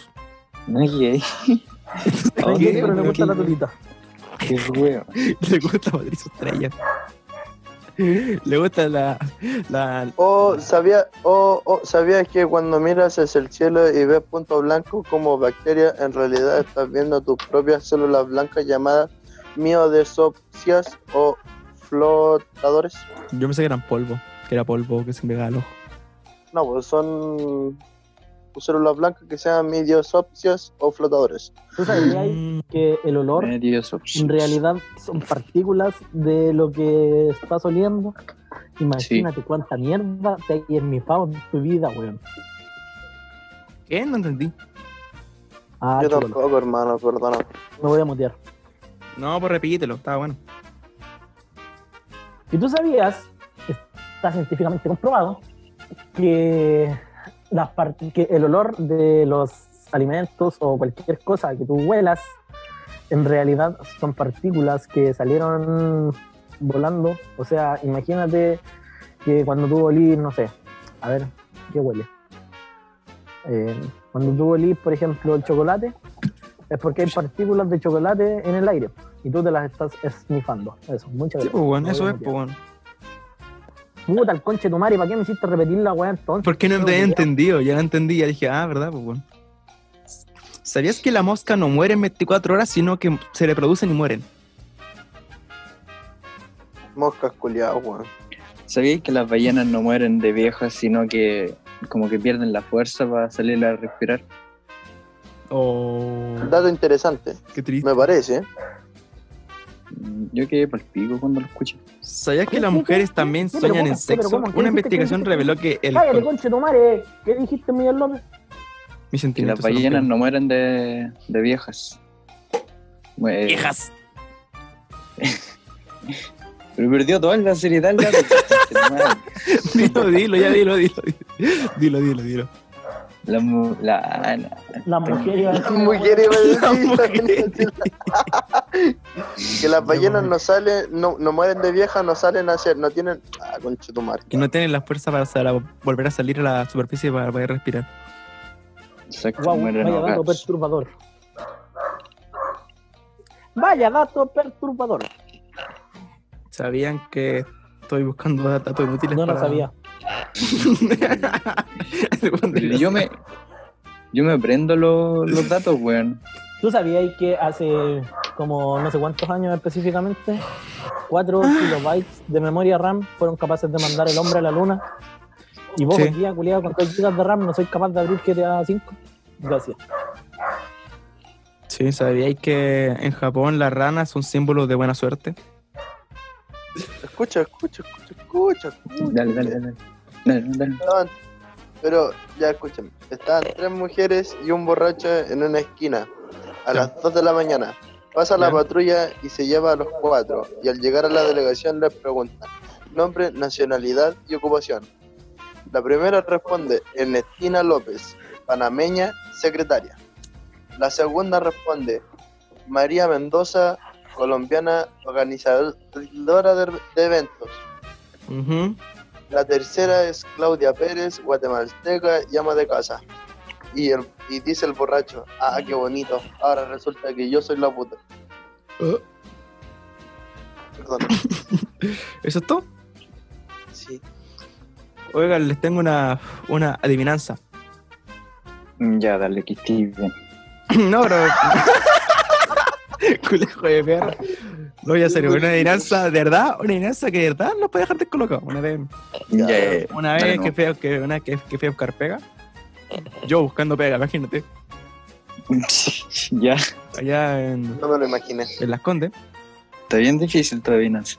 [SPEAKER 1] No es gay.
[SPEAKER 3] <laughs> No es
[SPEAKER 1] ¿Qué?
[SPEAKER 3] gay, pero le gusta la tulita.
[SPEAKER 1] Qué weón.
[SPEAKER 2] Le gusta Patricio Estrella. <laughs> Le gusta la. la
[SPEAKER 4] Oh, sabía, oh, oh, sabías que cuando miras hacia el cielo y ves puntos blancos como bacterias, en realidad estás viendo tus propias células blancas llamadas miodesopsias o flotadores.
[SPEAKER 2] yo pensé que eran polvo. Que era polvo que se me al ojo.
[SPEAKER 4] No, pues son células blancas que sean midiosopsias o flotadores.
[SPEAKER 3] ¿Tú sabías
[SPEAKER 2] Mm,
[SPEAKER 3] que el olor
[SPEAKER 1] Mm.
[SPEAKER 3] en realidad son partículas de lo que estás oliendo? Imagínate cuánta mierda te hay en mi pavo en tu vida, weón.
[SPEAKER 2] ¿Qué? No entendí.
[SPEAKER 3] Ah,
[SPEAKER 4] Yo
[SPEAKER 3] chulo,
[SPEAKER 4] tampoco, hermano, perdona.
[SPEAKER 3] me voy a mutear.
[SPEAKER 2] No, pues repítelo, estaba bueno.
[SPEAKER 3] Y tú sabías, está científicamente comprobado, que, las par- que el olor de los alimentos o cualquier cosa que tú huelas, en realidad son partículas que salieron volando. O sea, imagínate que cuando tú olís, no sé, a ver, ¿qué huele? Eh, cuando tú olís, por ejemplo, el chocolate, es porque hay partículas de chocolate en el aire y tú te las estás esnifando. Eso, muchas gracias.
[SPEAKER 2] Sí, pues bueno,
[SPEAKER 3] Me
[SPEAKER 2] eso
[SPEAKER 3] voy a
[SPEAKER 2] es, pues
[SPEAKER 3] mutear.
[SPEAKER 2] bueno.
[SPEAKER 3] Puta, el conche de tu madre, ¿para qué me hiciste repetir la weá entonces?
[SPEAKER 2] ¿Por qué no
[SPEAKER 3] Yo
[SPEAKER 2] te he
[SPEAKER 3] quería-
[SPEAKER 2] entendido? Ya la entendí, ya dije, ah, ¿verdad? Pues bueno. ¿Sabías que la mosca no muere en 24 horas, sino que se reproducen y mueren?
[SPEAKER 4] Moscas culiadas, weón.
[SPEAKER 1] ¿Sabíais que las ballenas no mueren de viejas, sino que como que pierden la fuerza para salir a respirar?
[SPEAKER 2] Oh,
[SPEAKER 4] Dato interesante,
[SPEAKER 2] qué triste.
[SPEAKER 4] me parece.
[SPEAKER 1] Mm, Yo quedé para el pico cuando lo escuché.
[SPEAKER 2] ¿Sabías que las mujeres también
[SPEAKER 3] Sí, pero
[SPEAKER 2] sueñan
[SPEAKER 3] ¿cómo?
[SPEAKER 2] en
[SPEAKER 3] Sí, pero
[SPEAKER 2] sexo? Una
[SPEAKER 3] ¿cómo? ¿Qué dijiste? ¿Qué
[SPEAKER 2] investigación
[SPEAKER 3] dijiste?
[SPEAKER 2] reveló que el
[SPEAKER 3] Cállate, conche tu madre. ¿Qué dijiste, Miguel López?
[SPEAKER 2] mis
[SPEAKER 1] Que las
[SPEAKER 2] sentimientos son
[SPEAKER 1] ballenas
[SPEAKER 2] los
[SPEAKER 1] no mueren de, de viejas. Mue-
[SPEAKER 2] peores. viejas.
[SPEAKER 1] Pero perdió toda la seriedad el dato.
[SPEAKER 2] <laughs> Dilo, dilo, ya dilo, dilo, dilo. Dilo, dilo, dilo.
[SPEAKER 1] La, mu- la- la-
[SPEAKER 3] Las mujeres iban a <laughs> decir,
[SPEAKER 4] Mujeres, iba a decir,
[SPEAKER 2] mujeres.
[SPEAKER 4] que las ballenas
[SPEAKER 2] No.
[SPEAKER 4] no salen, no, no mueren de viejas, no salen a hacer, no tienen. Ah, concha tu madre.
[SPEAKER 2] Que no tienen la fuerza para sal- volver a salir a la superficie para poder respirar.
[SPEAKER 1] Exacto,
[SPEAKER 3] Guau,
[SPEAKER 1] mueren
[SPEAKER 3] vaya dato
[SPEAKER 1] ahogadas.
[SPEAKER 3] perturbador. Vaya dato perturbador.
[SPEAKER 2] ¿Sabían que estoy buscando datos inútiles?
[SPEAKER 3] No lo
[SPEAKER 2] para- <laughs>
[SPEAKER 3] sabía.
[SPEAKER 1] Pero Yo me, yo me aprendo lo- los datos, weón.
[SPEAKER 3] ¿Tú sabías que hace como no sé cuántos años específicamente, 4
[SPEAKER 2] Ah.
[SPEAKER 3] kilobytes de memoria RAM fueron capaces de mandar el hombre a la luna? Y vos
[SPEAKER 2] Sí.
[SPEAKER 3] hoy día, culiado, con 2 gigas de RAM no soy capaz de abrir GTA V. Gracias.
[SPEAKER 2] Sí, ¿sabíais que en Japón las ranas son símbolos de buena suerte?
[SPEAKER 4] Escucha, escucha, escucha, escucha. escucha.
[SPEAKER 1] Dale, dale, dale. Dale, dale.
[SPEAKER 4] Estaban- pero ya escúchame, estaban tres mujeres y un borracho en una esquina
[SPEAKER 2] Ya.
[SPEAKER 4] a las 2 de la mañana. Pasa la
[SPEAKER 2] Ya.
[SPEAKER 4] patrulla y se lleva a los cuatro. Y al llegar a la delegación les preguntan nombre, nacionalidad y ocupación. La primera responde Ernestina López, panameña, secretaria. La segunda responde María Mendoza, colombiana, organizadora de- de eventos.
[SPEAKER 2] Ujú.
[SPEAKER 4] La tercera es Claudia Pérez, guatemalteca y ama de casa. Y, el- y dice el borracho, ah, qué bonito, ahora resulta que yo soy la puta.
[SPEAKER 3] Ah.
[SPEAKER 2] Eh.
[SPEAKER 4] Perdón,
[SPEAKER 2] ¿Eso es todo?
[SPEAKER 4] sí.
[SPEAKER 2] Oigan, les tengo una, una adivinanza. <clears throat>
[SPEAKER 1] Mm, Ya, dale, que estoy bien.
[SPEAKER 2] no, pero... <laughs> Culejo de perra. No, ya serio, una adivinanza de verdad, una adivinanza que de verdad nos puede dejar descolocado. Una vez,
[SPEAKER 1] Ya, <laughs>
[SPEAKER 2] una
[SPEAKER 1] dale,
[SPEAKER 2] vez
[SPEAKER 1] no.
[SPEAKER 2] que, fui a, que, una, vez que, que fui a buscar pega, yo buscando pega, imagínate,
[SPEAKER 1] ya,
[SPEAKER 2] allá en,
[SPEAKER 4] No me lo imaginé.
[SPEAKER 2] en Las Condes.
[SPEAKER 1] está bien difícil tu adivinanza.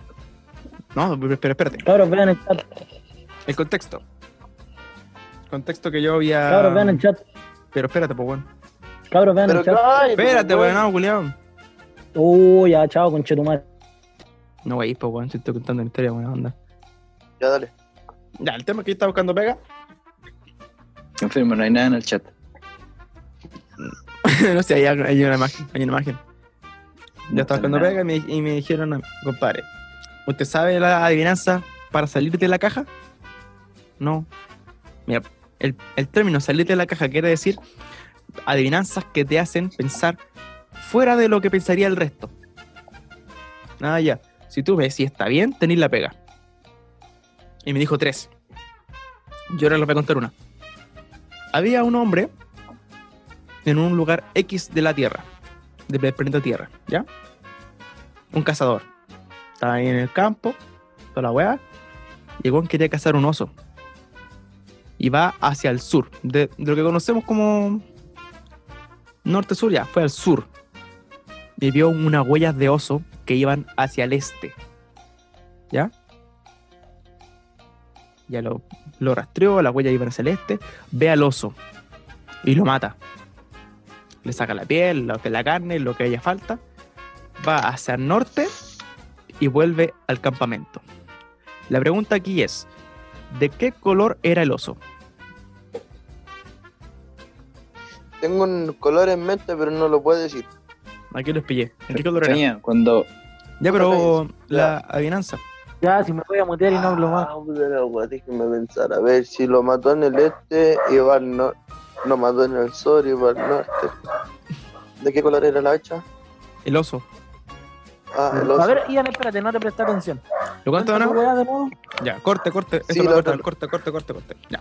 [SPEAKER 2] No, pero espérate,
[SPEAKER 3] Cabros, vean el chat.
[SPEAKER 2] el contexto. Contexto que yo había...
[SPEAKER 3] Cabros, vean el chat.
[SPEAKER 2] Pero espérate, pues bueno.
[SPEAKER 3] Cabros, vean
[SPEAKER 4] Pero
[SPEAKER 3] el chat.
[SPEAKER 4] ay, pero,
[SPEAKER 2] Espérate,
[SPEAKER 4] weón,
[SPEAKER 2] weón, no, culiao.
[SPEAKER 3] Uh, ya, chao, conchetumar.
[SPEAKER 2] No, wey, pues weón, si estoy contando una historia buena onda.
[SPEAKER 4] Ya dale.
[SPEAKER 2] Ya, el tema es que yo estaba buscando pega.
[SPEAKER 1] Confirmo, no hay nada en el chat.
[SPEAKER 2] <laughs> no sé, hay, algo- hay una imagen, hay una imagen. Yo estaba
[SPEAKER 1] está
[SPEAKER 2] buscando
[SPEAKER 1] nada.
[SPEAKER 2] pega y me, y me dijeron, compadre, ¿usted sabe la adivinanza para salir de la caja? No. Mira, el, el término salir de la caja quiere decir adivinanzas que te hacen pensar fuera de lo que pensaría el resto. Ah, ya. Si tú ves si está bien, tenéis la pega. Y me dijo tres. Yo ahora les voy a contar una. Había un hombre en un lugar X de la Tierra, del planeta Tierra, ¿ya? Un cazador. Estaba ahí en el campo, toda la weá. Llegó quería cazar un oso. Y va hacia el sur, de, de lo que conocemos como norte-sur, ya, fue al sur. Y vio unas huellas de oso que iban hacia el este. ¿Ya? Ya lo, lo rastreó, las huellas iban hacia el este. Ve al oso y lo mata le saca la piel, lo que la carne, lo que haya falta, va hacia el norte y vuelve al campamento. La pregunta aquí es, ¿de qué color era el oso?
[SPEAKER 4] Tengo un color en mente, pero no lo puedo decir.
[SPEAKER 2] Aquí los pillé. ¿De qué color era?
[SPEAKER 1] Soñé, cuando
[SPEAKER 2] Ya, pero la adivinanza.
[SPEAKER 3] Ya, si me voy a mutear y no hablo más.
[SPEAKER 4] Ah, puta la wea, déjame pensar. A ver, si lo mató en el este y va al norte. Lo mató en el sur y va al norte. ¿De qué color era la hacha?
[SPEAKER 2] El oso.
[SPEAKER 4] Ah, el oso.
[SPEAKER 3] A ver, Ian, espérate, no te presté atención.
[SPEAKER 2] ¿Lo cuento
[SPEAKER 3] Cuenta tu
[SPEAKER 2] no?
[SPEAKER 3] weá de nuevo.
[SPEAKER 2] Ya, corte, corte. Eso
[SPEAKER 4] Sí,
[SPEAKER 2] lo
[SPEAKER 4] lo-
[SPEAKER 2] corta,
[SPEAKER 4] lo-
[SPEAKER 2] corte, corte, corte, corte. Ya.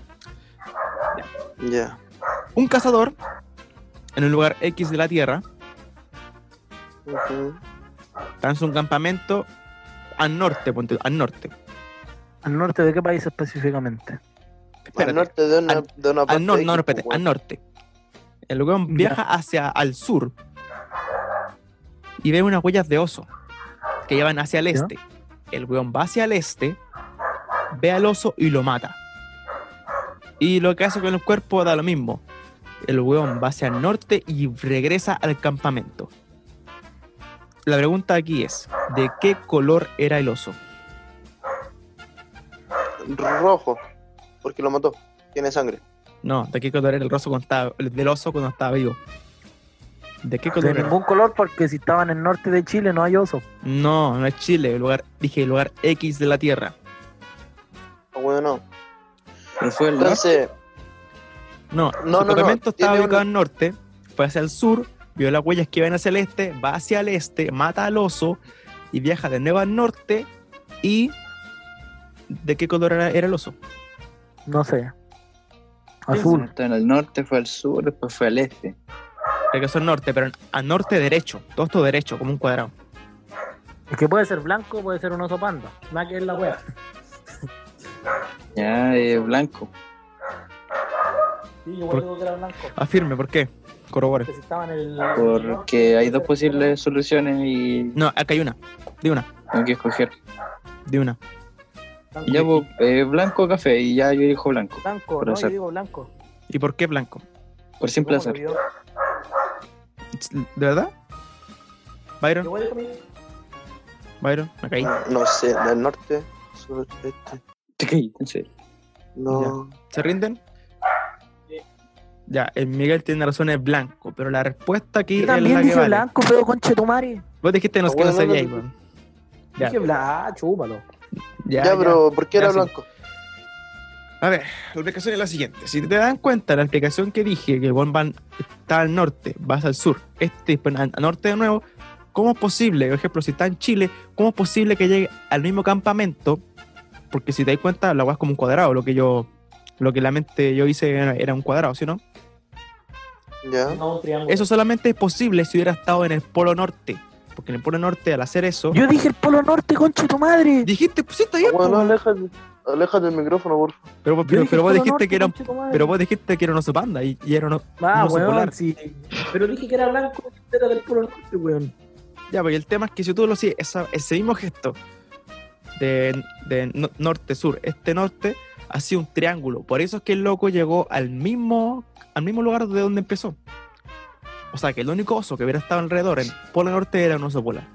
[SPEAKER 4] Ya.
[SPEAKER 2] Un cazador en un lugar X de la Tierra, lanza un campamento al norte, ponte, al norte.
[SPEAKER 3] ¿Al norte de qué país específicamente?
[SPEAKER 4] Al
[SPEAKER 2] Espérate,
[SPEAKER 4] norte de una,
[SPEAKER 2] Al-
[SPEAKER 4] de una
[SPEAKER 2] al norte,
[SPEAKER 4] de
[SPEAKER 2] no, no,
[SPEAKER 4] Quilpú,
[SPEAKER 2] espérate,
[SPEAKER 4] weón.
[SPEAKER 2] al norte. El weón
[SPEAKER 3] Ya.
[SPEAKER 2] viaja hacia al sur y ve unas huellas de oso que llevan hacia el
[SPEAKER 3] Ya.
[SPEAKER 2] este. El weón va hacia el este, ve al oso y lo mata. Y lo que hace con el cuerpo da lo mismo. El weón va hacia el norte y regresa al campamento. La pregunta aquí es, ¿de qué color era el oso?
[SPEAKER 4] Rojo. Porque lo mató. Tiene sangre.
[SPEAKER 2] No, ¿de qué color era el oso cuando estaba, el del oso cuando estaba vivo? ¿De qué color
[SPEAKER 3] De
[SPEAKER 2] era?
[SPEAKER 3] ningún color, porque si estaban en el norte de Chile no hay oso.
[SPEAKER 2] No, no es Chile, el lugar, dije el lugar X de la Tierra.
[SPEAKER 4] Ah, weón, no.
[SPEAKER 1] Pero fue el norte.
[SPEAKER 4] Entonces,
[SPEAKER 2] No,
[SPEAKER 4] No, no,
[SPEAKER 2] el
[SPEAKER 4] no,
[SPEAKER 2] campamento estaba
[SPEAKER 4] tiene
[SPEAKER 2] ubicado
[SPEAKER 4] una-
[SPEAKER 2] al norte, fue hacia el sur, vio las huellas que iban hacia el este, va hacia el este, mata al oso y viaja de nuevo al norte y... ¿De qué color era, era el oso?
[SPEAKER 3] No sé.
[SPEAKER 1] Azul.
[SPEAKER 3] Azul.
[SPEAKER 1] Está en el norte, fue al sur, después fue al este.
[SPEAKER 2] Regresó al norte, pero al norte derecho, todo esto derecho, como un cuadrado.
[SPEAKER 3] Es que puede ser blanco, puede ser un oso panda. Nada que es la wea.
[SPEAKER 1] Ya, eh, blanco.
[SPEAKER 3] Sí, yo
[SPEAKER 2] Por-
[SPEAKER 3] digo que era blanco.
[SPEAKER 2] <laughs> Afirme, ¿por qué? Corrobore.
[SPEAKER 3] Que si estaba en el.
[SPEAKER 1] Porque hay dos posibles soluciones y
[SPEAKER 2] No, acá hay una. De una,
[SPEAKER 1] tengo que escoger.
[SPEAKER 2] de una.
[SPEAKER 1] Y Ya, pues, eh, blanco o café, y ya yo elijo blanco.
[SPEAKER 3] Blanco,
[SPEAKER 1] por
[SPEAKER 3] no, yo
[SPEAKER 1] azar.
[SPEAKER 3] digo blanco.
[SPEAKER 2] ¿Y por qué blanco?
[SPEAKER 1] Por simple
[SPEAKER 3] ¿Cómo
[SPEAKER 1] azar.
[SPEAKER 3] me olvidó?
[SPEAKER 2] ¿De verdad?
[SPEAKER 3] Yo
[SPEAKER 2] Byron,
[SPEAKER 3] voy a comer.
[SPEAKER 2] Byron, me caí.
[SPEAKER 4] no sé, del norte, sur, este.
[SPEAKER 1] Sí, en serio.
[SPEAKER 4] No.
[SPEAKER 2] ¿Se rinden? Ya, el Miguel tiene razón, es blanco, pero la respuesta aquí
[SPEAKER 3] Yo
[SPEAKER 2] es la
[SPEAKER 3] también
[SPEAKER 2] que
[SPEAKER 3] dije
[SPEAKER 2] vale.
[SPEAKER 3] blanco, pero conche tu madre.
[SPEAKER 2] Vos dijiste no, que no
[SPEAKER 4] Bueno, no,
[SPEAKER 2] sabía,
[SPEAKER 4] no,
[SPEAKER 2] weón. Ya,
[SPEAKER 3] Dije blanco, chúpalo.
[SPEAKER 2] ya,
[SPEAKER 4] Ya,
[SPEAKER 2] ya.
[SPEAKER 4] pero ¿por qué
[SPEAKER 2] Ya,
[SPEAKER 4] era
[SPEAKER 2] sí.
[SPEAKER 4] blanco?
[SPEAKER 2] A ver, la explicación es la siguiente. Si te dan cuenta, la explicación que dije, que el weón van- está al norte, vas al sur, este pues, al al norte de nuevo, ¿cómo es posible, por ejemplo, si está en Chile, cómo es posible que llegue al mismo campamento? Porque si te das cuenta, la weá es como un cuadrado, lo que yo, lo que la mente yo hice era era un cuadrado, ¿sí o no?
[SPEAKER 4] Ya.
[SPEAKER 3] No, un triángulo.
[SPEAKER 2] Eso solamente es posible si hubiera estado en el Polo Norte. Porque en el Polo Norte, al hacer eso,
[SPEAKER 3] Yo dije el Polo Norte, conche tu madre.
[SPEAKER 2] dijiste, pues sí, está bien.
[SPEAKER 4] Ah, Bueno,
[SPEAKER 2] po".
[SPEAKER 4] aléjate, aléjate del micrófono, por favor.
[SPEAKER 2] pero,
[SPEAKER 3] Yo
[SPEAKER 2] pero-
[SPEAKER 3] dije
[SPEAKER 2] pero
[SPEAKER 3] el
[SPEAKER 2] vos
[SPEAKER 3] Polo
[SPEAKER 2] dijiste
[SPEAKER 3] Norte,
[SPEAKER 2] que era un,
[SPEAKER 3] conche tu madre.
[SPEAKER 2] pero vos dijiste que era un oso panda y, y era un, o-
[SPEAKER 3] Ah,
[SPEAKER 2] un oso
[SPEAKER 3] weón,
[SPEAKER 2] polar.
[SPEAKER 3] sí. Pero dije que era blanco, era del Polo Norte, weón.
[SPEAKER 2] Ya, pero el tema es que si tú lo sigues, esa- ese mismo gesto de, de no- norte, sur, este, norte, hacía un triángulo. Por eso es que el loco llegó al mismo, al mismo lugar de donde empezó. O sea, que el único oso que hubiera estado alrededor en Polo Norte era un oso polar.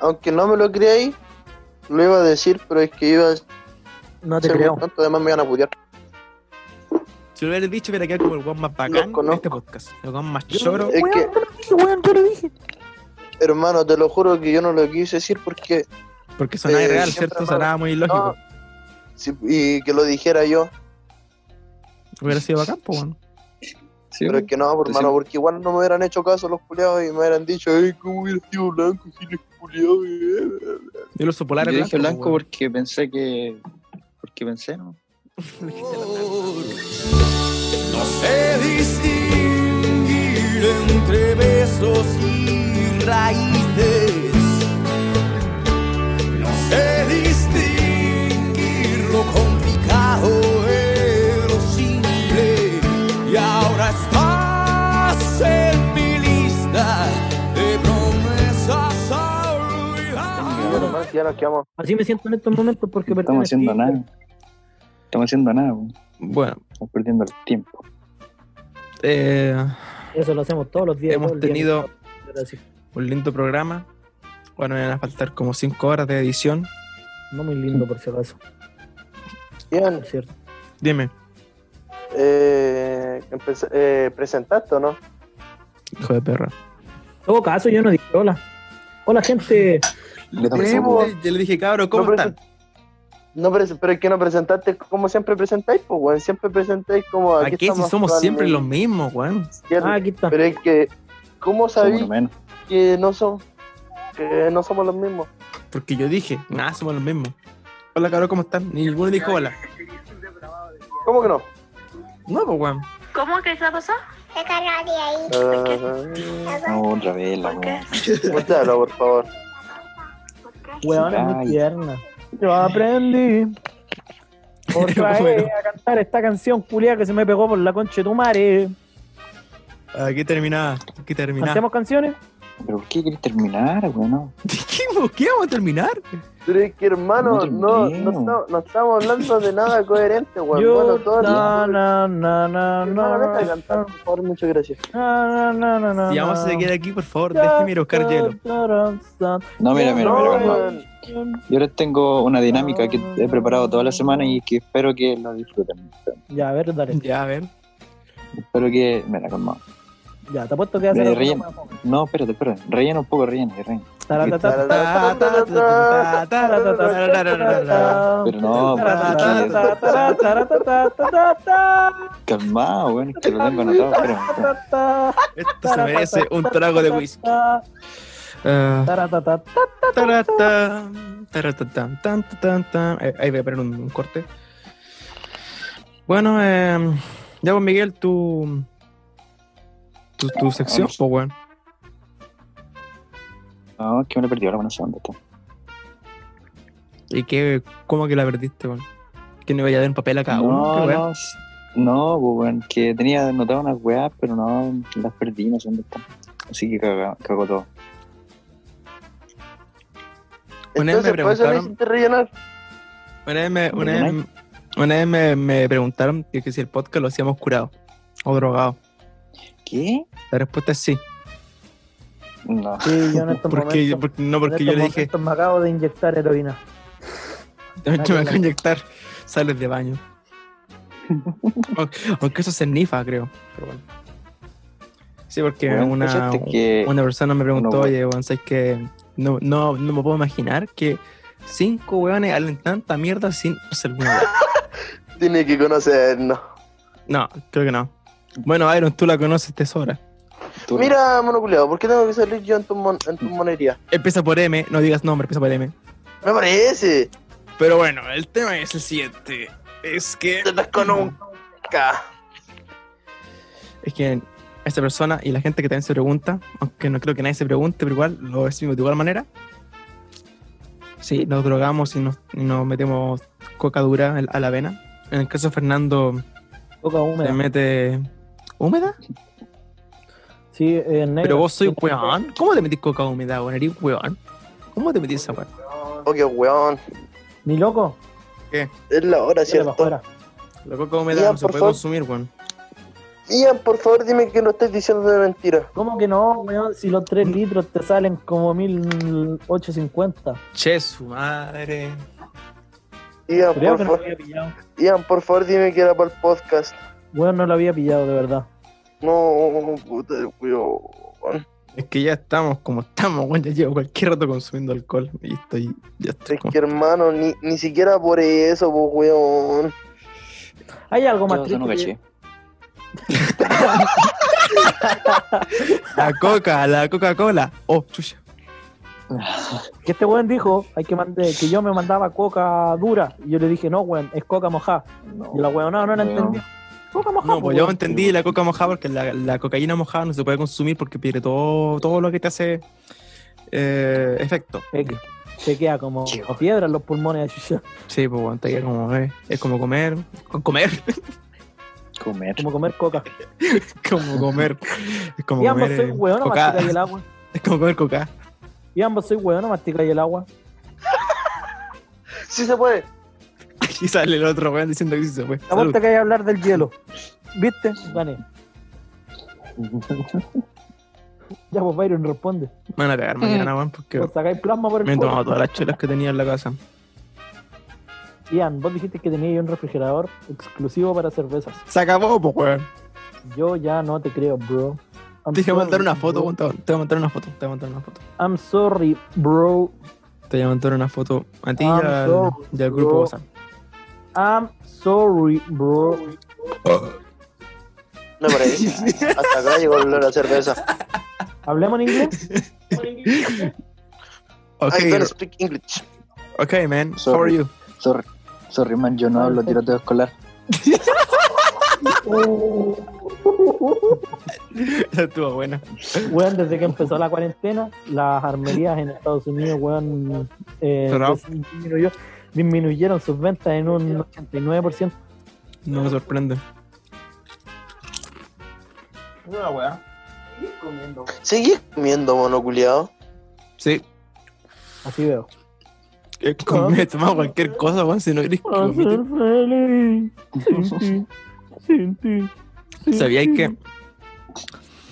[SPEAKER 4] Aunque no me lo creáis, lo iba a decir, pero es que iba a ser
[SPEAKER 3] No te creo.
[SPEAKER 4] tanto, además me iban a putear.
[SPEAKER 2] Si lo hubieras dicho, hubiera quedado como el guan más bacán de
[SPEAKER 4] conozco.
[SPEAKER 2] este podcast. El guan más choro.
[SPEAKER 4] Es que,
[SPEAKER 3] Weón, yo lo dije, weón, yo lo dije.
[SPEAKER 4] hermano, te lo juro que yo no lo quise decir porque.
[SPEAKER 2] Porque sonaba
[SPEAKER 4] eh,
[SPEAKER 2] irreal,
[SPEAKER 4] siempre
[SPEAKER 2] ¿cierto?
[SPEAKER 4] no.
[SPEAKER 2] Sonaba muy ilógico.
[SPEAKER 4] No, si- y que lo dijera yo,
[SPEAKER 2] Hubiera sido bacán, pues, bueno.
[SPEAKER 1] Sí,
[SPEAKER 4] pero es que no, por
[SPEAKER 1] Entonces-
[SPEAKER 4] hermano, porque igual no me hubieran hecho caso los culiados y me hubieran dicho, ¡ay, cómo hubiera sido blanco si eres culiado! eh".
[SPEAKER 2] Yo lo oso polar
[SPEAKER 1] yo
[SPEAKER 2] era
[SPEAKER 1] dije blanco
[SPEAKER 2] pues, bueno.
[SPEAKER 1] porque pensé que. Porque pensé, ¿no?
[SPEAKER 8] No sé distinguir entre besos y raíces. No sé distinguir lo complicado de lo simple. Y ahora estás en mi lista de promesas olvidadas.
[SPEAKER 4] Bueno, hermano, si ya nos quedamos.
[SPEAKER 3] Así me siento en estos momentos porque
[SPEAKER 1] No estamos
[SPEAKER 3] pertenezco.
[SPEAKER 1] haciendo nada. Estamos haciendo nada, weón.
[SPEAKER 2] Bueno,
[SPEAKER 1] estamos perdiendo el tiempo.
[SPEAKER 2] eh,
[SPEAKER 3] Eso lo hacemos todos los días.
[SPEAKER 2] Hemos
[SPEAKER 3] todo el día.
[SPEAKER 2] tenido-
[SPEAKER 3] Gracias.
[SPEAKER 2] un lindo programa. Bueno, me van a faltar como 5 horas de edición.
[SPEAKER 3] No muy lindo, por si acaso,
[SPEAKER 4] Bien,
[SPEAKER 3] por cierto.
[SPEAKER 2] Dime,
[SPEAKER 4] eh, empecé- eh, ¿presentaste o no?
[SPEAKER 2] hijo de perra.
[SPEAKER 3] En todo caso, yo no dije hola. Hola, gente.
[SPEAKER 1] Le
[SPEAKER 4] Sí, po.
[SPEAKER 2] Yo le dije, cabro, ¿cómo
[SPEAKER 4] No, pero
[SPEAKER 2] están?
[SPEAKER 4] No, pero, pero es que no presentaste como siempre presentáis, pues, weón. Siempre presentáis como
[SPEAKER 2] ¿A qué si
[SPEAKER 4] estamos
[SPEAKER 2] somos
[SPEAKER 4] con
[SPEAKER 2] siempre
[SPEAKER 4] el-
[SPEAKER 2] los mismos, weón?
[SPEAKER 3] Ah, aquí está.
[SPEAKER 4] Pero es que, ¿cómo
[SPEAKER 1] Somos
[SPEAKER 4] sabéis
[SPEAKER 1] lo menos.
[SPEAKER 4] que no son que no somos los mismos?
[SPEAKER 2] Porque yo dije, nada, somos los mismos. Hola, cabro, ¿cómo están? Ninguno dijo hola.
[SPEAKER 4] ¿Cómo que no?
[SPEAKER 2] No, pues, weón. <laughs>
[SPEAKER 6] ¿Cómo que se la pasó?
[SPEAKER 7] Sácala de ahí. La
[SPEAKER 1] No,
[SPEAKER 7] vaca.
[SPEAKER 1] otra vez la weá.
[SPEAKER 4] Eh, Muéstralo, por favor.
[SPEAKER 3] Weón, es muy
[SPEAKER 1] Ay.
[SPEAKER 3] tierna. Yo aprendí
[SPEAKER 2] <laughs>
[SPEAKER 3] otra vez a cantar esta canción culia que se me pegó por la concha de tu madre.
[SPEAKER 2] Aquí terminaba. Aquí terminaba. <laughs>
[SPEAKER 3] ¿Hacemos canciones?
[SPEAKER 1] ¿Pero por qué querés terminar, weón? No.
[SPEAKER 2] ¿Qué, ¿Qué vamos a terminar?
[SPEAKER 4] Pero es que, hermano, no,
[SPEAKER 1] Bien.
[SPEAKER 4] no, está- no estamos hablando de nada coherente, weón.
[SPEAKER 3] Yo,
[SPEAKER 4] Pues, Bueno, todo el-
[SPEAKER 3] na, na, na, na, na,
[SPEAKER 4] Hermano, deja de cantar, por favor, muchas gracias.
[SPEAKER 3] na, na, na, na, na.
[SPEAKER 2] Si vamos a seguir aquí, por favor, déjeme ir a buscar hielo.
[SPEAKER 1] No, mira, mira, mira,
[SPEAKER 4] no,
[SPEAKER 1] mira.
[SPEAKER 4] weón.
[SPEAKER 1] Yo les tengo una dinámica que he preparado toda la semana y que espero que lo disfruten.
[SPEAKER 3] Ya, a ver, dale.
[SPEAKER 2] Ya, a ver.
[SPEAKER 1] Espero que. Mira, calmado.
[SPEAKER 3] Ya, te apuesto que hace
[SPEAKER 1] Me
[SPEAKER 3] la-
[SPEAKER 1] relleno. No, espérate, espérate. Rellena un poco, rellena, rellena.
[SPEAKER 3] Taratata,
[SPEAKER 1] Pero no,
[SPEAKER 3] taratata, taratata, taratata,
[SPEAKER 1] calmado, weón. Es que lo tengo anotado. Espérame, espérame.
[SPEAKER 3] taratata,
[SPEAKER 2] Esto se merece un trago de whisky.
[SPEAKER 3] taratata,
[SPEAKER 2] Ah,
[SPEAKER 3] taratata.
[SPEAKER 2] taratá, taratatán, tan, tan, tan, tan. Eh, Ahí voy a poner un, un corte. Bueno, eh, ya pues Miguel, tu, tu, tu sección, pues weón.
[SPEAKER 1] No, es que me lo he perdido la buena onda. tú.
[SPEAKER 2] ¿Y qué? ¿Cómo que la perdiste, weón? ¿Que no iba a dar un papel a cada uno?
[SPEAKER 1] No,
[SPEAKER 2] ¿Qué weón?
[SPEAKER 1] no, s- no, pues, weón, que tenía anotado unas weas, pero no las perdí, no sé dónde están. Así que caga- cagó todo.
[SPEAKER 2] Una vez me
[SPEAKER 4] Entonces, por eso me
[SPEAKER 2] preguntaron-
[SPEAKER 4] hiciste rellenar.
[SPEAKER 2] Una vez me, una
[SPEAKER 1] ¿Perdonai?
[SPEAKER 2] vez- una vez me, me preguntaron que, que si el podcast lo hacíamos curado o drogado.
[SPEAKER 1] ¿Qué?
[SPEAKER 2] La respuesta es sí.
[SPEAKER 1] este No.
[SPEAKER 3] Sí, yo en estos
[SPEAKER 2] Porque, yo-
[SPEAKER 3] momentos-
[SPEAKER 2] porque- no,
[SPEAKER 3] en
[SPEAKER 1] este
[SPEAKER 2] porque yo
[SPEAKER 3] estos
[SPEAKER 2] le dije,
[SPEAKER 3] momentos me acabo de inyectar heroína.
[SPEAKER 2] de hecho me voy
[SPEAKER 3] nada.
[SPEAKER 2] a inyectar, sales de
[SPEAKER 1] <laughs>
[SPEAKER 2] baño. aunque, aunque eso se nifa, creo. pero bueno. Sí, porque
[SPEAKER 1] Weón,
[SPEAKER 2] una,
[SPEAKER 1] ¿cachaste que-
[SPEAKER 2] una persona me preguntó,
[SPEAKER 1] Uno, weón.
[SPEAKER 2] oye, weón, ¿sabes que no, no, no me puedo imaginar que cinco weones hablen tanta mierda sin hacer alguna wea".
[SPEAKER 4] Tiene que conocernos.
[SPEAKER 2] No, creo que no. Bueno, Iron, tú la conoces, te sobra.
[SPEAKER 1] Tú-
[SPEAKER 4] Mira, monoculeado, ¿por qué tengo que salir yo en tu, mon en tu monería?
[SPEAKER 2] Empieza por M, no digas nombre, empieza por M.
[SPEAKER 4] Me parece.
[SPEAKER 2] Pero bueno, el tema es el siguiente. Es que.
[SPEAKER 4] Te pesco nunca.
[SPEAKER 2] Es que esta persona y la gente que también se pregunta, aunque no creo que nadie se pregunte, pero igual lo decimos de igual manera. Sí, nos drogamos y nos, y nos metemos coca dura en- a la vena. En el caso de Fernando,
[SPEAKER 3] Coca
[SPEAKER 2] se
[SPEAKER 3] húmeda.
[SPEAKER 2] mete. ¿Húmeda?
[SPEAKER 3] Sí, eh, negro.
[SPEAKER 2] Pero vos soy weón. ¿Cómo te metís coca húmeda, weón? ¿Eres weón? ¿Cómo te metís esa weón?
[SPEAKER 4] Oh, qué weón.
[SPEAKER 3] Ni loco.
[SPEAKER 4] Es la
[SPEAKER 3] Dale
[SPEAKER 4] hora,
[SPEAKER 3] pa'
[SPEAKER 4] ¿cierto?
[SPEAKER 3] afuera.
[SPEAKER 2] La coca húmeda
[SPEAKER 4] Ya,
[SPEAKER 2] no se
[SPEAKER 4] por
[SPEAKER 2] puede
[SPEAKER 4] favor.
[SPEAKER 2] consumir, weón.
[SPEAKER 4] Ian, por favor, dime que no estás diciendo de mentira.
[SPEAKER 3] ¿Cómo que no, weón? Si los
[SPEAKER 2] Mm.
[SPEAKER 3] 3 litros te salen como 1850.
[SPEAKER 2] Che, su madre.
[SPEAKER 4] Ian,
[SPEAKER 3] Creo
[SPEAKER 4] por
[SPEAKER 3] que no lo
[SPEAKER 4] favor,
[SPEAKER 3] había pillado.
[SPEAKER 4] Ian, por favor, dime que era para el podcast.
[SPEAKER 3] Weón, no lo había pillado, de verdad.
[SPEAKER 4] No, puta de weón.
[SPEAKER 2] Es que ya estamos como estamos, weón. Ya llevo cualquier rato consumiendo alcohol y estoy. Ya estoy
[SPEAKER 4] Es
[SPEAKER 2] como-
[SPEAKER 4] que, hermano, ni, ni siquiera por eso, pues, weón.
[SPEAKER 3] Hay algo más
[SPEAKER 1] Yo
[SPEAKER 3] triste.
[SPEAKER 1] no caché.
[SPEAKER 2] La coca, la Coca-Cola. Oh, chucha.
[SPEAKER 3] que este weón dijo hay que, mande- que yo me mandaba coca dura. Y yo le dije, no, weón, es coca mojada.
[SPEAKER 1] No.
[SPEAKER 3] Y la weón, no, no la
[SPEAKER 1] Weón.
[SPEAKER 3] entendí. Coca mojada.
[SPEAKER 2] No, pues yo entendí la coca mojada porque la, la cocaína mojada no se puede consumir porque pierde todo, todo lo que te hace eh, efecto.
[SPEAKER 3] Se queda como como piedra en los pulmones <laughs> de Chucho.
[SPEAKER 2] Sí, pues bueno, te queda como, eh, es como comer, <laughs> con comer,
[SPEAKER 1] Comer. <laughs>
[SPEAKER 3] Como comer coca.
[SPEAKER 2] como comer, es como
[SPEAKER 3] Y ambos
[SPEAKER 2] comer,
[SPEAKER 3] soy
[SPEAKER 2] eh,
[SPEAKER 3] weón, no
[SPEAKER 2] coca,
[SPEAKER 3] masticáis el agua.
[SPEAKER 2] <laughs> es como comer coca.
[SPEAKER 3] Y ambos soy weón, no masticáis el agua.
[SPEAKER 4] Sí se puede.
[SPEAKER 2] Y sale el otro weón diciendo que sí se fue. Salud.
[SPEAKER 3] Apuesta que hay que hablar del hielo. ¿Viste? Gané. Ya, pues Byron responde.
[SPEAKER 2] Me van a cagar mañana, weón, porque
[SPEAKER 3] Pues sacáis plasma por
[SPEAKER 2] me
[SPEAKER 3] el
[SPEAKER 2] han
[SPEAKER 3] culo.
[SPEAKER 2] tomado todas las chelas que tenía en la casa.
[SPEAKER 3] Ian, vos dijiste que tenías un refrigerador exclusivo para cervezas.
[SPEAKER 2] Se acabó, pues weón.
[SPEAKER 3] Yo ya no te creo, bro. I'm
[SPEAKER 2] Te voy a mandar
[SPEAKER 3] sorry,
[SPEAKER 2] una foto,
[SPEAKER 3] bro.
[SPEAKER 2] weón, te voy a mandar una foto, te voy a mandar una foto.
[SPEAKER 3] I'm sorry, bro.
[SPEAKER 2] Te voy a mandar una foto a ti y
[SPEAKER 3] I'm
[SPEAKER 2] al,
[SPEAKER 3] sorry,
[SPEAKER 2] y al grupo
[SPEAKER 3] bro.
[SPEAKER 2] WhatsApp.
[SPEAKER 3] I'm sorry, bro.
[SPEAKER 2] <laughs>
[SPEAKER 4] Me parece. Hasta acá llegó el olor a cerveza.
[SPEAKER 3] ¿Hablemos en inglés?
[SPEAKER 4] I
[SPEAKER 2] Okay,
[SPEAKER 4] don't speak English.
[SPEAKER 2] okay, man. How are
[SPEAKER 1] Sorry.
[SPEAKER 2] you? <laughs>
[SPEAKER 1] Sorry. Sorry, man, yo no hablo tiroteo escolar.
[SPEAKER 2] Estuvo buena.
[SPEAKER 3] Weón, desde que empezó la cuarentena, las armerías en Estados Unidos, weón, eh,
[SPEAKER 2] Cerrado.
[SPEAKER 3] disminuyó- disminuyeron sus ventas en un 89%.
[SPEAKER 2] No me sorprende. Una weá.
[SPEAKER 4] ¿Seguís comiendo, monoculeado?
[SPEAKER 2] Sí.
[SPEAKER 3] Así veo.
[SPEAKER 2] Es como me tomaba cualquier cosa, weón, si no querés que vomite.
[SPEAKER 3] feliz sin ti, sin ti. sin
[SPEAKER 2] ¿Sabíais
[SPEAKER 3] ti. Ah.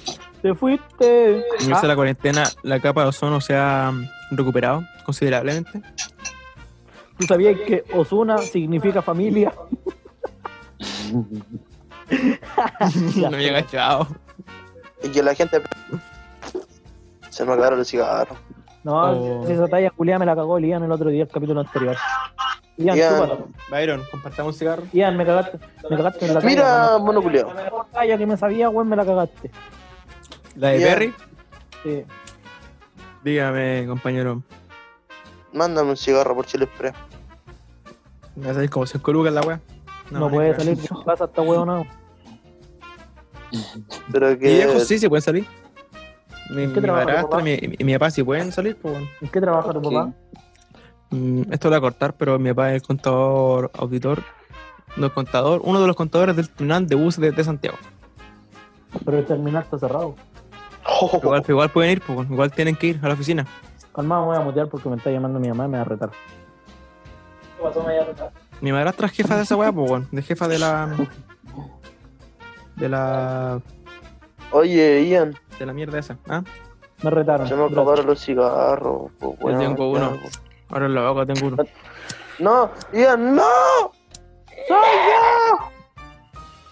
[SPEAKER 2] que
[SPEAKER 3] Te fuiste.
[SPEAKER 2] al inicio de la cuarentena la capa de ozono se ha mm, recuperado considerablemente?
[SPEAKER 3] ¿Tú sabías que Osuna significa familia?
[SPEAKER 2] <laughs> no me llega chao.
[SPEAKER 4] Y que la gente... Se me acabaron los cigarros.
[SPEAKER 3] No,
[SPEAKER 2] Oh.
[SPEAKER 3] esa talla Julián me la cagó el Ian el otro día, el capítulo anterior. Ian,
[SPEAKER 4] Ian.
[SPEAKER 3] chúpalo.
[SPEAKER 2] Byron, compartamos un cigarro.
[SPEAKER 3] Ian, me cagaste. Me cagaste en la talla.
[SPEAKER 4] Mira,
[SPEAKER 3] hermano.
[SPEAKER 4] monoculeado.
[SPEAKER 3] La mejor talla que me sabía, weón, me la cagaste.
[SPEAKER 2] La de
[SPEAKER 4] Ya.
[SPEAKER 2] Berry.
[SPEAKER 3] Sí.
[SPEAKER 2] Dígame, compañero.
[SPEAKER 4] Mándame un cigarro por Chile Express.
[SPEAKER 2] ¿Me va a salir como 5 lucas la weá?
[SPEAKER 3] No,
[SPEAKER 2] ni
[SPEAKER 3] puede
[SPEAKER 2] cagar.
[SPEAKER 3] salir de su casa esta weón, no.
[SPEAKER 4] Pero
[SPEAKER 2] Mi viejo
[SPEAKER 4] que...
[SPEAKER 2] sí se pueden salir. Mi, mi
[SPEAKER 3] trabaja tu
[SPEAKER 2] madrastra
[SPEAKER 3] papá?
[SPEAKER 2] mi, mi, mi papá sí pueden salir, pues bueno.
[SPEAKER 3] ¿En qué trabaja tu
[SPEAKER 1] Ok.
[SPEAKER 3] papá?
[SPEAKER 2] Mm, esto lo voy a cortar, pero mi papá es el contador, auditor, no el contador, uno de los contadores del tribunal de buses de, de Santiago.
[SPEAKER 3] Pero el terminal está cerrado.
[SPEAKER 2] Igual, igual pueden ir, pues, bueno, igual tienen que ir a la oficina.
[SPEAKER 3] Calma, me voy a mutear porque me está llamando mi mamá y me va a retar. ¿Qué pasó? Me va a retar.
[SPEAKER 2] Mi madrastra es jefa de esa weá, pues bueno, de jefa de la. De la.
[SPEAKER 4] Oye, Ian,
[SPEAKER 2] De la mierda esa. ¿ah?
[SPEAKER 3] Me retaron.
[SPEAKER 4] se me acabaron los cigarros. po, weón.
[SPEAKER 2] tengo uno. Ahora lo hago, tengo uno.
[SPEAKER 4] No, Ian, no.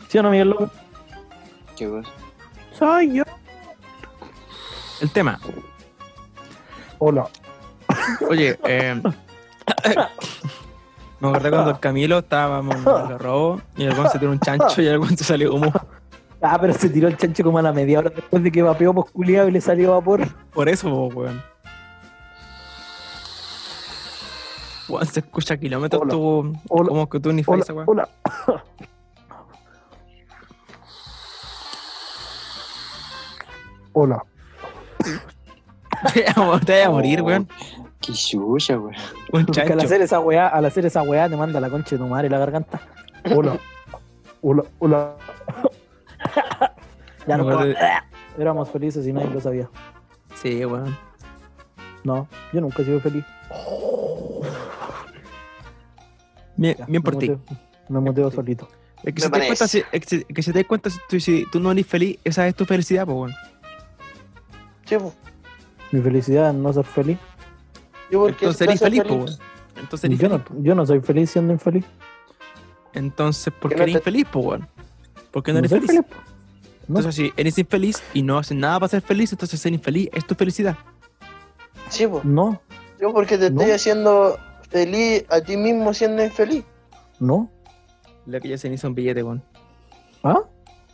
[SPEAKER 3] ¿Sí o no, Miguel López?
[SPEAKER 1] Qué bueno.
[SPEAKER 3] Soy yo.
[SPEAKER 2] El tema.
[SPEAKER 3] Hola. <laughs>
[SPEAKER 2] Oye, eh, me acordé cuando el Camilo estábamos en
[SPEAKER 3] <laughs>
[SPEAKER 2] los robos y el guan se tiró un chancho y el guan se salió humo.
[SPEAKER 3] Ah, pero se tiró el chancho como a la media hora después de que vapeó posculeado y le salió vapor.
[SPEAKER 2] Por eso, po, weón. Weón, se escucha a kilómetros
[SPEAKER 3] Hola.
[SPEAKER 2] tu.
[SPEAKER 3] Hola.
[SPEAKER 2] Como que tú ni
[SPEAKER 3] Hola,
[SPEAKER 2] face, weón. <laughs>
[SPEAKER 3] hola. hola.
[SPEAKER 2] Te voy a- te voy a morir, weón.
[SPEAKER 1] Qué chucha, weón.
[SPEAKER 2] Un
[SPEAKER 3] Oh. Porque al
[SPEAKER 2] chancho.
[SPEAKER 3] hacer esa weá, al hacer esa weá te manda la concha de tu madre la garganta. Hola. Hola, hola. <laughs> ya no
[SPEAKER 2] Me acordé-
[SPEAKER 3] Éramos felices y nadie lo sabía.
[SPEAKER 2] Sí, weón.
[SPEAKER 3] No, yo nunca he sido feliz.
[SPEAKER 2] Bien,
[SPEAKER 3] Ya,
[SPEAKER 2] bien por
[SPEAKER 3] me
[SPEAKER 2] ti.
[SPEAKER 3] muteo- Me muteo solito.
[SPEAKER 2] Es que si
[SPEAKER 4] Me
[SPEAKER 2] te das cuenta,
[SPEAKER 4] parece.
[SPEAKER 2] si, es que si- que si te das cuenta, si tú, si tú no eres feliz, esa es tu felicidad, pues, weón.
[SPEAKER 4] Sí, po.
[SPEAKER 3] Mi felicidad es no ser feliz.
[SPEAKER 4] ¿Y por qué
[SPEAKER 2] Entonces eres
[SPEAKER 4] estás
[SPEAKER 2] feliz, pues, weón. Entonces eres
[SPEAKER 3] Yo no, yo no soy feliz siendo infeliz.
[SPEAKER 2] Entonces, ¿por
[SPEAKER 4] Que
[SPEAKER 2] qué
[SPEAKER 4] no
[SPEAKER 2] eres
[SPEAKER 4] te-
[SPEAKER 2] infeliz, po, weón? ¿Por qué no
[SPEAKER 3] No
[SPEAKER 2] eres
[SPEAKER 3] soy
[SPEAKER 2] feliz?
[SPEAKER 3] po. no.
[SPEAKER 2] Entonces, si eres infeliz y no haces nada para ser feliz, entonces ser infeliz es tu felicidad.
[SPEAKER 4] Sí, po.
[SPEAKER 3] No,
[SPEAKER 4] Yo porque te
[SPEAKER 3] No.
[SPEAKER 4] estoy haciendo feliz a ti mismo siendo infeliz.
[SPEAKER 3] no.
[SPEAKER 2] Le que se hizo un billete, weón.
[SPEAKER 3] ¿Ah?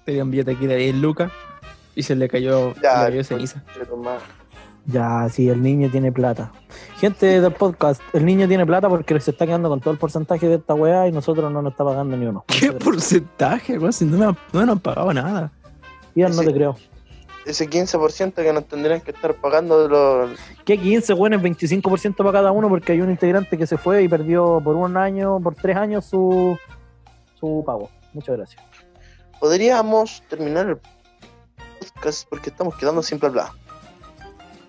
[SPEAKER 2] Tenía un billete aquí de 10 lucas y se le cayó,
[SPEAKER 4] Ya,
[SPEAKER 2] le cayó
[SPEAKER 4] pues.
[SPEAKER 2] ceniza.
[SPEAKER 3] Ya, sí, el niño tiene plata. Gente del podcast, el niño tiene plata porque se está quedando con todo el porcentaje de esta weá y nosotros no nos está pagando ni uno.
[SPEAKER 2] ¿Qué porcentaje, weón? Si no me, han, no me han pagado nada.
[SPEAKER 3] Ian, no
[SPEAKER 4] Ese-
[SPEAKER 3] te creo.
[SPEAKER 4] Ese 15% que nos tendrían que estar pagando de los...
[SPEAKER 3] ¿Qué 15 weones? 25% para cada uno porque hay un integrante que se fue y perdió por un año, por tres años su, su pago. Muchas gracias.
[SPEAKER 4] Podríamos terminar el podcast porque estamos quedando sin bla bla.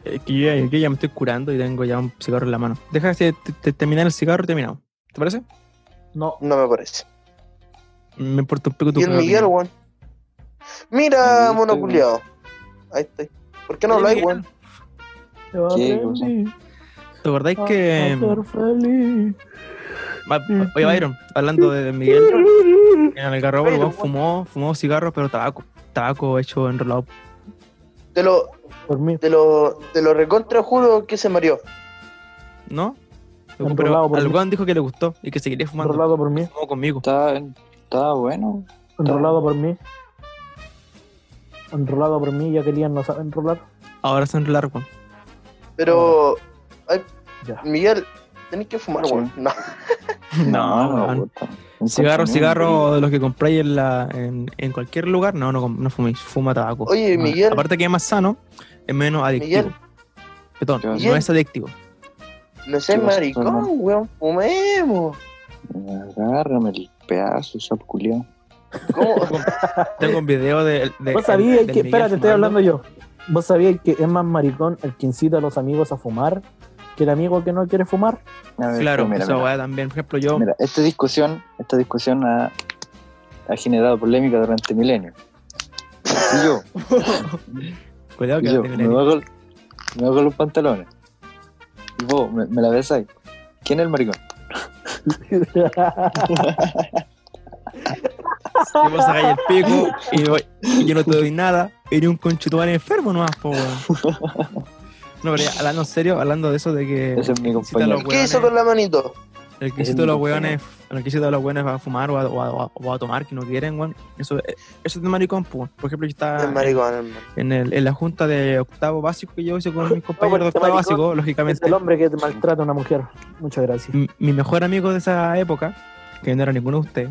[SPEAKER 2] Es que yo, ya- yo ya me estoy curando y tengo ya un cigarro en la mano. Deja de, de terminar el cigarro y terminado. ¿Te parece?
[SPEAKER 3] No,
[SPEAKER 4] No me parece.
[SPEAKER 2] Me importa un pico tu
[SPEAKER 4] Y el
[SPEAKER 2] opinión.
[SPEAKER 4] Miguel, weón.
[SPEAKER 1] Ahí
[SPEAKER 4] Mira,
[SPEAKER 1] estoy,
[SPEAKER 4] monoculeado. Ahí estoy. ¿Por qué no
[SPEAKER 2] Oye,
[SPEAKER 4] habláis,
[SPEAKER 2] Miguel,
[SPEAKER 4] weón?
[SPEAKER 3] yo
[SPEAKER 1] ¿Qué
[SPEAKER 7] Mm.
[SPEAKER 3] aprendí
[SPEAKER 2] ¿Te acordáis
[SPEAKER 3] a-
[SPEAKER 2] que.?
[SPEAKER 3] a ser feliz.
[SPEAKER 2] Ma- Oye, Byron, hablando de Miguel, en el garrobo el weón fumó, fumó cigarros, pero tabaco. Tabaco hecho enrolado.
[SPEAKER 4] Te lo,
[SPEAKER 3] Por mí,
[SPEAKER 4] te lo, te lo recontra juro que se mareó.
[SPEAKER 2] ¿No?
[SPEAKER 3] Enrolado
[SPEAKER 2] Pero
[SPEAKER 3] por
[SPEAKER 2] al
[SPEAKER 3] mí.
[SPEAKER 2] weón dijo que le gustó y que seguiría fumando.
[SPEAKER 3] enrolado por mí,
[SPEAKER 2] Fumó conmigo.
[SPEAKER 1] Está,
[SPEAKER 2] <laughs>
[SPEAKER 1] está bueno.
[SPEAKER 3] enrolado por mí. Enrolado por mí, ya que Ian no sabe enrolar.
[SPEAKER 2] Ahora se enrolar, weón.
[SPEAKER 4] Pero, ay,
[SPEAKER 3] Ya.
[SPEAKER 4] Miguel, tenés que fumar,
[SPEAKER 1] Sí.
[SPEAKER 4] weón. No.
[SPEAKER 1] No, no,
[SPEAKER 2] weón.
[SPEAKER 1] me gusta. Un
[SPEAKER 2] Cigarro,
[SPEAKER 1] consumidor.
[SPEAKER 2] cigarro de los que compráis en, la, en, en cualquier lugar, no, no, com- no fuméis, fuma tabaco.
[SPEAKER 4] Oye,
[SPEAKER 2] No,
[SPEAKER 4] Miguel.
[SPEAKER 2] Aparte que es más sano, es menos adictivo.
[SPEAKER 4] Miguel.
[SPEAKER 2] Perdón,
[SPEAKER 1] Miguel.
[SPEAKER 2] no es adictivo.
[SPEAKER 4] No sé,
[SPEAKER 1] Qué
[SPEAKER 4] maricón,
[SPEAKER 1] bastardo.
[SPEAKER 4] weón, fumemos.
[SPEAKER 1] Agárrame el pedazo, sap culiao.
[SPEAKER 4] ¿Cómo?
[SPEAKER 2] Tengo un video de. de
[SPEAKER 3] Vos sabías
[SPEAKER 2] del
[SPEAKER 3] que,
[SPEAKER 2] Miguel
[SPEAKER 3] espérate, estoy
[SPEAKER 2] fumando.
[SPEAKER 3] hablando yo. Vos sabías que es más maricón el que incita a los amigos a fumar que el amigo que no quiere fumar. <laughs>
[SPEAKER 1] A ver,
[SPEAKER 2] Claro,
[SPEAKER 1] mira,
[SPEAKER 2] esa
[SPEAKER 1] mira.
[SPEAKER 2] weá también. Por ejemplo, yo.
[SPEAKER 1] Mira, esta discusión, esta discusión ha, ha generado polémica durante milenios. Y yo,
[SPEAKER 2] Cuidado que
[SPEAKER 1] y yo
[SPEAKER 2] la
[SPEAKER 1] me,
[SPEAKER 2] tengo-
[SPEAKER 1] bajo, me bajo los pantalones. Y vos, me, me la ves ahí. ¿Quién es el maricón?
[SPEAKER 2] Eh, que vos sacáis el pico y yo, y yo no te doy nada, eres un conchetumare enfermo nomás, po, weón. No, pero ya, hablando en serio, hablando de eso de que.
[SPEAKER 1] Ese es mi
[SPEAKER 2] incita a <laughs> los
[SPEAKER 1] compañero.
[SPEAKER 4] ¿Qué hizo
[SPEAKER 2] weones-
[SPEAKER 4] con la manito?
[SPEAKER 2] El que
[SPEAKER 1] Ese
[SPEAKER 2] hiciste
[SPEAKER 1] es mi
[SPEAKER 2] los
[SPEAKER 1] compañero.
[SPEAKER 2] weones, el que hiciste los weones va a fumar o a, o a- o a- o a tomar que no quieren, weón. Eso, eh, eso es de maricón, po. weón. Por ejemplo, yo estaba
[SPEAKER 4] El maricón,
[SPEAKER 2] eh.
[SPEAKER 4] hermano.
[SPEAKER 2] en, el- en la junta de octavo básico que yo hice
[SPEAKER 3] <laughs>
[SPEAKER 2] con mis compañeros de
[SPEAKER 3] porque
[SPEAKER 2] octavo
[SPEAKER 3] maricón
[SPEAKER 2] básico,
[SPEAKER 3] Es
[SPEAKER 2] lógicamente.
[SPEAKER 3] el hombre que maltrata a una mujer. Muchas gracias.
[SPEAKER 2] M- Mi mejor amigo de esa época, que no era ninguno de ustedes,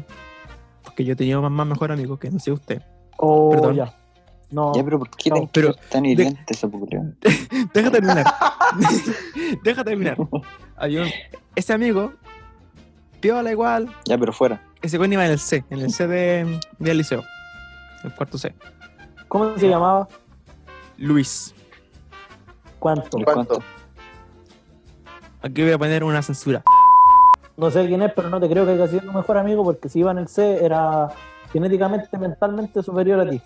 [SPEAKER 2] porque yo tenía más, más mejor amigo que no sé usted.
[SPEAKER 3] Oh,
[SPEAKER 2] Perdón.
[SPEAKER 3] ya. No,
[SPEAKER 1] Ya, pero ¿por qué
[SPEAKER 3] No,
[SPEAKER 1] tan,
[SPEAKER 2] pero-
[SPEAKER 1] tan hiriente esa culiao?
[SPEAKER 2] Deja terminar. <laughs> Deja terminar. Había un- ese amigo, piola igual,
[SPEAKER 1] Ya, pero fuera.
[SPEAKER 2] ese güey iba en el C, en el C de, del liceo, el cuarto C.
[SPEAKER 3] ¿cómo se llamaba?
[SPEAKER 2] Luis.
[SPEAKER 3] ¿Cuánto?
[SPEAKER 4] ¿Cuánto?
[SPEAKER 2] Aquí voy a poner una censura.
[SPEAKER 3] No sé quién es, pero no te creo que haya sido tu mejor amigo porque si iba en el C era genéticamente, mentalmente superior a ti.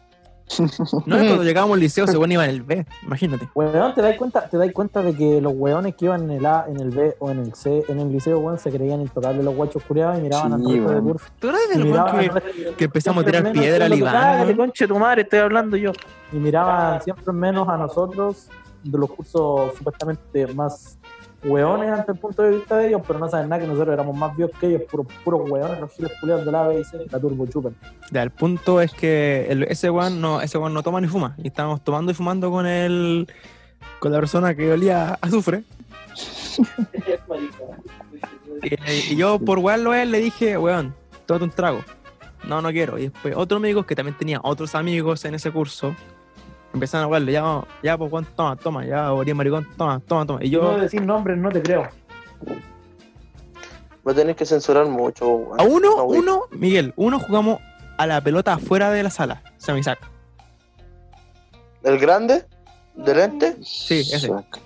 [SPEAKER 2] No, cuando llegábamos al liceo, ese güey iba en el B, imagínate.
[SPEAKER 3] Weón, ¿te das cuenta, te das cuenta de que los weones que iban en el A, en el B o en el C, en el liceo, weón, se creían intocables los guachos curiados y miraban al
[SPEAKER 1] Sí,
[SPEAKER 3] resto de
[SPEAKER 1] weón.
[SPEAKER 3] curso.
[SPEAKER 2] ¿Tú eres
[SPEAKER 3] Y
[SPEAKER 2] del
[SPEAKER 3] miraban
[SPEAKER 2] güey
[SPEAKER 3] al
[SPEAKER 2] que,
[SPEAKER 3] resto-
[SPEAKER 2] que empezamos a
[SPEAKER 3] siempre
[SPEAKER 2] tirar
[SPEAKER 3] menos
[SPEAKER 2] piedra al
[SPEAKER 3] que lo que
[SPEAKER 2] Iván?
[SPEAKER 3] cágate,
[SPEAKER 2] güey?
[SPEAKER 3] conche tu madre, estoy hablando yo. Y miraban siempre menos a nosotros de los cursos supuestamente más weones ante el punto de vista de ellos, pero no saben nada que nosotros éramos más viejos que ellos, puros puros weones, los giles culiados de la B y C, la turbo chupen.
[SPEAKER 2] Ya, el punto es que el- ese guan no, ese guan no toma ni fuma. Y estábamos tomando y fumando con el con la persona que olía a azufre. y, y yo por weón lo es, le dije, weón, tómate un trago. No, no quiero. Y después otros amigos que también tenía otros amigos en ese curso empezaron a hablarle, ya, vamos, ya, pues weón, toma, toma, ya, oría maricón, toma, toma, toma. Y
[SPEAKER 3] Yo
[SPEAKER 2] yo,
[SPEAKER 3] no decir nombres, no te creo.
[SPEAKER 4] Va a tener que censurar mucho,
[SPEAKER 2] A
[SPEAKER 4] weón.
[SPEAKER 2] uno,
[SPEAKER 4] No, güey.
[SPEAKER 2] uno, Miguel, uno jugamos a la pelota afuera de la sala. Se me saca.
[SPEAKER 4] ¿El grande? ¿Delente?
[SPEAKER 2] <laughs> Sí, ese.
[SPEAKER 1] Saca.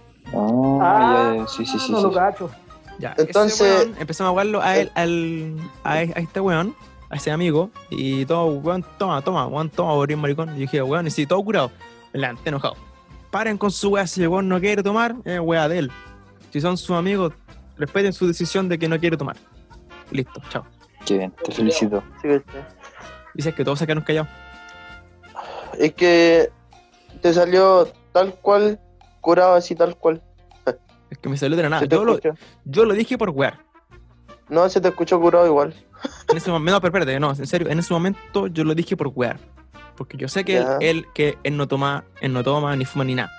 [SPEAKER 1] Ah, ya, ya, sí, sí,
[SPEAKER 4] Ah,
[SPEAKER 1] sí.
[SPEAKER 3] Ah, no
[SPEAKER 1] sí.
[SPEAKER 3] lo cacho.
[SPEAKER 2] Ya,
[SPEAKER 4] Entonces- eh,
[SPEAKER 2] ese weón, empezamos a jugarlo a él, al, a, e- a este weón, a ese amigo, y todo, weón, toma, toma, weón, toma, morir maricón. Y yo dije, weón, y sí, todo curado, delante, enojado. Paren con su weá, si el weón no quiere tomar, es weá de él. Si son sus amigos, respeten su decisión de que no quiere tomar. Listo, chao.
[SPEAKER 1] Qué bien, te felicito.
[SPEAKER 4] Sí, ¿cachai?
[SPEAKER 2] Dices que todos se quedaron callados.
[SPEAKER 4] Es que te salió tal cual, curado así tal cual.
[SPEAKER 2] Es que me salió de la nada.
[SPEAKER 4] Se te
[SPEAKER 2] Ah, Yo lo,
[SPEAKER 4] escuchó.
[SPEAKER 2] yo lo dije por weá.
[SPEAKER 4] No, se te escuchó curado igual.
[SPEAKER 2] En ese momento, no, pero espérate, no, en serio, en ese momento yo lo dije por wear. Porque yo sé que él,
[SPEAKER 4] Ya.
[SPEAKER 2] él- que él no toma, él no toma, ni fuma, ni nada.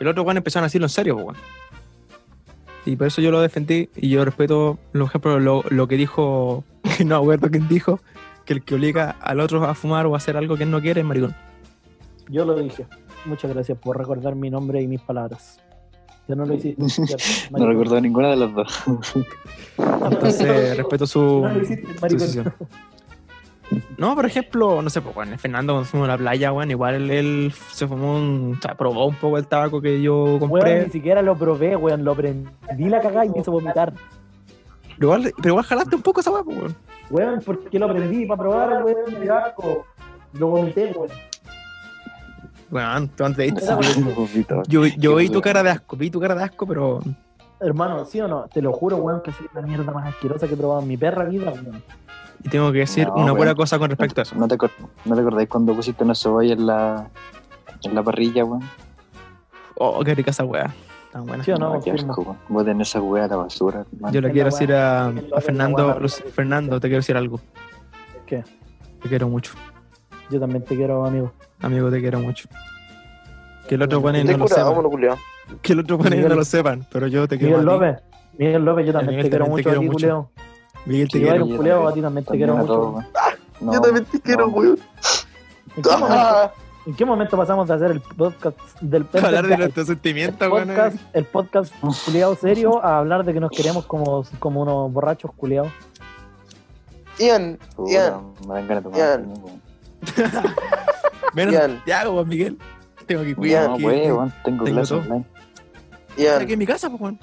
[SPEAKER 2] El otro weón empezaron a decirlo en serio, po, weón. Y por eso yo lo defendí y yo respeto, por ejemplo, lo, lo que dijo, <laughs> que no acuerdo quién dijo, que el que obliga al otro a fumar o a hacer algo que él no quiere es maricón.
[SPEAKER 3] Yo lo dije. Muchas gracias por recordar mi nombre y mis palabras. Yo no lo hiciste. cierto,
[SPEAKER 1] <laughs> No
[SPEAKER 3] maricón. <laughs>
[SPEAKER 1] recuerdo ninguna de las dos.
[SPEAKER 2] Entonces, respeto su,
[SPEAKER 3] No lo hiciste,
[SPEAKER 2] su
[SPEAKER 3] maricón.
[SPEAKER 2] decisión. No, por ejemplo, no sé, pues, bueno, Fernando cuando fuimos a la playa, weón, igual él, él se fumó un, o sea, probó un poco el tabaco que yo compré.
[SPEAKER 3] Weón, ni siquiera lo probé, weón. Lo prendí la cagada y me hizo vomitar.
[SPEAKER 2] Pero igual, pero igual jalaste un poco esa weá, po, weón.
[SPEAKER 3] Weón, ¿por qué lo prendí? Para probar, weón, el asco. Lo vomité, weón.
[SPEAKER 2] Weón, tú antes de irte-
[SPEAKER 3] Esa
[SPEAKER 1] <laughs>
[SPEAKER 3] weá.
[SPEAKER 1] Pobrecito.
[SPEAKER 2] Yo, yo vi tu
[SPEAKER 1] weón.
[SPEAKER 2] cara de asco, vi tu cara de asco, pero.
[SPEAKER 3] Hermano, ¿sí o no? Te lo juro, weón, que soy la mierda más asquerosa que he probado en mi perra vida, weón.
[SPEAKER 2] Y tengo que decir
[SPEAKER 1] No,
[SPEAKER 2] una
[SPEAKER 1] weón.
[SPEAKER 2] buena cosa con respecto a eso.
[SPEAKER 1] ¿No te, acor- ¿No te acordáis cuando pusiste una cebolla en la, en la parrilla, weón?
[SPEAKER 2] Oh, qué rica esa weá. Tan buena.
[SPEAKER 3] ¿Sí o no?
[SPEAKER 1] <laughs> qué
[SPEAKER 3] Confirmo.
[SPEAKER 1] asco, weón. Vos tenés esa weá a la basura, hermano.
[SPEAKER 2] Yo le
[SPEAKER 3] Esa
[SPEAKER 2] quiero
[SPEAKER 3] weá,
[SPEAKER 2] decir a,
[SPEAKER 3] esa
[SPEAKER 2] a
[SPEAKER 3] weá,
[SPEAKER 2] Fernando,
[SPEAKER 3] weá.
[SPEAKER 2] Luz- Fernando, te quiero decir algo.
[SPEAKER 3] ¿Qué?
[SPEAKER 2] Te quiero mucho,
[SPEAKER 3] Yo también te quiero, amigo.
[SPEAKER 2] amigo, te quiero mucho. Que el otro weón no
[SPEAKER 4] Estoy
[SPEAKER 2] lo
[SPEAKER 4] curado,
[SPEAKER 2] sepan.
[SPEAKER 4] vámonos, culiao.
[SPEAKER 2] Que el otro weón no
[SPEAKER 3] Miguel-
[SPEAKER 2] lo sepan, pero yo te quiero.
[SPEAKER 3] Miguel
[SPEAKER 2] a ti.
[SPEAKER 3] López. Miguel López, yo también
[SPEAKER 2] Miguel
[SPEAKER 3] te quiero
[SPEAKER 2] también
[SPEAKER 3] mucho
[SPEAKER 2] te
[SPEAKER 3] a ti,
[SPEAKER 2] quiero
[SPEAKER 3] culiao.
[SPEAKER 2] Miguel, te
[SPEAKER 3] Yo
[SPEAKER 2] quiero.
[SPEAKER 3] <laughs> era un culiao, a ti también te quiero
[SPEAKER 1] a
[SPEAKER 3] mucho.
[SPEAKER 1] todos, weón. No,
[SPEAKER 4] Yo también te quiero,
[SPEAKER 1] no.
[SPEAKER 4] weón.
[SPEAKER 3] ¿En qué, momento, en qué momento pasamos de hacer el podcast del
[SPEAKER 2] Para <laughs> hablar de
[SPEAKER 3] el
[SPEAKER 2] nuestros sentimientos, weón. eh.
[SPEAKER 3] podcast, el podcast culiado serio a hablar de que nos queríamos como, como unos borrachos culiados?
[SPEAKER 4] <laughs> Ian,
[SPEAKER 1] Puta,
[SPEAKER 4] Ian,
[SPEAKER 1] Me dan ganas de tomar.
[SPEAKER 4] Ian.
[SPEAKER 1] también, weón.
[SPEAKER 2] Menos
[SPEAKER 4] Ian.
[SPEAKER 2] Santiago, weón, Miguel. Tengo que cuidar.
[SPEAKER 1] No,
[SPEAKER 2] aquí.
[SPEAKER 3] pues,
[SPEAKER 1] weón,
[SPEAKER 2] tengo
[SPEAKER 1] tengo clases
[SPEAKER 2] todo.
[SPEAKER 1] online.
[SPEAKER 2] Estoy aquí
[SPEAKER 4] Ian.
[SPEAKER 2] en mi casa, pues, weón.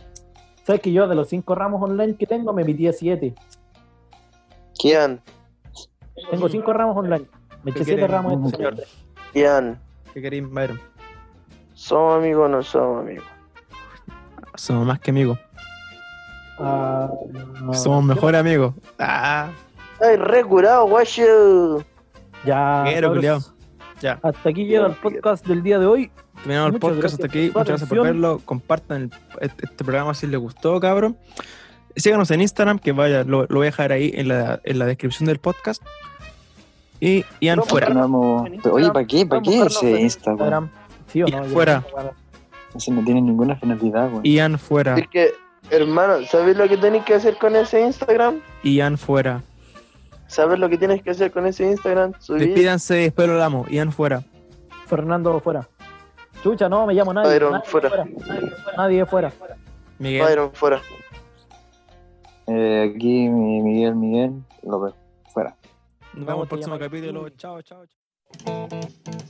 [SPEAKER 3] ¿Sabes que yo de los cinco ramos online que tengo me metí a siete?
[SPEAKER 4] Ian,
[SPEAKER 3] Tengo cinco ramos online. Me eché
[SPEAKER 2] ¿Qué
[SPEAKER 3] siete
[SPEAKER 2] querés,
[SPEAKER 3] ramos este
[SPEAKER 2] señor?
[SPEAKER 3] semestre.
[SPEAKER 4] Ian.
[SPEAKER 2] ¿Qué queréis, Byron?
[SPEAKER 4] Somos amigos o no somos amigos.
[SPEAKER 2] Somos más que amigos.
[SPEAKER 3] Ah, no.
[SPEAKER 2] Somos mejores amigos. Ah,
[SPEAKER 4] Ay, re curado, guacho.
[SPEAKER 3] Ya.
[SPEAKER 2] Quiero,
[SPEAKER 3] cabros.
[SPEAKER 2] culiao. Ya.
[SPEAKER 3] Hasta aquí llega el podcast del día de hoy.
[SPEAKER 2] terminamos el
[SPEAKER 3] Muchas
[SPEAKER 2] podcast
[SPEAKER 3] gracias
[SPEAKER 2] hasta aquí.
[SPEAKER 3] por
[SPEAKER 2] Muchas
[SPEAKER 3] su
[SPEAKER 2] gracias por
[SPEAKER 3] atención.
[SPEAKER 2] verlo. Compartan el- este, este programa si les gustó, cabrón. Síganos en Instagram, que vaya, lo, lo voy a dejar ahí en la, en la descripción del podcast. Y Ian
[SPEAKER 4] No,
[SPEAKER 2] fuera.
[SPEAKER 1] Continuamos-
[SPEAKER 4] Instagram.
[SPEAKER 1] Oye, ¿para qué? ¿Para
[SPEAKER 4] Vamos a
[SPEAKER 1] qué
[SPEAKER 4] vernos
[SPEAKER 1] ese
[SPEAKER 4] en
[SPEAKER 1] Insta, weón?
[SPEAKER 3] Instagram. ¿Sí o
[SPEAKER 2] Y
[SPEAKER 3] no? Ya.
[SPEAKER 2] fuera.
[SPEAKER 1] Ese no tiene ninguna finalidad, weón.
[SPEAKER 2] Ian fuera.
[SPEAKER 4] Así que, hermano, ¿sabes lo que tenés que hacer con ese Instagram?
[SPEAKER 2] Ian fuera.
[SPEAKER 4] ¿Sabes lo que tienes que hacer con ese Instagram? Subir.
[SPEAKER 2] Despídanse, después lo hablamos. Ian fuera.
[SPEAKER 3] Fernando fuera. Chucha, no, me llamo nadie.
[SPEAKER 4] Byron,
[SPEAKER 3] nadie
[SPEAKER 4] fuera.
[SPEAKER 3] Nadie fuera.
[SPEAKER 2] Miguel.
[SPEAKER 4] Byron, fuera.
[SPEAKER 1] Eh, aquí mi- Miguel, Miguel, López, fuera.
[SPEAKER 2] Nos vemos en el
[SPEAKER 3] Vamos, te
[SPEAKER 2] próximo
[SPEAKER 3] llamo.
[SPEAKER 2] capítulo. Chao, chao. chao.